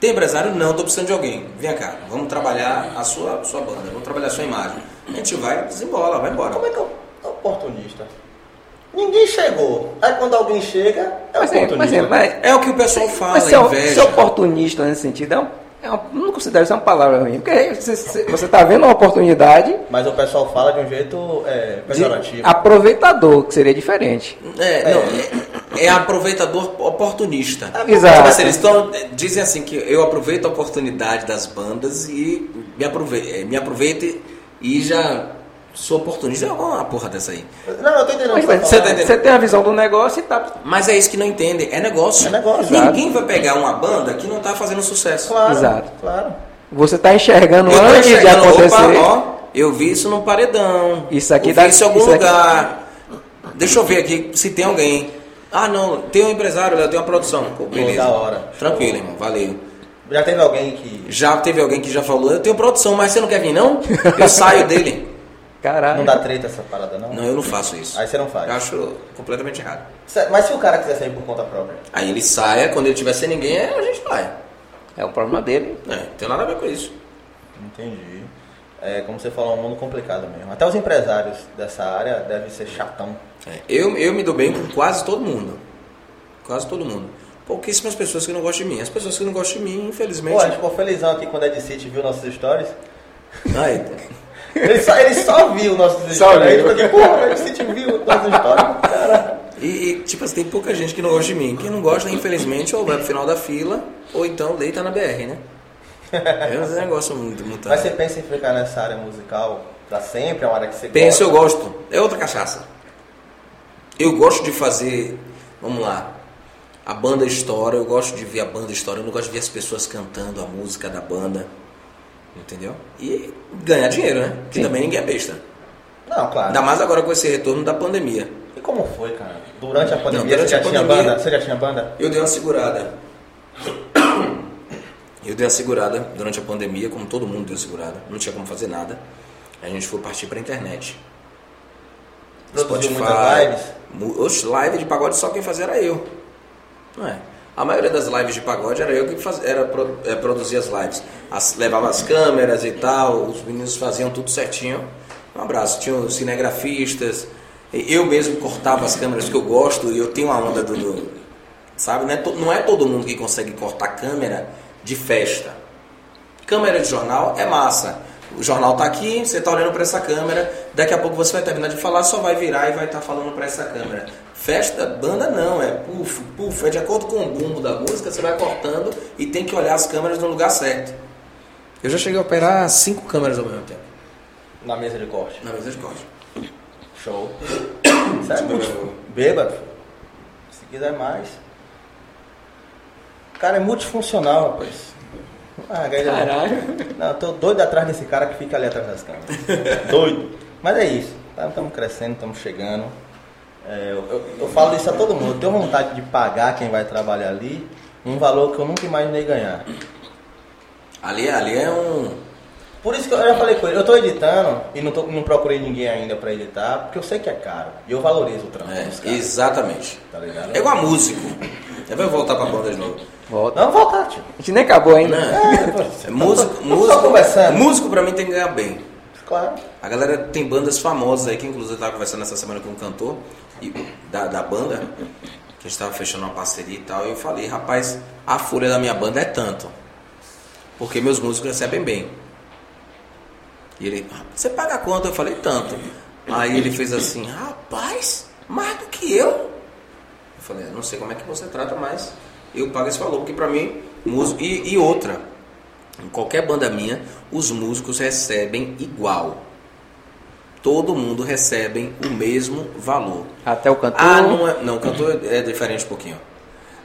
Tem empresário? Não, tô precisando de alguém. Vem cá, vamos trabalhar a sua, sua banda, vamos trabalhar a sua imagem. A gente vai, desembola, vai embora.
Como é que eu sou oportunista? Ninguém chegou. Aí quando alguém chega, é
Mas, é,
oportunista.
mas, é, mas,
É o que o pessoal fala,
mas ser, ser
inveja.
é oportunista nesse sentido é um. é uma- não considero isso uma palavra ruim. Porque aí você, você- você tá vendo uma oportunidade
Mas o pessoal fala de um jeito é,
de
pejorativo.
aproveitador, que seria diferente.
É, não, é, é aproveitador oportunista.
Exato.
Tipo assim, eles tão- dizem assim que eu aproveito a oportunidade das bandas e me aproveito, eh, me aproveito e- e já sou oportunista. É uma porra dessa aí.
Não, eu tô entendendo.
Mas,
o que
mas
você
você,
tá falando.
entendendo?
você tem a visão do negócio e tá.
Mas é isso que não entendem, é negócio.
É negócio,
Ninguém vai pegar uma banda que não tá fazendo sucesso.
Claro,
Exato.
claro.
Você tá enxergando
Eu tô
antes de
enxergando,
acontecer.
opa, ó, eu vi isso num paredão.
Isso aqui
eu
dá-
vi isso em algum
isso aqui-
lugar. Deixa eu ver aqui se tem alguém. Ah, não, tem um empresário, eu tenho uma produção. Pô, beleza.
da hora.
Tranquilo, irmão, valeu.
Já teve alguém que
Já teve alguém que já falou, eu tenho produção, mas você não quer vir não?
*laughs*
Eu saio dele.
Caralho.
não dá treta essa parada, não?
Não, eu não faço isso.
Aí você não faz.
Eu acho completamente errado.
Se- Mas se o cara quiser sair por conta própria?
Aí ele saia, quando ele tiver sem ninguém, aí a gente vai.
É o problema dele.
É, não tem nada a ver com isso.
Entendi. É, como você falou, é um mundo complicado mesmo. Até os empresários dessa área devem ser chatão.
É, eu, eu me dou bem com quase todo mundo. Quase todo mundo. Pouquíssimas pessoas que não gostam de mim. As pessoas que não gostam de mim, infelizmente.
Pô, a gente ficou felizão aqui quando a Ed City viu nossos stories.
*laughs* Ai,
Ele só, ele só viu nossos stories.
Só
Aí
viu.
ele falou, porra, a Ed City viu nossos stories. Cara.
e, e, tipo assim, tem pouca gente que não gosta de mim. Quem não gosta, infelizmente, ou vai pro final da fila, ou então deita na
*laughs*
BR, né? É um negócio muito, muito.
*laughs* Mas você pensa em ficar nessa área musical pra sempre? É uma área que você
Pensa, eu
gosta?
gosto. É outra cachaça. Eu gosto de fazer. Vamos lá. A banda estoura, eu gosto de ver a banda estoura, eu não gosto de ver as pessoas cantando a música da banda. Entendeu? E ganhar dinheiro, né? Que também ninguém é besta.
Não, claro.
Ainda mais agora com esse retorno da pandemia.
E como foi, cara? Durante a pandemia,
durante
você, já
a
tinha
pandemia-
banda? você já tinha banda?
Eu dei uma segurada. Eu dei uma segurada durante a pandemia, como todo mundo deu uma segurada. Não tinha como fazer nada. A gente foi partir pra internet.
Produziu muitas lives?
mu- Oxe, live de pagode só quem fazia era eu. Não é? A maioria das lives de pagode era eu que faz, era pro- é, produzia as lives. As- levava as câmeras e tal, os meninos faziam tudo certinho. Um abraço. Tinham cinegrafistas. e Eu mesmo cortava as câmeras que eu gosto e eu tenho a onda do. do- sabe? Não é, to- não é todo mundo que consegue cortar câmera de festa. Câmera de jornal é massa. O jornal tá aqui, você tá olhando para essa câmera, daqui a pouco você vai terminar de falar, só vai virar e vai estar falando para essa câmera. Festa, banda não, é puf, puf, é de acordo com o bumbo da música, você vai cortando e tem que olhar as câmeras no lugar certo. Eu já cheguei a operar cinco câmeras ao mesmo tempo,
Na mesa de corte.
na mesa de corte.
*coughs* Show. Sério, multi- bêbado. Se quiser mais. O cara é multifuncional, rapaz. Ah, galera.
Caralho.
Não, eu tô doido atrás desse cara que Tá, fica ali atrás das câmeras. doido. Mas é isso. Estamos crescendo, estamos chegando. É, eu, eu- eu falo isso a todo mundo. Eu tenho vontade de pagar quem vai trabalhar ali um valor que eu nunca imaginei ganhar.
Ali, ali é um.
Por isso que eu eu já falei com ele, eu tô editando e não, tô- não procurei ninguém ainda pra editar, porque eu sei que é caro. E eu valorizo o trampo
é,
dos caras,
exatamente.
tá ligado?
É igual a músico. Eu vou voltar pra banda
*laughs*
de novo.
Volta.
Não, voltar, tio.
A gente nem acabou ainda.
É,
É músico,
Só
músico,
conversando.
músico pra mim tem que ganhar bem.
Claro.
A galera tem bandas famosas aí, que inclusive eu tava conversando essa semana com um cantor e- da, da banda, que a gente tava fechando uma parceria e tal, e eu falei, rapaz, a folha da minha banda é tanto. Porque meus músicos recebem bem. E ele, "Ah, você paga quanto? Eu falei, tanto. Aí ele fez assim, rapaz, mais do que eu? Eu falei, "Eu não sei como é que você trata, mas eu pago esse valor, porque pra mim, músico. E, e outra, em qualquer banda minha, os músicos recebem igual. Todo mundo recebe o mesmo valor.
Até o cantor.
Ah, não é. Não, cantor é diferente um pouquinho.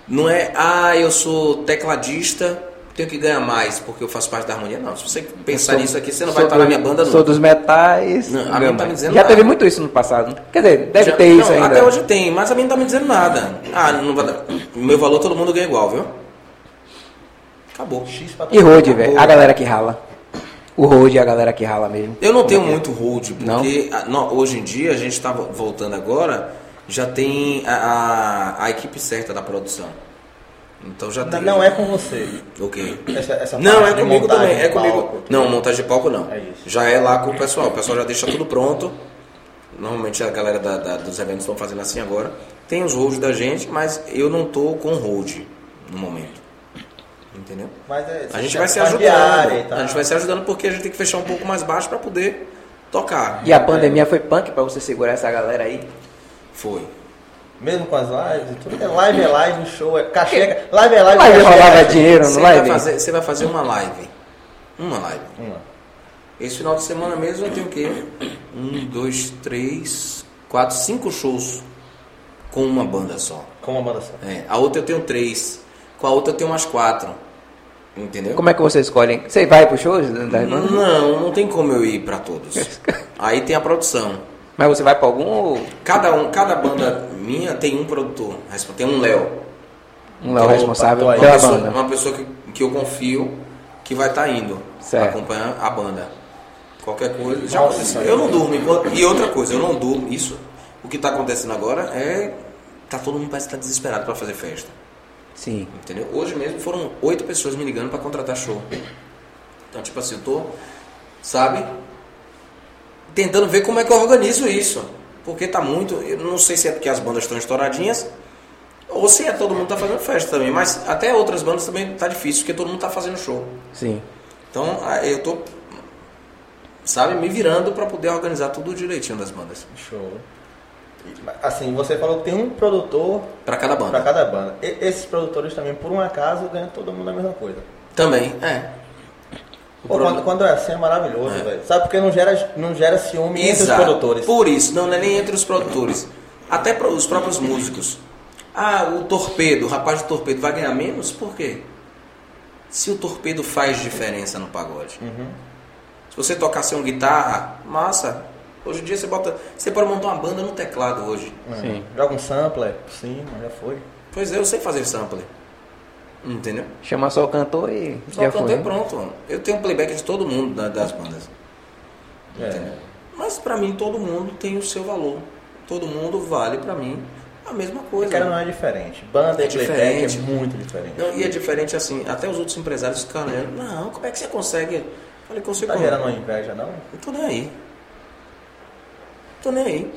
Não é, ah, eu sou tecladista, tenho que ganhar mais porque eu faço parte da harmonia. Não, se você pensar nisso aqui, você não vai
Sou
estar na
do-
minha banda
Sou
nunca.
dos metais.
Não, a
Gama.
minha não tá me dizendo
Já
nada.
teve muito isso no passado. né? Quer dizer, deve
Já-
ter isso
não,
ainda.
Até hoje tem, mas a mim não tá me dizendo nada. Ah, não vai dar. Meu valor todo mundo ganha igual, viu? Acabou.
X pra
E road,
todo mundo.
velho. A galera que rala. O road é a galera que rala mesmo.
Eu não
é
tenho muito hold,
Não?
porque ah, não, hoje em dia a gente está voltando agora, já tem a, a- a equipe certa da produção. Então já tem.
Não é com você.
Ok.
Essa, essa
Não,
parte
é
de
comigo
montagem
também, é
de
comigo.
palco.
Não, montagem de palco não.
É isso.
Já é lá com o pessoal, o pessoal já deixa tudo pronto. Normalmente a galera da- da- dos eventos estão fazendo assim agora. Tem os holds da gente, mas eu não tô com hold no momento. Entendeu?
Mas é-
A gente
você
vai se
faz diária e
ajudando.
tal.
A gente vai se ajudando porque a gente tem que fechar um pouco mais baixo para poder tocar.
E a pandemia foi punk pra você segurar essa galera aí.
Foi.
Mesmo com as lives, e tudo é live é live, show é cachê. é- Live é live,
Live
cachê é
rolava
cachê.
dinheiro,
Você tá
não
vai,
live?
fazer, você vai fazer uma live. Uma live.
Vamos lá.
Esse final de semana mesmo eu tenho o quê? Um, dois, três, quatro, cinco shows com uma banda só.
Com uma banda só.
É, a outra eu tenho três. Com a outra eu tenho umas quatro. Entendeu?
Como é que você escolhe? Você vai pro show das bandas?
Não, não tem como eu ir
*laughs*
pra todos. Aí tem a produção.
Mas você vai pra algum ou
Cada, um, cada banda minha tem um produtor. respo- Tem um Léo.
um Léo
Opa,
responsável
tô aí.
pela
é Uma pessoa-
banda?
Uma pessoa que, que eu confio que vai estar indo
Certo.
acompanhar a banda. Qualquer coisa. Já
Nossa,
aconteceu. Eu não durmo. enquanto- E outra coisa, eu não durmo. Isso, o que está acontecendo agora é. Tá todo mundo parece que tá desesperado para fazer festa.
Sim.
Entendeu? Hoje mesmo foram oito pessoas me ligando para contratar show. Então, tipo assim, eu tô, sabe? Tentando ver como é que eu organizo isso. Porque tá muito. Eu não sei se é porque as bandas estão estouradinhas. Ou se é todo mundo tá fazendo festa também. Mas até outras bandas também tá difícil, porque todo mundo tá fazendo show.
Sim.
Então a- eu tô, sabe, me virando para poder organizar tudo direitinho das bandas.
um Show. E, mas, Assim, você falou que tem um produtor
Para cada banda.
pra cada banda. E- esses produtores também, por um acaso, ganham todo mundo a mesma coisa.
Também, é. O
Pô,
problema-
quando, quando é assim é maravilhoso,
É.
velho. Sabe porque não gera, não gera ciúme entre
Exato.
os produtores.
Por isso, não, não é nem entre os produtores. Até para os próprios músicos. Ah, o torpedo, o rapaz do torpedo vai ganhar menos? Por quê? Se o torpedo faz diferença no pagode.
Uhum.
Se você tocar sem uma guitarra, massa. Hoje em dia você bota. Você pode montar uma banda no teclado hoje.
É.
Sim.
Joga um sampler por cima, já foi.
Pois é, eu sei fazer sampler. Entendeu?
Chama só o cantor e
Só
já
cantei
foi.
e
né?
pronto. Eu tenho playback de todo mundo da- das bandas.
É.
Mas pra mim todo mundo tem o seu valor. Todo mundo vale pra mim a mesma
O
coisa.
cara não é diferente. Banda
É
e playback
diferente.
é muito diferente.
Não, e é diferente assim, até os outros empresários ficam olhando, não, como é que você consegue? Eu
Não
Falei, consigo
tá
como?
gerando uma inveja, não?
Eu tô nem aí. Tô nem aí.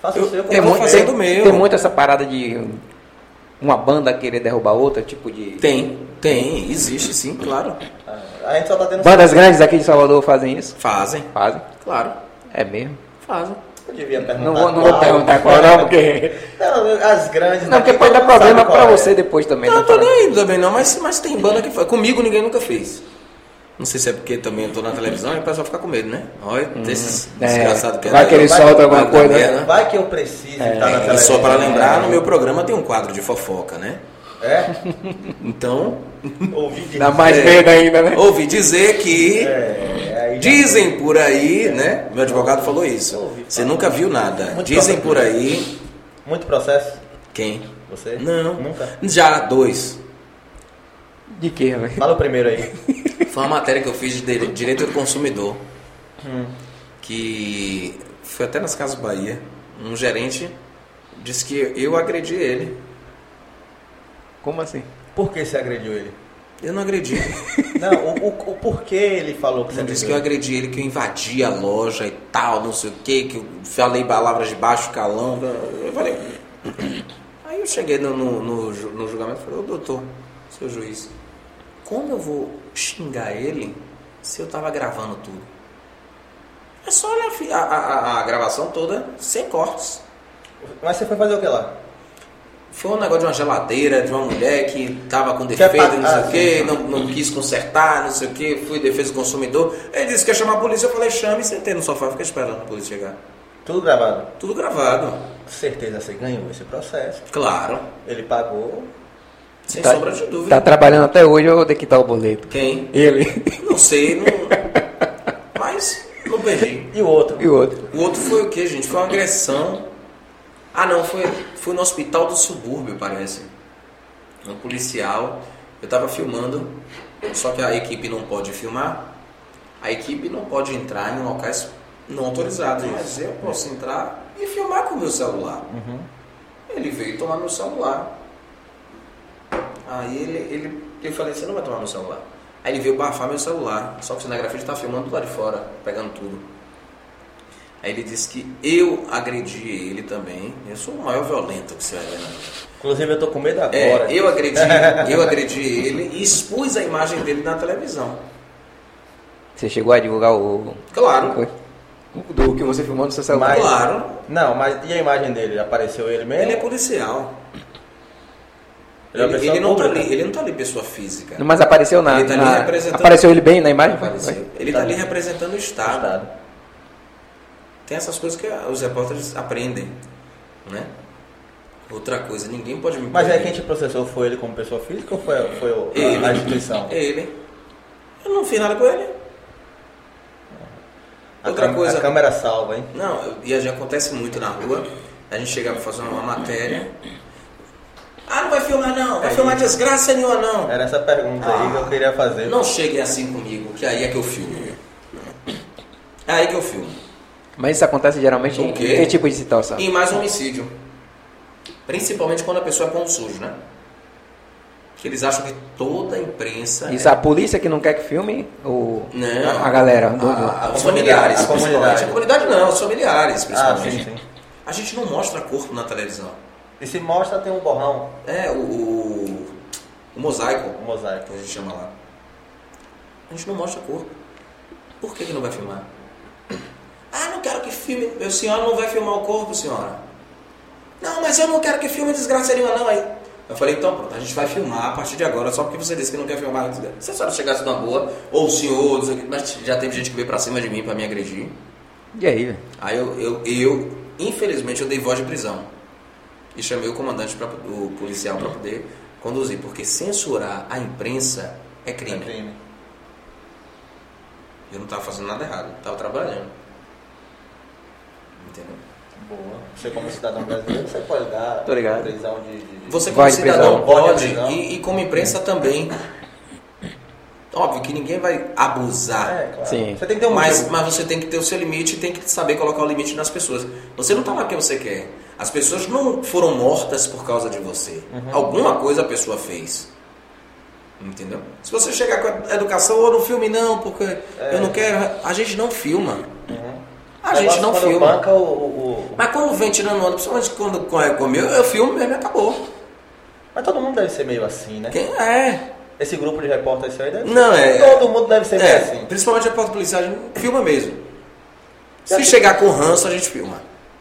Faça
Eu-
o seu como
tem
você
muito-
quer.
fazendo meu.
tem muito essa parada de uma banda querer derrubar outra, tipo de.
Tem, tem, existe sim, claro.
Ah, A gente só tá tendo
Bandas grandes aqui de Salvador fazem isso?
Fazem,
Fazem.
claro,
É mesmo.
fazem.
Eu devia perguntar.
Não vou, não
Tá,
vou perguntar qual não, porque.
Não, as grandes.
Não, porque
daqui
pode
todo
dar
mundo
problema
sabe
pra
qual é.
você depois também. tá
Não, eu tô
falando.
nem aí também não, mas, mas tem banda que faz. Comigo ninguém nunca fez. Não sei se é porque também eu tô na televisão e o pessoal fica com medo, né? Olha, desses
É,
desgraçados que
vai que ele
Vai-
solta alguma
vai-
coisa,
vai-
né?
vai-
Vai que eu preciso estar na
E
televisão.
É, só para lembrar, no meu programa tem um quadro de fofoca, né?
É?
Então,
Ouvi dizer.
Dá mais
É.
medo ainda, né?
ouvi dizer que.
É, aí já-
Dizem por aí, né? Meu advogado falou isso.
Ouvi falar.
Você nunca viu nada.
Muito
Dizem
bom.
por aí
Muito processo?
Quem?
Você?
Não.
É. Nunca?
Já dois.
De quê, velho?
Fala o primeiro aí.
Foi uma matéria que eu fiz de dire- direito do consumidor. Que foi até nas Casas Bahia. Um gerente disse que eu agredi ele.
Como assim?
Por que você agrediu ele?
Eu não agredi.
Não, o, o, o porquê ele falou que você
Ele
agrediu
disse que eu
ele?
agredi ele, que eu invadi a loja e tal, não sei o que, que eu falei palavras de baixo calão. Eu falei. *clears throat* Aí eu cheguei no, no, no ju- no julgamento e falei, ô doutor, seu juiz, como eu vou xingar ele se eu tava gravando tudo? É só olhar a fi- a, a- a- a gravação toda sem cortes.
Mas você foi fazer o que lá?
Foi um negócio de uma geladeira, de uma mulher que tava com
Que é
defeito,
pa-
não sei
ah,
o que,
então.
não, não quis consertar, não sei o que, fui defesa do consumidor. Ele disse que ia chamar a polícia, eu falei, chame, sentei no sofá, fica esperando a polícia chegar.
Tudo gravado.
Tudo gravado,
Certeza você ganhou esse processo.
claro,
Ele pagou.
sem
Tá-
sombra de dúvida.
Tá trabalhando até hoje, eu vou ter que dar o boleto.
Quem?
Ele
Não
*laughs*
sei, não... mas não perdi.
E o outro?
e o outro.
O outro foi o que, gente? Foi uma agressão. Ah, não, foi, foi no hospital do subúrbio, parece. Um policial. Eu tava filmando, só que a equipe não pode filmar. A equipe não pode entrar em locais não autorizados. Mas eu posso entrar e filmar com o meu celular. Ele veio tomar meu celular. Aí ele, ele, eu falei, você não vai tomar meu celular. Aí ele veio bafar meu celular. Só que o cinegrafista tá filmando do lado de fora, pegando tudo. Aí ele disse que eu agredi ele também. Eu sou o maior violento que você vai ver na vida.
Inclusive eu tô com medo agora.
É,
*laughs*
eu agredi, eu agredi ele e expus a imagem dele na televisão.
Você chegou a divulgar o.
Claro,
o- Do que você filmou no seu celular.
Mas-
claro.
Não, mas e a imagem dele? Apareceu ele mesmo?
Ele é policial.
Ele é uma
Ele,
pessoa
ele não tá
pública.
ali, ele não tá ali pessoa física.
Mas apareceu na.
Ele tá ali
na-
representando-
Apareceu ele bem na imagem? Foi?
Apareceu.
Foi?
Ele tá ali representando o
tá
Estado.
Estado.
Tem essas coisas que os repórteres aprendem, né? Outra coisa, ninguém pode me
Mas é aí
proibir.
quem te processou foi ele como pessoa física ou foi, foi o- a-
Ele. é,
a instituição?
Ele. Eu não fiz nada com ele.
A
Outra
câmera-
coisa.
A câmera salva, hein?
Não, eu- e a gente acontece muito na rua. A gente chega pra fazer uma matéria. Ah, não vai filmar não, vai
É
filmar
isso. É.
desgraça nenhuma não.
Era essa pergunta aí que eu queria fazer.
Ah, Não cheguem assim comigo, que aí é que eu filmo. É aí que eu filmo.
Mas isso acontece geralmente em
O quê?
que tipo de situação?
E mais um homicídio. Principalmente quando a pessoa é pão sujo, né? Que eles acham que toda a imprensa. é-
Isso é a polícia que não quer que filme? Ou
Não.
a, a galera? Do,
Ah,
do-
os familiares,
A comunidade.
principalmente. A comunidade não, os familiares,
Ah,
principalmente.
sim, sim.
A gente não mostra corpo na televisão.
E se mostra tem um borrão,
É, o, o, o mosaico,
um mosaico.
que a gente chama lá. A gente não mostra corpo. Por que, que não vai filmar? Ah, não quero que filme. Meu senhora não vai filmar o corpo, senhora. Não, mas eu não quero que filme desgraça nenhuma, não. Aí eu falei, então pronto, a gente vai filmar a partir de agora, só porque você disse que não quer filmar. desgraça. Se a senhora chegasse numa boa, ou o senhor, não sei o quê, mas já teve gente que veio pra cima de mim pra me agredir.
E aí, velho?
Aí eu, eu, eu, infelizmente, eu dei voz de prisão. E chamei o comandante, pra, o policial, para poder conduzir. Porque censurar a imprensa é crime.
É crime.
Eu não estava fazendo nada errado, estava trabalhando. Entendeu?
Boa. Você como cidadão brasileiro, você pode dar
Tô ligado.
prisão de... de- de-
Você, como
Voz de
cidadão,
prisão.
Voz de
Uhum. pode,
prisão.
e, e como imprensa também. Óbvio que ninguém vai abusar.
É, claro.
Sim.
Você tem que ter um
mas,
motivo.
mas você tem que ter o seu limite e tem que saber colocar o limite nas pessoas. Você não está lá porque você quer. As pessoas não foram mortas por causa de você. Alguma coisa a pessoa fez. Entendeu? Se você chegar com a educação, ou não filme não, porque eu não quero. A gente não filma.
Uhum.
A
Negócio
gente não
quando
filma.
Banca, o, o- o-
Mas quando vem tirando onda, principalmente quando é comigo, eu filmo mesmo e acabou.
Mas todo mundo deve ser meio assim, né?
Quem é?
Esse grupo de repórteres aí deve
Não, é.
Todo mundo deve ser meio
É,
assim.
principalmente a porta policial, a gente filma mesmo. Se
assim-
chegar com ranço, a gente filma.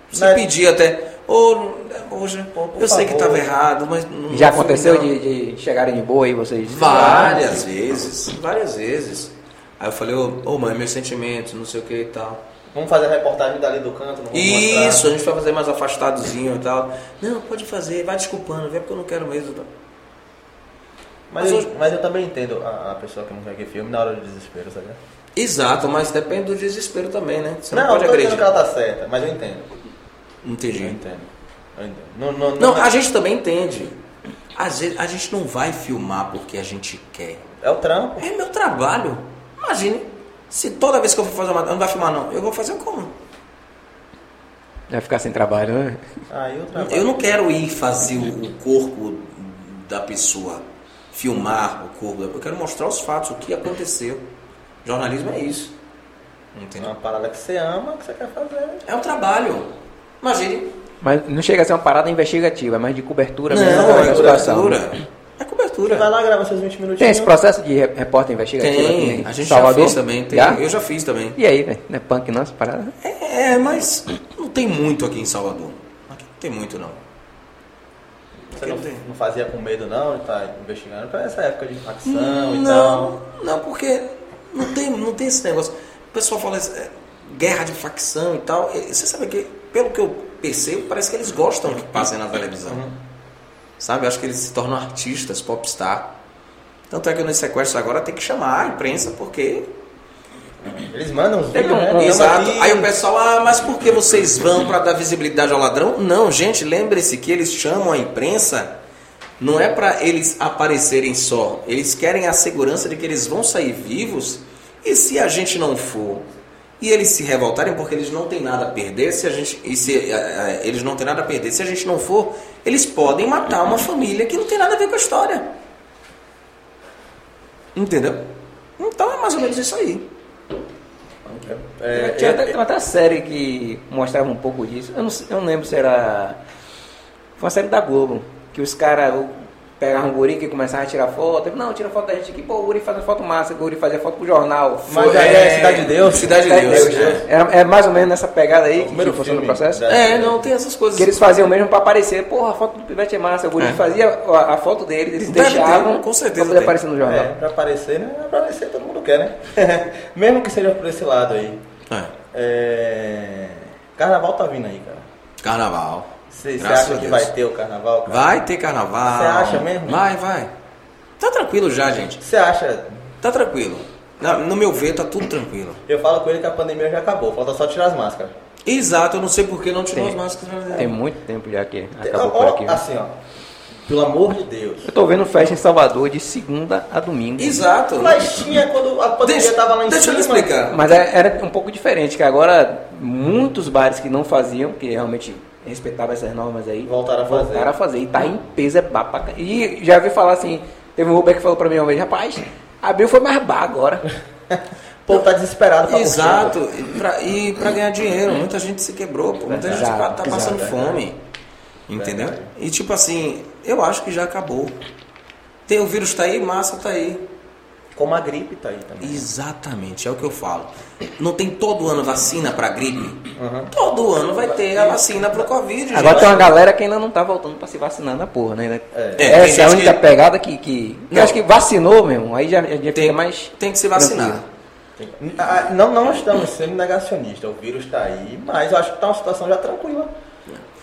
Se
Mas-
pedir até, ô, hoje,
Pô, por
eu sei que
favor.
estava errado, mas não.
Já
não
aconteceu
filme,
de, de chegarem de boa aí vocês?
não. Várias vezes, várias vezes. Aí eu falei, ô ô, mãe, meus sentimentos, não sei o que e tal.
Vamos fazer a reportagem dali do canto, não vamos
Isso,
mostrar.
a gente vai fazer mais afastadozinho e tal. Não, pode fazer, vai desculpando, vê porque eu não quero mesmo.
Mas,
Mas
eu,
hoje-
mas eu também entendo a, a pessoa que não quer que filme na hora do desespero, sabe?
Exato, mas depende do desespero também, né? Você não,
não, eu
pode
tô dizendo
agredir.
que ela tá certa, mas eu entendo.
Entendi.
entendo. Não, não, não, é
Não, a gente também entende. Às vezes, a gente não vai filmar porque a gente quer.
É o trampo.
É meu trabalho. Imagine, se toda vez que eu for fazer uma. Não vai filmar, não. Eu vou fazer como?
Vai ficar sem trabalho, né?
Aí o trampo. é
Eu não quero ir fazer o o corpo da pessoa, filmar o corpo. da- Eu quero mostrar os fatos, o que aconteceu. Jornalismo é isso.
É
Entendeu?
uma parada que você ama, que você quer fazer.
É um trabalho. Imagine.
Mas não chega a ser uma parada investigativa, é mais de cobertura
Não,
mesmo
é
da situação.
cobertura. É
Você vai
cobertura.
lá gravar seus 20 minutinhos.
Tem esse processo de re- repórter investigativo
Tem,
aqui
a
em
gente já
Salvador?
fez também. tem.
Já?
Eu já fiz também.
E aí, velho? Não é punk não essa parada?
É, mas não tem muito aqui em Salvador. Aqui não tem muito, não.
Você não, não fazia com medo, não, de estar investigando. Pra essa época de facção e tal.
Não, não, porque não tem, não tem esse negócio. O pessoal fala isso, é, guerra de facção e tal. E Você sabe que, pelo que eu percebo, parece que eles gostam do que passem na televisão. Sabe? Eu acho que eles se tornam artistas, popstar. Tanto é que nos sequestros agora tem que chamar a imprensa, porque.
Eles mandam os vídeos, né?
É, Exato.
Tamo
Aí o
aqui.
pessoal, ah, mas por que vocês vão para dar visibilidade ao ladrão? Não, gente, lembre-se que eles chamam a imprensa, não é para eles aparecerem só. Eles querem a segurança de que eles vão sair vivos e se a gente não for. E eles se revoltarem porque eles não têm nada a perder, se a gente e se eh, eh, eles não têm nada a perder, se a gente não for, eles podem matar uma família que não tem nada a ver com a história. Entendeu? Então é mais ou menos isso aí.
É,
tinha, até, tinha até uma série que mostrava um pouco disso. Eu não, sei- eu não lembro se era. Foi uma série da Globo. Que os caras o- pegavam um guri que começava a tirar foto. Não, tira foto da gente aqui. Pô, o guri fazendo foto massa. O guri fazia foto pro jornal.
Mas aí é Cidade de Deus.
Cidade de
É,
Deus.
é, é, é mais ou menos nessa pegada aí que
primeiro
que funciona o
filme
processo.
da-
É, não, tem essas coisas.
Que eles faziam mesmo pra aparecer. Porra, a foto do Pivete é massa. O guri
É.
fazia a, a foto dele, eles
Deve ter,
deixavam.
com certeza
Pra poder
tem.
aparecer no jornal.
É, pra aparecer, né? Pra aparecer todo mundo quer, né? *laughs* Mesmo que seja por esse lado aí.
É.
É, Carnaval tá vindo aí, cara.
Carnaval.
Você você
Graças
acha
a
que
Deus.
vai ter o carnaval, cara?
Vai ter carnaval.
Você acha mesmo?
Vai, vai. Tá tranquilo já, gente.
Você acha?
Tá tranquilo. Na- No meu ver, tá tudo tranquilo.
Eu falo com ele que a pandemia já acabou, falta só tirar as máscaras.
Exato, eu não sei por que não tirou
Tem.
as máscaras.
Tem muito tempo já que
Ó,
acabou
ó,
por
né?
aqui. viu?
Assim, ó. Pelo amor de Deus.
Eu tô vendo festa em Salvador de segunda a domingo.
Exato.
Mas tinha quando a pandemia
Deixa,
tava lá em
deixa eu
cima.
lhe explicar.
Mas é- era um pouco diferente, que agora muitos bares que não faziam, que realmente respeitavam essas normas aí,
Voltaram a fazer.
voltaram a fazer. E tá em peso, é baba. pra ca- E já ouvi falar assim, teve um Uber que falou pra mim uma vez, rapaz, abriu foi mais bar agora.
O povo tá desesperado pra curtir.
Exato. E pra, e pra ganhar dinheiro. Muita gente se quebrou, pô. Muita gente
Exato,
tá, tá passando
exato.
fome. Entendeu? E tipo assim, eu acho que já acabou. Tem o vírus tá aí, massa tá aí.
Como a gripe tá aí também.
Exatamente, é o que eu falo. Não tem todo ano vacina para gripe? Todo ano vai ter a vacina para o Covid.
agora
gente.
tem uma galera que ainda não tá voltando pra se vacinar na porra, né?
É.
É, tem
Essa é a
gente
única
que-
pegada que. que... que
Não.
Eu acho que vacinou mesmo, aí já, já
tem,
fica mais.
tem que se vacinar.
tranquilo.
Ah, Não, não estamos sendo negacionistas. O vírus tá aí, mas eu acho que tá uma situação já tranquila.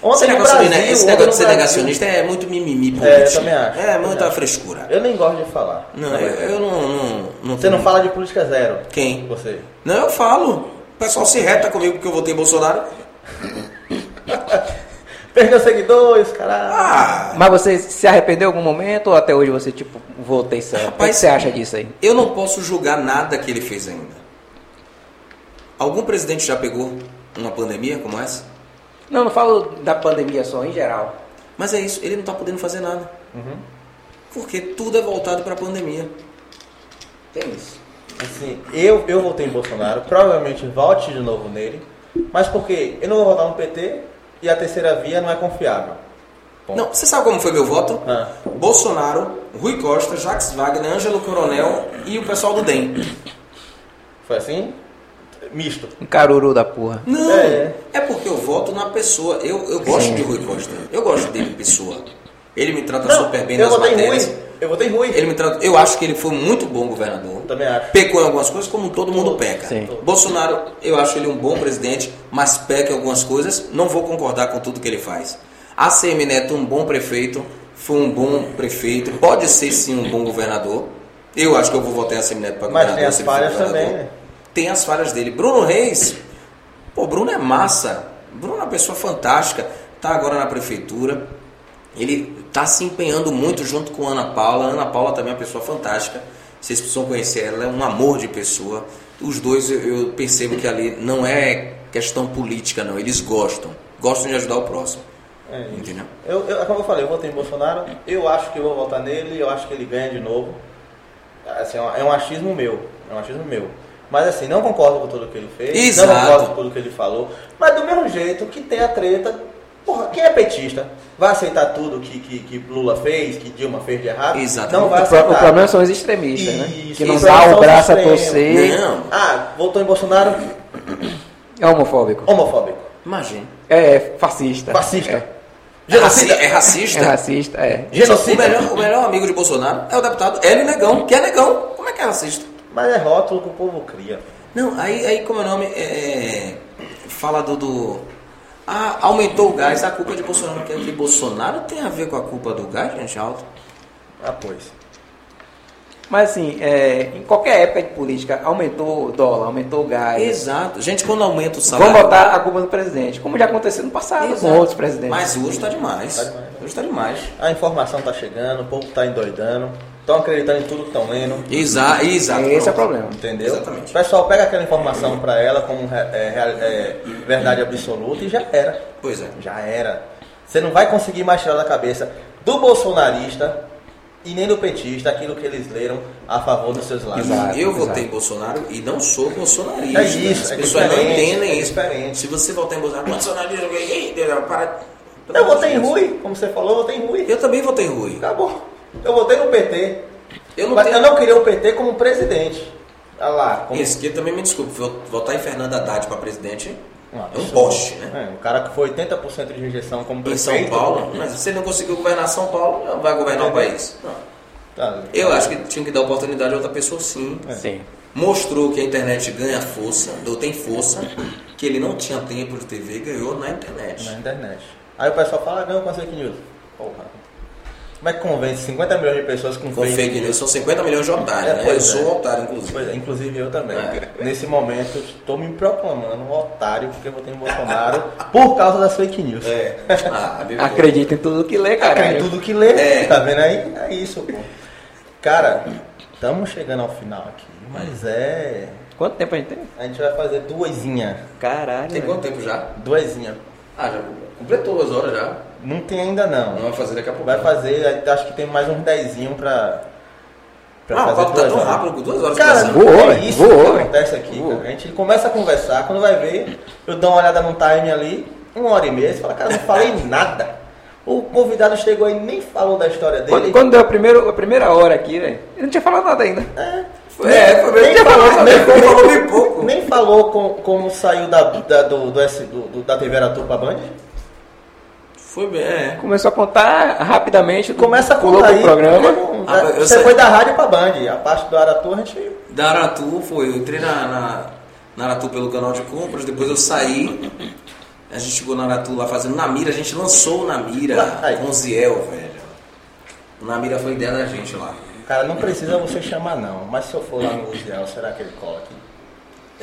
Ontem
Esse
no
negócio, de,
Brasil,
ne- esse
ontem
negócio
no
de ser
Brasil-
negacionista é muito mimimi político.
É, eu também acho.
É
Também
muita
acho.
frescura.
Eu nem gosto de falar.
Não, eu, eu não, não, não.
Você não fala de política zero.
Quem?
Você.
Não, eu falo. O pessoal se reta comigo porque eu votei em Bolsonaro.
Perdeu seguidores, caralho.
Ah,
Mas você se arrependeu em algum momento ou até hoje você, tipo, voltei certo? o que que
Rapaz,
você acha disso aí?
eu não posso julgar nada que ele fez ainda. Algum presidente já pegou uma pandemia como essa?
Não, não falo da pandemia só, em geral.
Mas é isso, ele não está podendo fazer nada.
Uhum.
Porque tudo é voltado para a pandemia.
Tem isso.
Assim, eu, eu votei em Bolsonaro, provavelmente vote de novo nele, mas porque eu não vou votar no PT e a terceira via não é confiável. Bom.
Não, você sabe como foi meu voto?
Ah.
Bolsonaro, Rui Costa, Jacques Wagner, Ângelo Coronel e o pessoal do DEM.
Foi assim? Misto.
Um caruru da porra.
Não,
É.
é, porque eu voto na pessoa. Eu, eu gosto de Rui Costa. Eu gosto dele, pessoa. Ele me trata Então, super bem
eu
nas
votei em
matérias.
Rui. Eu votei em Rui.
Ele me trata, eu acho que ele foi muito bom governador.
Também acho.
Pecou em algumas coisas, como todo mundo peca.
Sim.
Bolsonaro, eu acho ele um bom presidente, mas peca em algumas coisas. Não vou concordar com tudo que ele faz. ACM Neto, um bom prefeito, foi um bom prefeito, pode ser sim um bom governador. Eu acho que eu vou votar em ACM Neto para
Mas
governador.
tem as
se ele for
falhas
governador.
também, né?
Tem as falhas dele. Bruno Reis, pô, Bruno é massa. Bruno é uma pessoa fantástica. Tá está agora na prefeitura. Ele está se empenhando muito junto com a Ana Paula. A Ana Paula também é uma pessoa fantástica. Vocês precisam conhecer ela, é um amor de pessoa. Os dois eu, eu percebo que ali não é questão política, não. Eles gostam. Gostam de ajudar o próximo.
É isso.
Entendeu?
Eu, eu- como eu falei, eu votei em Bolsonaro, eu acho que eu vou votar nele, eu acho que ele ganha de novo. Assim, é um- é um achismo meu, é um achismo meu. Mas assim, não concordo com tudo que ele fez,
Exato.
não concordo com tudo que ele falou. Mas do mesmo jeito que tem a treta, porra, quem é petista vai aceitar tudo que, que, que Lula fez, que Dilma fez de errado?
Exatamente.
Não vai
O, pro-
aceitar.
o problema é- são os extremistas, né?
Tá Isso,
Que não
isso,
dá
são
o
os
braço a
extremos.
torcer.
Não,
Ah, votou em Bolsonaro,
É homofóbico.
homofóbico,
imagina.
É fascista.
fascista.
É, raci é
É,
racista?
é racista, é.
Genocida.
Então, O melhor, o melhor amigo de Bolsonaro é o deputado Hélio Negão, que é negão. Como é que é racista?
Mas é rótulo que o povo cria.
Não, aí, aí como é o nome? É, fala do, do- Ah, aumentou o gás, a culpa é de Bolsonaro. Quer dizer, Bolsonaro tem a ver com a culpa do gás, gente? Alto.
Ah, pois.
Mas assim, é, em qualquer época de política, aumentou o dólar, aumentou o gás.
Exato. Gente, quando aumenta o salário.
Vamos botar a culpa no presidente, como já aconteceu no passado
Exato.
com outros presidentes.
Mas hoje tá demais.
Tá demais.
Hoje tá demais.
A informação tá chegando, o povo tá endoidando, estão acreditando em tudo que estão lendo,
Exa exato.
Esse é o
pronto.
problema.
entendeu?
Exatamente.
O pessoal pega aquela informação pra ela como re- é, real- é, verdade absoluta e já era.
Pois é.
Já era. Você não vai conseguir mais tirar da cabeça do bolsonarista e nem do petista aquilo que eles leram a favor dos seus lados.
Exato.
eu votei em Bolsonaro e não sou bolsonarista.
É isso,
As
é
pessoas não
diferente,
entendem
é
isso.
diferente.
Se você votar em Bolsonaro, bolsonarista, ei, para.
Eu votei em Rui, como você falou, eu votei em Rui.
Eu também votei em Rui.
Acabou. Eu votei no PT.
Eu não
mas
tenho-
eu não queria o PT como presidente. Olha lá, como
Isso, que também me desculpe, vo- votar em Fernando Haddad para presidente
Um
é um
absurdo.
poste, né?
É, o cara que foi 80% de rejeição como
Em
prefeito.
São Paulo, mas se ele não conseguiu governar São Paulo, não vai governar o país. Não.
Tá.
Eu acho que tinha que dar oportunidade a outra pessoa sim.
É.
Sim.
Mostrou que a internet ganha força, ou tem força, que ele não tinha tempo de TV, ganhou na internet.
Na internet. Aí o pessoal fala, "Ah, não, com as fake news. Porra. Como é que convence 50 milhões de pessoas com,
Com fake news, são 50 milhões de otários,
É,
né? Eu
pois
sou
é.
um otário, inclusive.
Pois é, inclusive eu também.
É.
Nesse momento, eu estou me proclamando um otário porque eu votei em Bolsonaro por causa das fake news.
Ah, bebê.
Acredita em tudo que lê, cara.
Cara, em tudo que lê,
É.
tá vendo aí? É isso, pô. Cara, estamos chegando ao final aqui, mas é...
Quanto tempo a gente tem?
A gente vai fazer duesinha.
Caralho.
Tem quanto tempo já?
Duesinha.
Ah, já completou as horas já.
Não tem ainda
Não
não.
vai fazer daqui a pouco.
Vai fazer, acho que tem mais uns dezinho pra. pra
Ah, o papo tá
duas
tão
horas.
rápido, duas horas
Cara,
passando.
voou,
é
velho,
isso
voou,
que
velho.
acontece aqui,
Voou.
cara. A gente começa a conversar, quando vai ver, eu dou uma olhada no time ali, uma hora e meia, você fala, cara, não falei
*laughs*
nada. O convidado chegou aí e nem falou da história dele.
Quando, quando deu a, primeiro, a primeira hora aqui, velho, ele não tinha falado nada ainda.
É,
É, foi bem
nem
falou,
falou, nem
falou,
falou,
falou bem pouco.
nem falou com, como saiu da, da, do, do, S- do- do- da TV Aratu pra Band.
Foi bem, é.
Começou a contar rapidamente.
Começa a
pulou
contar aí.
pro programa.
Ah, eu
você
sei.
foi da rádio pra Band, a parte do Aratu a gente
Da Aratu foi, eu entrei na, na, na Aratu pelo canal de compras, depois eu saí. A gente chegou na Aratu lá fazendo Namira, a gente lançou o Namira
Aí.
com Ziel, velho. O Namira foi ideia da gente lá.
Cara, não precisa você chamar não, mas se eu for lá no Uziel, será que ele cola aqui?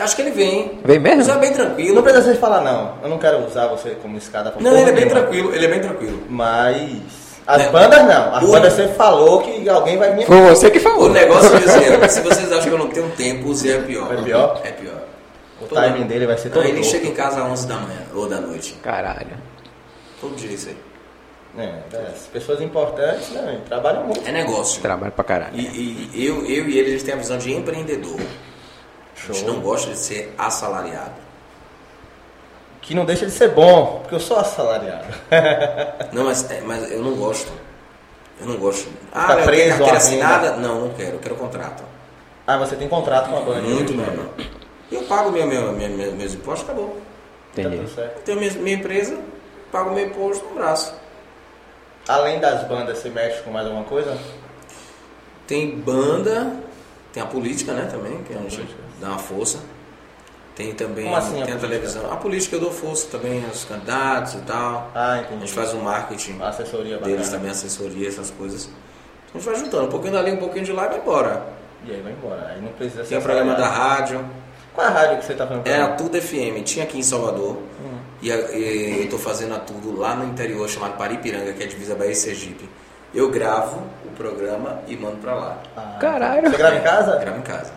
Acho que ele vem. hein?
Vem mesmo?
Mas é bem
Não
tranquilo.
precisa você falar não, eu não quero usar você como escada pra
Não,
porra
ele é bem
nenhuma.
tranquilo, ele é bem tranquilo.
Mas as
Não.
bandas não, as
O-
bandas você falou que alguém vai vir
Foi você que falou.
O negócio é dizer, se vocês acham que eu não tenho tempo, o Zé é pior.
É pior?
É pior.
O timing dele vai ser todo
Aí ele
louco.
chega em casa às 11 da manhã ou da noite.
Caralho.
Todo dia isso aí.
É, é, as pessoas importantes né, trabalham muito.
É negócio.
Trabalho pra caralho.
E, e eu, eu e ele, a gente tem a visão de empreendedor. A gente não gosta de ser assalariado.
Que não deixa de ser bom, porque eu sou assalariado.
Não, mas, é, mas eu não gosto. Eu não gosto. Ah,
Fica
eu
preso
tenho
à
carteira
renda.
assinada? Não, não quero. Eu quero contrato.
ah, você tem contrato com a banda.
Muito melhor. Eu pago meu, meu, meu, meu- meus impostos, acabou.
Tá tudo
Entendi.
certo.
Tenho minha, minha empresa, pago meu imposto um no braço.
Além das bandas, você mexe com mais alguma coisa?
Tem banda, tem a política, né, também, que a gente dá uma força. Tem também
Como assim a
tem a,
política?
televisão. A política eu dou força também aos candidatos e tal.
Ah,
A gente
entendi.
faz um marketing
Uma assessoria é bacana.
deles também, assessoria, essas coisas. Então, A gente vai juntando, um pouquinho dali, um pouquinho de lá e vai embora.
E aí vai embora. Aí não precisa ser
Tem o programa da
assalariado.
rádio,
Qual é a rádio que você tá Hum. fazendo?
É a
programa?
Tudo FM, tinha aqui em Salvador. E, a- e eu tô fazendo a Tudo lá no interior, chamado Paripiranga, que é a divisa Bahia e Sergipe. Eu gravo o programa e mando pra lá.
Ah,
Caralho.
Você grava em casa?
Gravo em casa.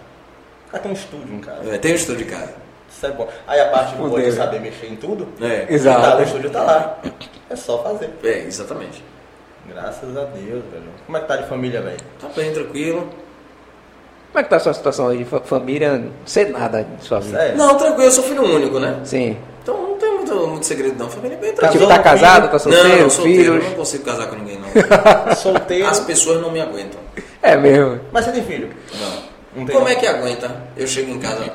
Ah, tem um estúdio em casa.
É, Tem um estúdio de casa.
Isso é bom. Aí a parte boa de
Fudeu.
saber mexer em tudo.
É,
Exato.
Tá, o estúdio tá lá. É só fazer.
é exatamente.
Graças a Deus, velho. Como é que tá de família, velho?
Tá bem tranquilo.
Como é que tá a sua situação aí de fa- família? Não sei nada de sua vida.
Sério?
Não, tranquilo, eu sou filho único, né?
Sim.
Então não tem muito, muito segredo não, família é bem
Tá,
tranquila.
tipo, tá
um
casado,
filho?
tá
não,
solteiro,
eu sou solteiro,
filhos.
eu não consigo casar
*laughs*
com ninguém não.
Tá Solteiro.
As pessoas não me aguentam.
É mesmo.
Mas você tem filho?
Não.
Não tem
Como
não.
é que aguenta? Eu chego em casa,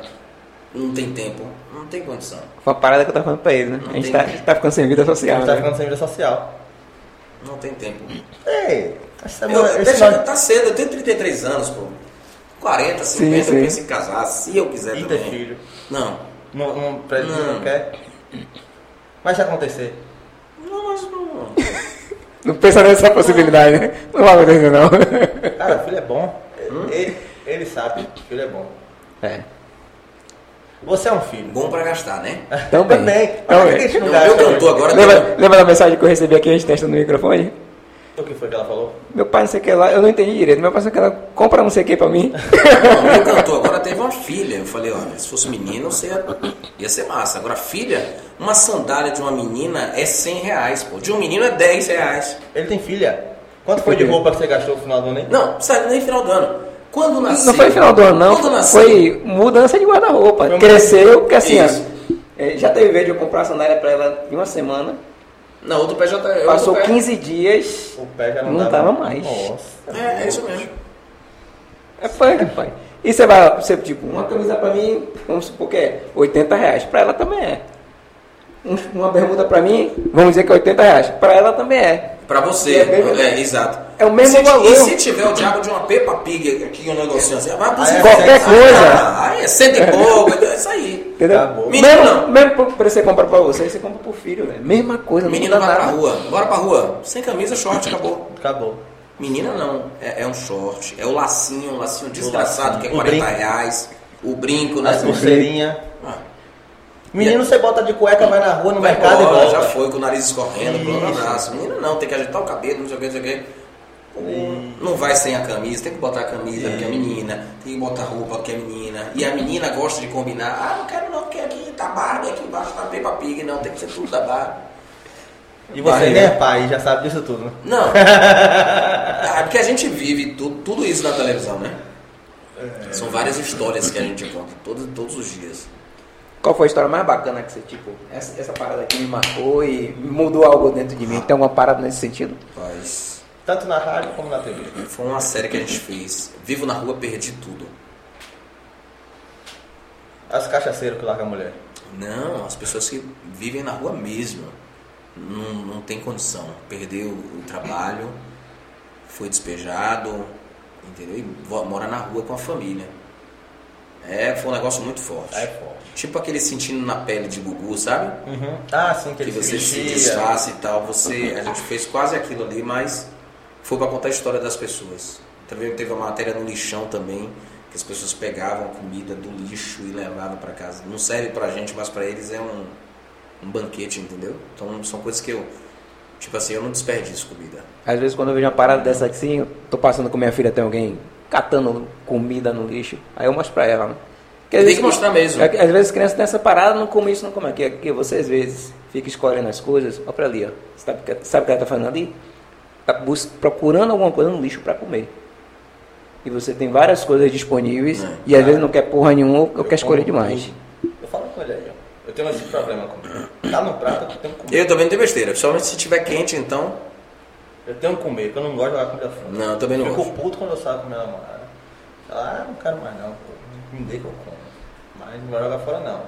não tem tempo, não tem condição.
Foi uma parada que eu tava falando pra ele, né?
Não
A gente
tem
tá,
nada.
tá ficando sem vida
é?
Você
social.
tá
né?
ficando sem vida social.
Não tem tempo.
Ei, essa
Eu,
mulher- É, esse
deixa,
nós-
Tá cedo, eu tenho 33 anos, pô. 40, 50,
Sim,
eu
sim.
penso em casar, se eu
E
quiser
ter
também.
é filho?
Não.
Não, não, pra ele não
Não.
quer. Mas se acontecer.
Não, mas não.
Não pensa nessa possibilidade, né? Não vai acontecer, não.
Cara, filho é bom. Ele, ele sabe, filho é bom.
É.
Você é um filho.
Bom pra
*laughs*
gastar, né?
Também.
Também. Mas por que a
Também.
gente não
Eu,
gasta,
eu cantor
velho?
agora
Lembra, lembra da mensagem que eu recebi aqui, a gente testa no microfone?
O que foi que ela falou?
Meu pai não sei o que lá, eu não entendi direito. Meu pai não sei o que lá, compra não sei o que pra mim.
Não, meu cantor agora teve uma filha. Eu falei, olha, se fosse menino, você ia, ia ser massa. Agora, filha, uma sandália de uma menina é 100 reais, pô. De um menino é 10 reais.
Ele tem filha. Quanto foi de roupa que você gastou no final do ano, hein?
Não, sabe, nem final do ano. Quando
Ah,
nasceu.
Não foi final do ano, não.
Quando nasceu.
Foi mudança de guarda-roupa.
Foi
Cresceu, porque assim, ó,
Isso.
eh, já teve vez de eu comprar a sandália pra ela em uma semana.
Não, outro pé já tá. outro
Passou
pé.
15 dias.
O pé já não,
Não
dava
dava mais.
Nossa.
É, é isso mesmo.
É punk, pai. E você vai, você, tipo, uma camisa pra mim, vamos supor que é 80 reais. Pra ela também é. Um- Uma bermuda pra mim, vamos dizer que é 80 reais. Pra ela também é.
Pra você.
É mesmo-
É, exato.
É o mesmo
se, ti-
valor.
E se tiver o diabo de uma Peppa Pig aqui, um negocinho assim, vai pro
Aí é
Qualquer
sexo.
coisa.
Ah, aí é cento e pouco, é isso aí.
Entendeu?
Acabou.
Mesmo,
Menino não.
mesmo pro preço que você compra pra você, você compra pro filho, velho. Mesma coisa, não
Menina
muda
vai pra
nada.
rua. Bora pra rua. Sem camisa, short, acabou.
Acabou.
Menina não, é, é um short, é o lacinho, um lacinho desgraçado que é
O
40
brinco.
reais, o brinco, né?
A pulseirinha.
Ah,
Menino, você bota de cueca, vai na rua, no
vai
mercado
embora,
e volta.
já foi com o nariz escorrendo, pronto,
Isso.
abraço. Menina não, tem que ajeitar o cabelo, não sei o que, não sei o que. Pô, Não vai sem a camisa, tem que botar a camisa porque é menina, tem que botar roupa porque é menina. E a menina gosta de combinar. Ah, não quero não, porque aqui tá Barbie, aqui embaixo tá Peppa Pig, não, tem que ser tudo da Barbie.
E você
Vai,
nem
né?
é pai, já sabe disso tudo, né?
Não. Ah, porque a gente vive tudo, tudo isso na televisão, né? São várias histórias que a gente conta todo, todos os dias.
Qual foi a história mais bacana que você, tipo, essa, essa parada aqui me marcou e mudou algo dentro de mim? Tem alguma parada nesse sentido?
Mas
Tanto na rádio como na TV.
foi uma série que a gente fez. Vivo na rua, perdi tudo.
As cachaceiras que larga a mulher.
Não, as pessoas que vivem na rua mesmo não, não tem condição. Perdeu o trabalho, foi despejado, entendeu? E vo- mora na rua com a família. É, foi um negócio muito forte.
É forte.
Tipo aquele sentindo na pele de Gugu, sabe?
Ah, sim, que
que
ele
você se
vestia.
desfaça e tal. Você, a gente fez quase aquilo ali, mas foi para contar a história das pessoas. Também teve uma matéria no lixão também, que as pessoas pegavam comida do lixo e levavam para casa. Não serve pra gente, mas para eles é um, um banquete, entendeu? Então são coisas que eu, tipo assim, eu não desperdiço comida.
Às vezes quando eu vejo uma parada dessa assim, eu tô passando com minha filha, tem alguém catando comida no lixo. Aí eu mostro pra ela, né? Porque às
Tem
vezes-
que mostrar mesmo.
é que Às vezes criança tem essa parada, não come isso, não come aquilo. Porque você às vezes fica escolhendo as coisas, olha pra ali, ó. Sabe o que, sabe o que ela tá fazendo ali? Tá bus- procurando alguma coisa no lixo pra comer. E você tem várias coisas disponíveis
É.
e às vezes não quer porra nenhuma ou quer escolher
como
demais.
Eu falo com ele aí, ó. Eu tenho esse problema comigo. Tá no prato, eu tenho que comer.
Eu também não tenho besteira, principalmente se tiver quente, então.
Eu tenho que comer, porque eu não gosto de jogar comida fora.
Não, eu também não
Fico
gosto.
puto quando eu saio com minha namorada. Fala, ah, não quero mais não, pô. Me dê que eu como. Mas não vai jogar fora não.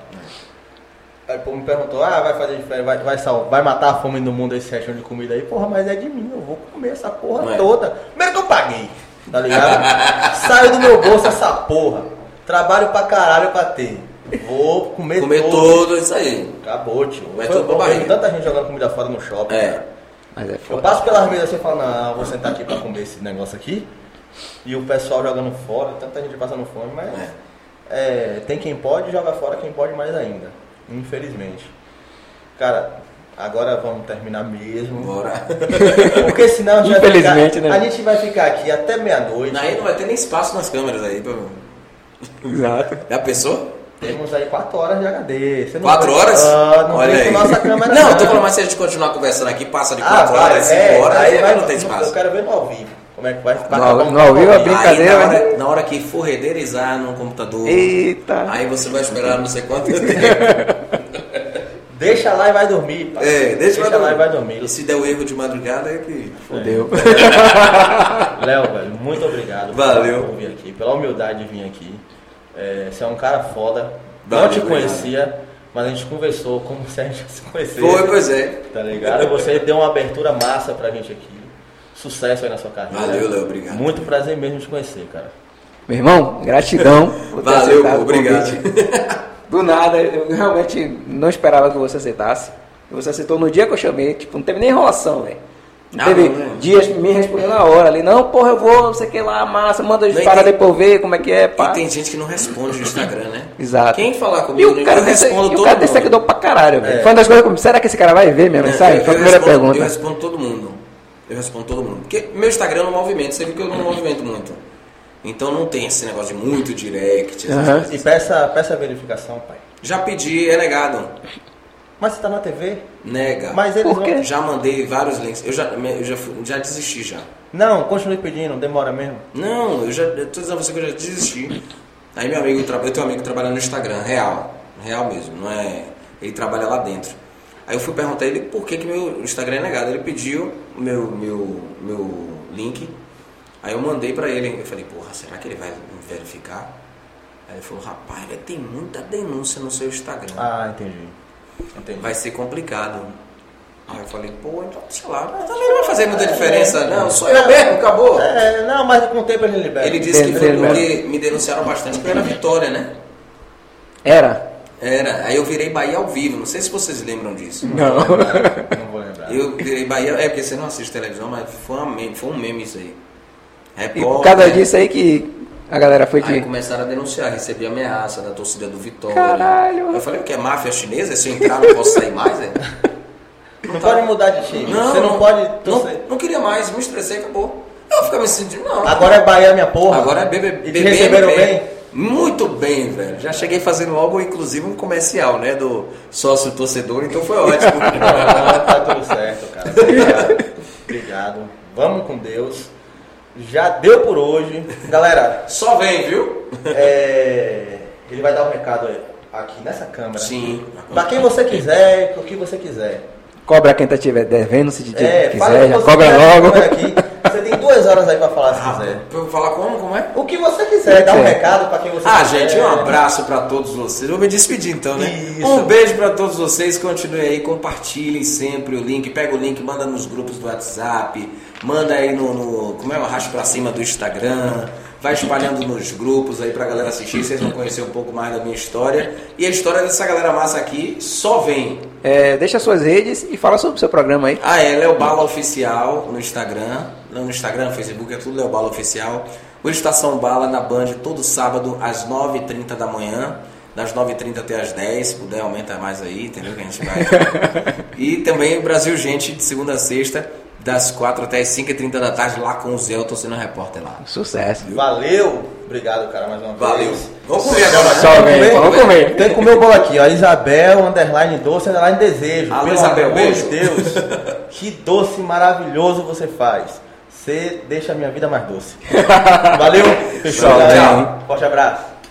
Aí o povo me perguntou, ah, vai fazer diferença, vai, vai, sal- vai matar a fome do mundo esse restante de comida aí? Porra, mas é de mim, eu vou comer essa porra
Não é.
toda. Primeiro que eu paguei, tá ligado? *laughs* Saiu do meu bolso essa porra. Trabalho pra caralho pra ter. Vou comer,
Comer todo isso aí.
Acabou, tio.
Vai
Foi
tudo pra
bom,
barriga.
Tanta gente jogando comida fora no shopping.
É.
cara.
Mas é
Eu
foda.
passo pelas mesas assim e falo, não, eu vou sentar aqui pra comer esse negócio aqui. E o pessoal jogando fora, tanta gente passando fome, mas
É.
é, é, tem quem pode joga fora quem pode mais ainda. Infelizmente. Cara, agora vamos terminar mesmo.
Bora.
*laughs*
*laughs*
Porque senão a gente, vai,
Infelizmente,
ficar,
né?
a gente vai ficar aqui até meia-noite.
Aí não vai ter nem espaço nas câmeras aí. Pra...
Exato.
Já pensou?
Temos aí 4 horas de HD. Você não
Quatro
pode-
horas?
Ah, não
Olha
vem
aí.
com nossa câmera.
não, eu tô falando, mas se a gente continuar conversando aqui, passa de
Ah,
quatro
vai,
horas, cinco
é,
horas,
aí
assim, aí
vai,
não tem espaço.
Eu quero ver no ao vivo. Como é que vai ficar?
No ao- no ao vivo é brinca- Brincadeira,
aí, na,
né?
hora, na hora que for renderizar no computador,
Eita.
aí você vai esperar não sei
*laughs*
quanto tempo.
Deixa lá e vai dormir. pai.
É, deixa, pra
lá e
dormir.
vai dormir.
E se der o erro de madrugada, é que.
Fudeu.
Léo, velho, muito obrigado.
Valeu.
Por vir aqui, pela humildade de vir aqui. É, você é um cara foda.
Valeu,
não te
obrigado.
conhecia, mas a gente conversou como *laughs* se a gente já se conhecesse.
Foi, pois é.
Tá ligado? Você deu uma abertura massa pra gente aqui. Sucesso aí na sua carreira.
Valeu, Léo, obrigado.
Muito prazer mesmo te conhecer, cara.
Meu irmão,
*laughs*
gratidão. por ter
Valeu,
aceitado o
obrigado.
convite. Do nada, eu realmente não esperava que você aceitasse. Você aceitou no dia que eu chamei, tipo, não teve nem enrolação, velho. Não
Ah,
teve
não, né?
dias me respondendo na hora ali, não, porra, eu vou, não sei o que lá, massa, manda os
Não, e
caras
tem-
depois eu ver como é que é, pá.
E tem gente que não responde no Instagram, né?
Exato.
Quem falar comigo, né?
E
eu
o cara tem,
respondo
e
todo
o cara tem
mundo.
seguidor pra caralho, velho.
É.
Foi uma das coisas como, será que esse cara vai ver minha
Não,
mensagem?
eu-
Foi a
eu
primeira
respondo- Eu
pergunta.
respondo todo mundo. Eu respondo todo mundo. Porque meu Instagram não movimento, você viu que eu não movimento muito. Então não tem esse negócio de muito direct. essas
Aham.
E
coisas.
peça, peça a verificação, pai.
Já pedi, é negado.
Mas você tá na TV?
Nega.
Mas eles
Por quê?
não.
Já mandei vários links. Eu já, eu já, fui- já desisti já.
Não, continue pedindo, demora mesmo.
Não, eu já eu tô dizendo a você que eu já desisti. Aí meu amigo, tra- eu tenho um amigo que trabalha no Instagram, real. Real mesmo, não é. Ele trabalha lá dentro. Aí eu fui perguntar a ele por que, que meu Instagram é negado. Ele pediu o meu, meu, meu link. Aí eu mandei pra ele. Eu falei, porra, será que ele vai verificar? Aí ele falou, rapaz, velho, tem muita denúncia no seu Instagram.
Ah, entendi. Entendi.
Vai ser complicado. Aí eu falei, pô, então, sei lá, também não vai fazer muita diferença, não. Sou eu mesmo, acabou.
É, não, mas com o tempo ele libera.
É,
Ele disse que foi
Entenderam,
porque me denunciaram bastante porque eu era Vitória, né?
Era?
Era. Aí eu virei Bahia ao vivo. Não sei se vocês lembram disso.
Não.
Não vou lembrar.
Eu virei Bahia. É porque você não assiste televisão, mas foi, uma meme, foi um meme isso aí.
E por causa
Repórter. né?
disso aí que a galera foi
Aí
de.
começaram a denunciar, recebi ameaça da torcida do Vitória.
Caralho.
Aí Eu falei, o que é máfia chinesa? Se eu entrar, não posso sair mais, é?
Não pode mudar de time. *laughs* você não, pode.
Não, não queria mais, me estressei, acabou. Eu ficava me sentindo, não.
Agora é Bahia, minha porra.
Agora é BB,
E te receberam
BBB. *laughs*
bem?
Muito bem, velho. Já cheguei fazendo logo, inclusive, um comercial, né? Do sócio torcedor, então
*laughs*
foi ótimo.
Ah, tá tudo certo, cara. Obrigado. Obrigado. Vamos com Deus. Já deu por hoje. Galera,
Só vem, viu?
é, ele vai dar um recado aí, aqui nessa câmera.
Sim.
Pra quem você quiser, pro que você quiser.
Cobra quem tá tiver devendo, se de
É, fala o
quiser,
que
já
você
cobra
quiser,
logo.
câmera Aqui. Você tem duas horas aí pra falar se quiser.
Pra eu falar como? Como é?
O que você quiser, dá um
É.
recado pra quem você
Ah,
quiser.
gente, um abraço pra todos vocês. Vou me despedir então, né?
Isso.
Um beijo pra todos vocês. Continuem aí, compartilhem sempre o link. Pega o link, manda nos grupos do WhatsApp, manda aí no, no- como é, o arrasto pra cima do Instagram. Vai espalhando nos grupos aí pra galera assistir. Vocês vão conhecer um pouco mais da minha história. E a história dessa galera massa aqui só vem.
É, deixa suas redes e fala sobre o seu programa aí.
Ah, é Léo Bala Oficial no Instagram. Não, no Instagram, no Facebook, é tudo Léo Bala Oficial. O Estação Bala na Band todo sábado às 9h30 da manhã. Das 9h30 até as 10, se puder aumenta mais aí, entendeu? Que a gente vai. e também o Brasil Gente, de segunda a sexta, das 4 até as 5h30 da tarde, lá com o Zé, eu tô sendo repórter lá.
Sucesso.
Valeu. Obrigado, cara, mais uma
Valeu.
vez.
Vamos comer agora, né?
Só
Vamos
vem,
comer?
vamos comer.
Tem que comer o bolo aqui, ó. Isabel, underline doce, underline desejo.
Alô,
Pelo
Isabel,
amor
beijo.
de Deus.
*laughs*
Que doce maravilhoso você faz.
*laughs*
Você deixa a minha vida mais doce. Valeu, pessoal.
Tchau,
galera.
tchau.
Forte abraço.